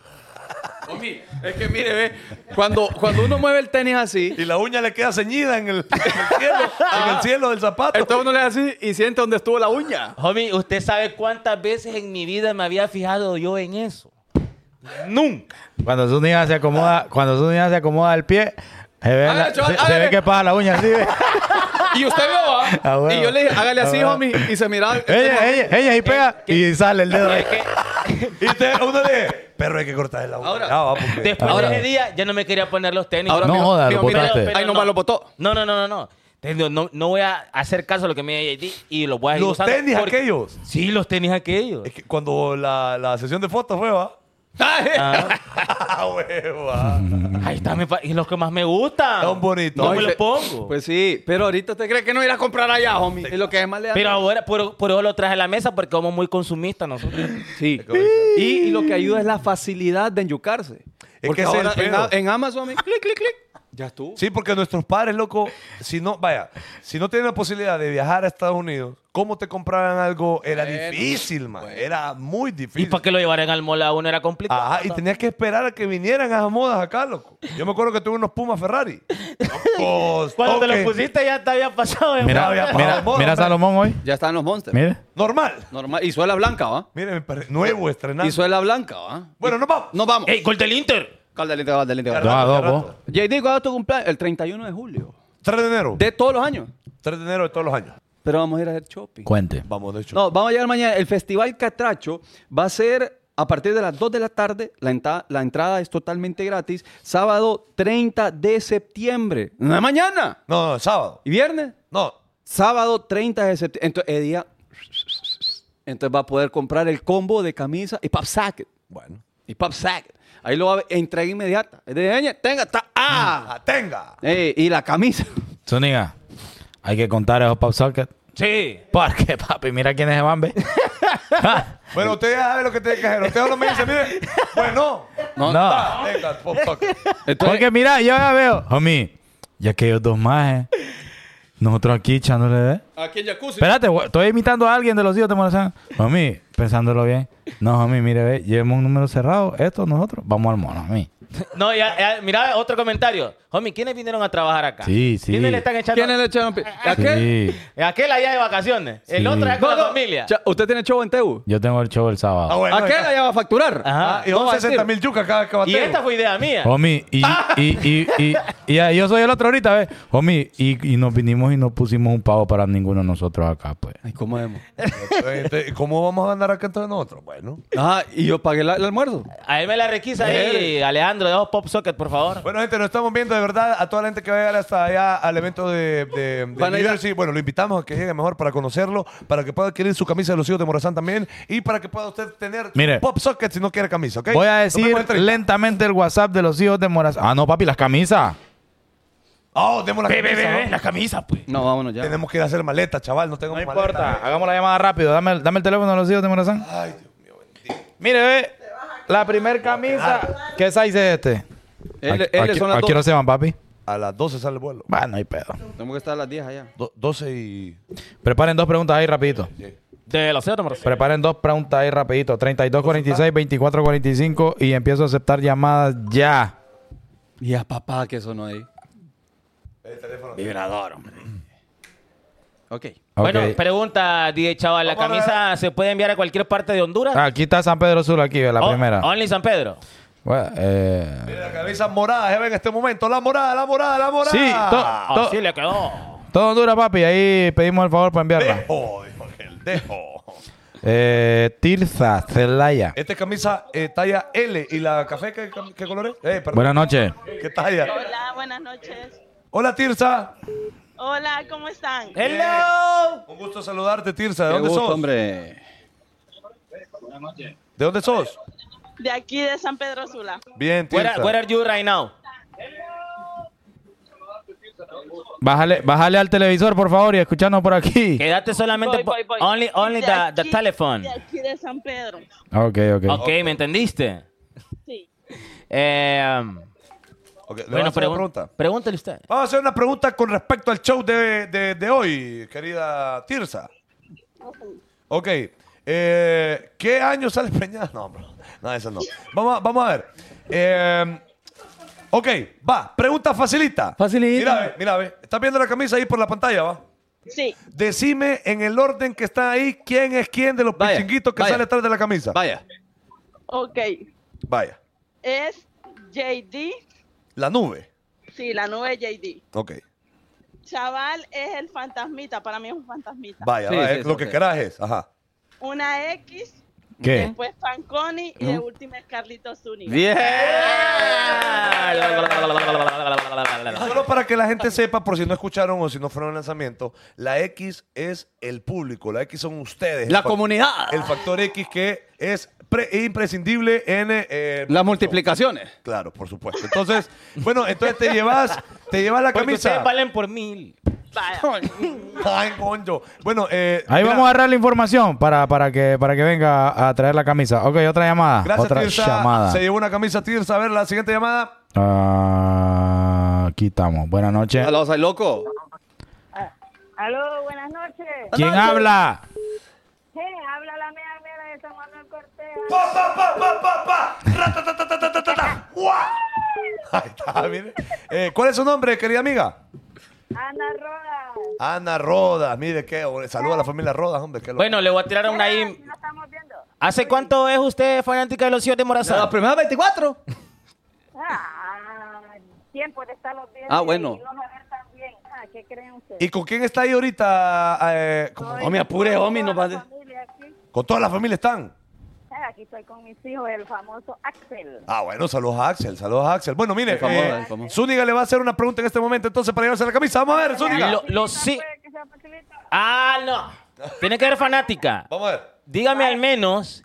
S2: Es que mire, ve, cuando, cuando uno mueve el tenis así,
S1: Y la uña le queda ceñida en el, en el cielo, en el cielo del zapato.
S2: entonces uno le hace así y siente donde estuvo la uña.
S3: Homie, ¿usted sabe cuántas veces en mi vida me había fijado yo en eso? Nunca.
S5: Cuando su niña se
S3: Ah.
S5: acomoda, cuando su niña se acomoda el pie, se ve,
S2: Hágale,
S5: la-
S2: chaval,
S5: se- se ve
S2: hágale.
S5: que pasa la uña así. ve.
S2: Y usted vio, ¿va?
S5: Ah, bueno.
S2: Y yo le dije, hágale así,
S5: Ah, bueno.
S2: homie. Y se miraba.
S5: ella, ella, ella y pega y sale el dedo. ahí.
S1: Y usted, uno le dice, perro, hay que cortarle la uña.
S2: Ahora.
S1: Ya va, porque-
S3: Después
S5: Ahora-
S3: de ese día ya no me quería poner los tenis.
S5: No
S2: mira,
S5: joda,
S2: mira,
S5: lo
S2: mira,
S5: botaste.
S2: Ahí nomás lo botó.
S3: No, no, no, no, no. Te digo, No, no voy a hacer caso a lo que me diga JD y los voy a ir
S1: Los
S3: usando
S1: tenis
S3: porque-
S1: aquellos.
S3: Sí, los tenis aquellos.
S1: Es que cuando la, la sesión de fotos fue, va. Ah, hueva.
S3: Ahí está, mi pa- y los que más me gustan.
S1: Son bonitos.
S3: No,
S1: No,
S3: me
S1: y
S3: los
S2: se-
S3: pongo.
S2: Pues sí, pero ahorita te crees que no ir a comprar allá, homie. Es lo que es más
S3: pero ahora, por, por eso lo traje a la mesa, porque somos muy consumistas nosotros.
S2: Sí. Y, y lo que ayuda es la facilidad de enyucarse.
S1: que
S2: Porque
S1: ese es el
S2: ahora en,
S1: pedo.
S2: A- en Amazon, homie, clic, clic, clic. Ya estuvo.
S1: Sí, porque nuestros padres, loco, si no, vaya, si no tienen la posibilidad de viajar a Estados Unidos, ¿cómo te compraban algo? Era difícil, man. Era muy
S3: Y
S1: difícil.
S3: para que lo llevaran al mola uno era complicado.
S1: Ajá, y tenías que esperar a que vinieran esas modas acá, loco. Yo me acuerdo que tuve unos Pumas Ferrari. Locos,
S3: Cuando te
S1: toque.
S3: los pusiste ya te había pasado. de
S5: Mira,
S3: moda.
S1: había
S5: mira,
S1: pasado,
S5: mira a
S1: hombre.
S5: Salomón hoy.
S2: Ya están los monsters.
S5: Mire.
S1: Normal.
S2: Normal. Y suela blanca, ¿va?
S1: Miren, mi perre- nuevo estrenado.
S2: Y suela blanca, ¿va?
S1: Bueno, nos vamos.
S2: Nos vamos.
S3: ¡Ey, gol del Inter!
S2: Caldelita, caldelita,
S5: Dos
S2: caldelita.
S5: a dos, vos.
S2: JD, ¿cuándo es tu cumpleaños? El 31 de julio.
S1: 3 de enero.
S2: De todos los años.
S1: 3 de enero de todos los años.
S2: Pero vamos a ir a hacer shopping.
S5: Cuente.
S1: Vamos, de hecho.
S2: No, vamos a llegar mañana. El Festival Catracho va a ser a partir de las 2 de la tarde. La, enta- la entrada es totalmente gratis. Sábado 30 de septiembre. No es mañana.
S1: No, no, sábado.
S2: ¿Y viernes?
S1: No.
S2: Sábado 30 de septiembre. Entonces, el día... Entonces va a poder comprar el combo de camisa y pop socket.
S1: Bueno.
S2: Y pop socket. Ahí lo va a ver. Entrega inmediata. Es de, "Ñe, tenga, está... ¡Ah!
S1: Ah, tenga.
S2: Eh, y la camisa.
S5: Zúñiga, hay que contar esos pop socket.
S3: Sí.
S5: Porque, papi, mira quiénes se van, ve. Ja,
S1: Bueno, usted ya sabe lo que tiene que hacer. Usted no me dice, mire, bueno,
S5: no.
S3: Ah.
S1: va, venga, pop socket.
S2: Entonces,
S5: Porque mira, yo ya veo. Homie, ya que ellos dos más, nosotros aquí echándole de.
S2: Aquí en jacuzzi.
S5: Espérate, güey, estoy imitando a alguien de los hijos de Morazán. Homie, pensándolo bien. No, homie, mire, ve, llevemos un número cerrado. Esto, nosotros, vamos al mono, homie.
S3: No, ya, ya, mira otro comentario. Homie, ¿quiénes vinieron a trabajar acá?
S5: Sí, sí.
S3: ¿Quiénes le están echando?
S2: ¿Quién es el champi? ¿A qué?
S5: Sí.
S3: Aquel allá de vacaciones. El
S5: Sí.
S3: otro allá
S2: No,
S3: con la
S2: no.
S3: familia.
S2: Cha- ¿Usted tiene show en Teu?
S5: Yo tengo el show el sábado.
S1: Ah, bueno.
S2: ¿A qué la ya va a facturar?
S3: Ajá.
S1: Ah, y son 60 mil yucas cada
S3: Y
S1: cabatero.
S3: esta fue idea mía.
S5: Homie, y, y, y, y, y- y- yo soy el otro ahorita, ¿ves? Homie, y, y nos vinimos y no pusimos un pavo para ninguno de nosotros acá, pues.
S2: Ay, ¿cómo vemos?
S1: Entonces, este, ¿Cómo vamos a ganar acá entonces nosotros? Bueno.
S2: Ajá, Ah, y yo pagué la- el almuerzo.
S3: A él me la requisa ahí, Alejandro, de Pop Socket, por favor.
S1: Bueno, gente, nos estamos viendo de verdad a toda la gente que va a llegar hasta allá al evento de, de, de
S2: Van a ir a-
S1: University. Bueno, lo invitamos a que llegue mejor para conocerlo, para que pueda adquirir su camisa de los hijos de Morazán también y para que pueda usted tener
S5: Mire.
S1: pop socket si no quiere camisa, ¿ok?
S5: Voy a
S1: Nos vemos
S5: decir
S1: en 30.
S5: lentamente el WhatsApp de los hijos de Morazán. Ah, no, papi, las camisas.
S1: Oh, demos la
S3: Ve, ve,
S1: camisa.
S3: ve,
S1: ¿no?
S3: ve, la camisa, pues.
S2: No, vámonos ya.
S1: Tenemos que ir a hacer maleta, chaval, no tengo
S5: No
S1: maleta.
S5: importa, hagamos la llamada rápido. Dame, el- dame el teléfono de los hijos de Morazán.
S1: Ay, Dios mío, bendito.
S5: Mire, ve, la primer camisa. ¿Qué size es este?
S2: Él,
S5: ¿A-
S2: él
S5: a qué-
S2: son las
S5: ¿A
S2: dos.
S5: qué hora se van, papi?
S1: A las 12 sale el vuelo.
S5: Bueno, no hay pedo.
S2: Tenemos que estar a las 10 allá.
S1: Do- 12 y...
S5: Preparen dos preguntas ahí rapidito.
S3: De los cero, número cero.
S5: Preparen dos preguntas ahí rapidito. 3246-2445 y empiezo a aceptar llamadas ya.
S2: Y a papá que sonó ahí.
S1: El teléfono.
S2: Vibrador, hombre. Ok.
S5: Ok.
S3: Bueno, pregunta, DJ Chaval, ¿la
S1: Vamos a
S3: camisa se puede enviar a cualquier parte de Honduras?
S5: Ah, Aquí está San Pedro Sula, aquí, la
S3: O-
S5: primera.
S3: Only San Pedro.
S5: Bueno, eh,
S1: Mire, La camisa morada, jefe, en este momento. La morada, la morada, la morada.
S5: Sí,
S1: Ah,
S5: to- to-
S3: Así Oh, le quedó.
S5: todo Honduras, papi. Ahí pedimos el favor para enviarla.
S1: Dejo, dijo aquel, dejo.
S5: Eh, Tirza Celaya.
S1: Esta es camisa eh, talla L. ¿Y la café qué, cam- qué color es? Eh, perdón.
S5: Buenas noches.
S1: ¿Qué talla?
S9: Hola, buenas noches.
S1: Hola, Tirsa.
S9: Hola, ¿cómo están?
S3: Eh. ¡Hello!
S1: Un gusto saludarte, Tirsa. ¿De
S2: Qué
S1: dónde
S2: gusto,
S1: sos?
S2: hombre.
S1: ¿De dónde sos?
S9: De aquí de San Pedro Sula.
S1: Bien,
S3: Where,
S1: Tirsa.
S3: are- where are you right now?
S5: Bájale, bájale al televisor, por favor, y escuchanos por aquí.
S3: Quédate solamente
S9: Voy,
S3: po-
S9: voy, voy.
S3: Only, only
S9: De
S3: the, the
S9: aquí-
S3: telephone.
S9: De aquí de San Pedro.
S5: Ok, ok.
S3: Ok, ¿me entendiste?
S9: Sí.
S3: Eh,
S1: Ok, ¿le
S3: bueno,
S1: vas a hacer una
S3: pregun-
S1: pregunta.
S3: pregúntale usted.
S1: Vamos a hacer una pregunta con respecto al show de, de- de hoy, querida Tirsa. Ok. eh, ¿Qué año sale preñada? No, bro. No, eso no. Vamos a, vamos a ver. Eh, ok, va. Pregunta facilita.
S2: Facilita.
S1: Mira, ve, mira, ve. ¿Estás viendo la camisa ahí por la pantalla, va?
S9: Sí.
S1: Decime en el orden que está ahí quién es quién de los
S2: Vaya,
S1: pichinguitos que
S2: vaya.
S1: sale atrás de la camisa.
S2: Vaya.
S9: Ok.
S1: Vaya.
S9: Es JD.
S1: La nube.
S9: Sí, la nube JD.
S1: Ok.
S9: Chaval es el fantasmita. Para mí es un fantasmita.
S1: Vaya,
S2: Sí,
S1: vaya,
S2: sí,
S1: es
S2: sí,
S1: lo
S2: ok.
S1: que querás es. Ajá.
S9: Una X.
S5: ¿Qué?
S9: Después Fanconi. Y de
S3: ¿Mm?
S9: última es Carlitos Zúñiga.
S2: Bien.
S1: Solo para que la gente sepa, por si no escucharon o si no fueron al lanzamiento, la X es el público, la X son ustedes.
S2: La
S1: El fac-
S2: comunidad.
S1: El factor X que es pre- imprescindible en... eh,
S2: Las multiplicaciones.
S1: Claro, por supuesto. Entonces, bueno, entonces te llevas, te llevas la
S3: Porque
S1: camisa.
S3: ustedes valen por mil.
S1: Ay, coño. Bueno, eh,
S5: Ahí
S1: mira,
S5: vamos a agarrar la información para, para, que, para que venga a traer la camisa. Ok, otra llamada.
S1: Gracias,
S5: otra
S1: Tirsa.
S5: llamada.
S1: Se llevó una camisa Tirsa. A ver, la siguiente llamada.
S5: Ah, aquí estamos. Buenas noches.
S2: Aló, soy loco.
S10: Aló, buenas noches.
S5: ¿Quién habla?
S10: Sí, habla la mera mera de San Manuel Cortés.
S11: Pa, pa, pa, pa, pa, pa. Ratatatatatatatata. Guau.
S1: Ahí está, mire. Eh, ¿Cuál es su nombre, querida amiga?
S10: Ana Roda.
S1: Ana Rodas. Mire, qué. hombre. Saluda a la familia Rodas, hombre. qué loco.
S3: Bueno, le voy a tirar una
S10: Sí,
S3: ahí.
S10: lo estamos viendo.
S3: ¿Hace cuánto es usted fanática de los hijos de Morazán?
S2: primeras 24.
S10: Ah, tiempo de estarlos viendo.
S2: Ah, bueno.
S10: Y no lo ver tan bien. Ah, ¿qué creen ustedes?
S1: ¿Y con quién está ahí ahorita? eh, como-
S2: Homie, apure, homie, no
S10: Toda la
S2: va-
S10: familia aquí.
S1: ¿Con toda la familia están?
S10: Ah, Aquí estoy con mis hijos, el famoso Axel.
S1: Ah, bueno, saludos a Axel, saludos a Axel. Bueno, mire,
S2: El famoso,
S1: eh,
S2: el famoso.
S1: Zúñiga le va a hacer una pregunta en este momento entonces para llevarse la camisa. Vamos a ver, Zúñiga.
S3: Lo- lo sí.
S10: ¿Puede que sea facilito?
S3: Ah, no. Tiene que ser fanática.
S1: Vamos a ver.
S3: Dígame al menos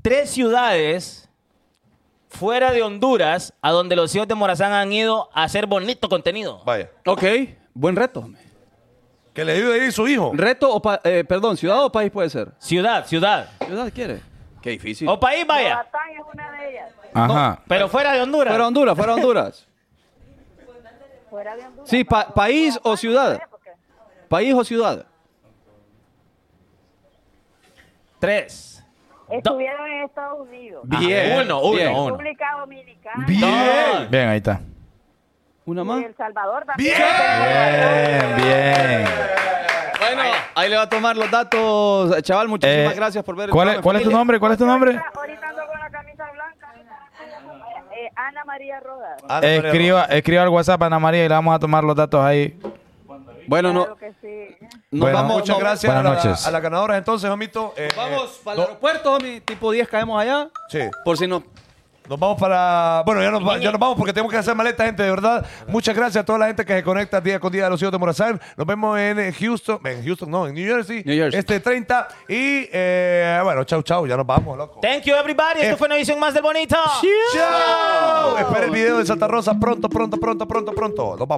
S3: tres ciudades fuera de Honduras a donde los hijos de Morazán han ido a hacer bonito contenido.
S1: Vaya.
S2: Ok, buen reto. homie.
S1: Que le ayude ahí su hijo.
S2: Reto o, pa- eh, perdón, ciudad o país puede ser.
S3: Ciudad, ciudad.
S2: Ciudad quiere. Qué difícil.
S3: O país, vaya.
S10: Roatán es una de ellas.
S5: Ajá.
S3: Pero fuera de Honduras.
S2: Fuera Honduras, fuera Honduras.
S10: Fuera de Honduras.
S2: Sí, pa- país o ciudad.
S10: Porque-
S2: País o ciudad.
S3: Tres.
S10: Estuvieron en Estados Unidos.
S3: Bien. uno, uno,
S2: bien.
S3: uno.
S10: República Dominicana.
S1: Bien.
S5: Bien, ahí está.
S2: Una
S10: Y
S2: más.
S10: El Salvador también.
S1: Bien.
S5: Bien, bien.
S2: Bueno, ahí le va a tomar los datos, chaval. Muchísimas
S5: Eh,
S2: gracias por ver. el
S5: ¿Cuál, es,
S2: programa,
S5: cuál es tu
S2: familia.
S5: nombre? ¿Cuál es tu nombre?
S10: Ahorita, ahorita ando con la camisa blanca. Eh, Ana María Rodas.
S1: Ana Ah, María
S5: Escriba, escriba al WhatsApp a Ana María y le vamos a tomar los datos ahí.
S2: Bueno, no,
S10: Claro que sí.
S2: nos
S5: Bueno,
S2: vamos.
S1: Muchas
S2: nos-
S1: gracias a,
S5: Buenas
S1: la-
S5: noches.
S1: a las ganadoras entonces, Jomito. Eh,
S2: Vamos
S1: eh,
S2: para el
S1: no-
S2: aeropuerto, homie. Tipo 10 caemos allá.
S1: Sí.
S2: Por si no.
S1: Nos vamos para. Bueno, ya nos, va- ya nos vamos porque tenemos que hacer maleta, gente, de verdad. Muchas gracias a toda la gente que se conecta día con día a los hijos de Morazán. Nos vemos en eh, Houston. En Houston, no, en New Jersey.
S2: New Jersey.
S1: Este 30. Y eh, bueno, chau, chau. Ya nos vamos, loco.
S3: Thank you, everybody. Esto
S1: Eh.
S3: fue una edición más del Bonito.
S1: ¡Chao! Espera el video de Santa Rosa pronto, pronto, pronto, pronto, pronto. Nos vamos.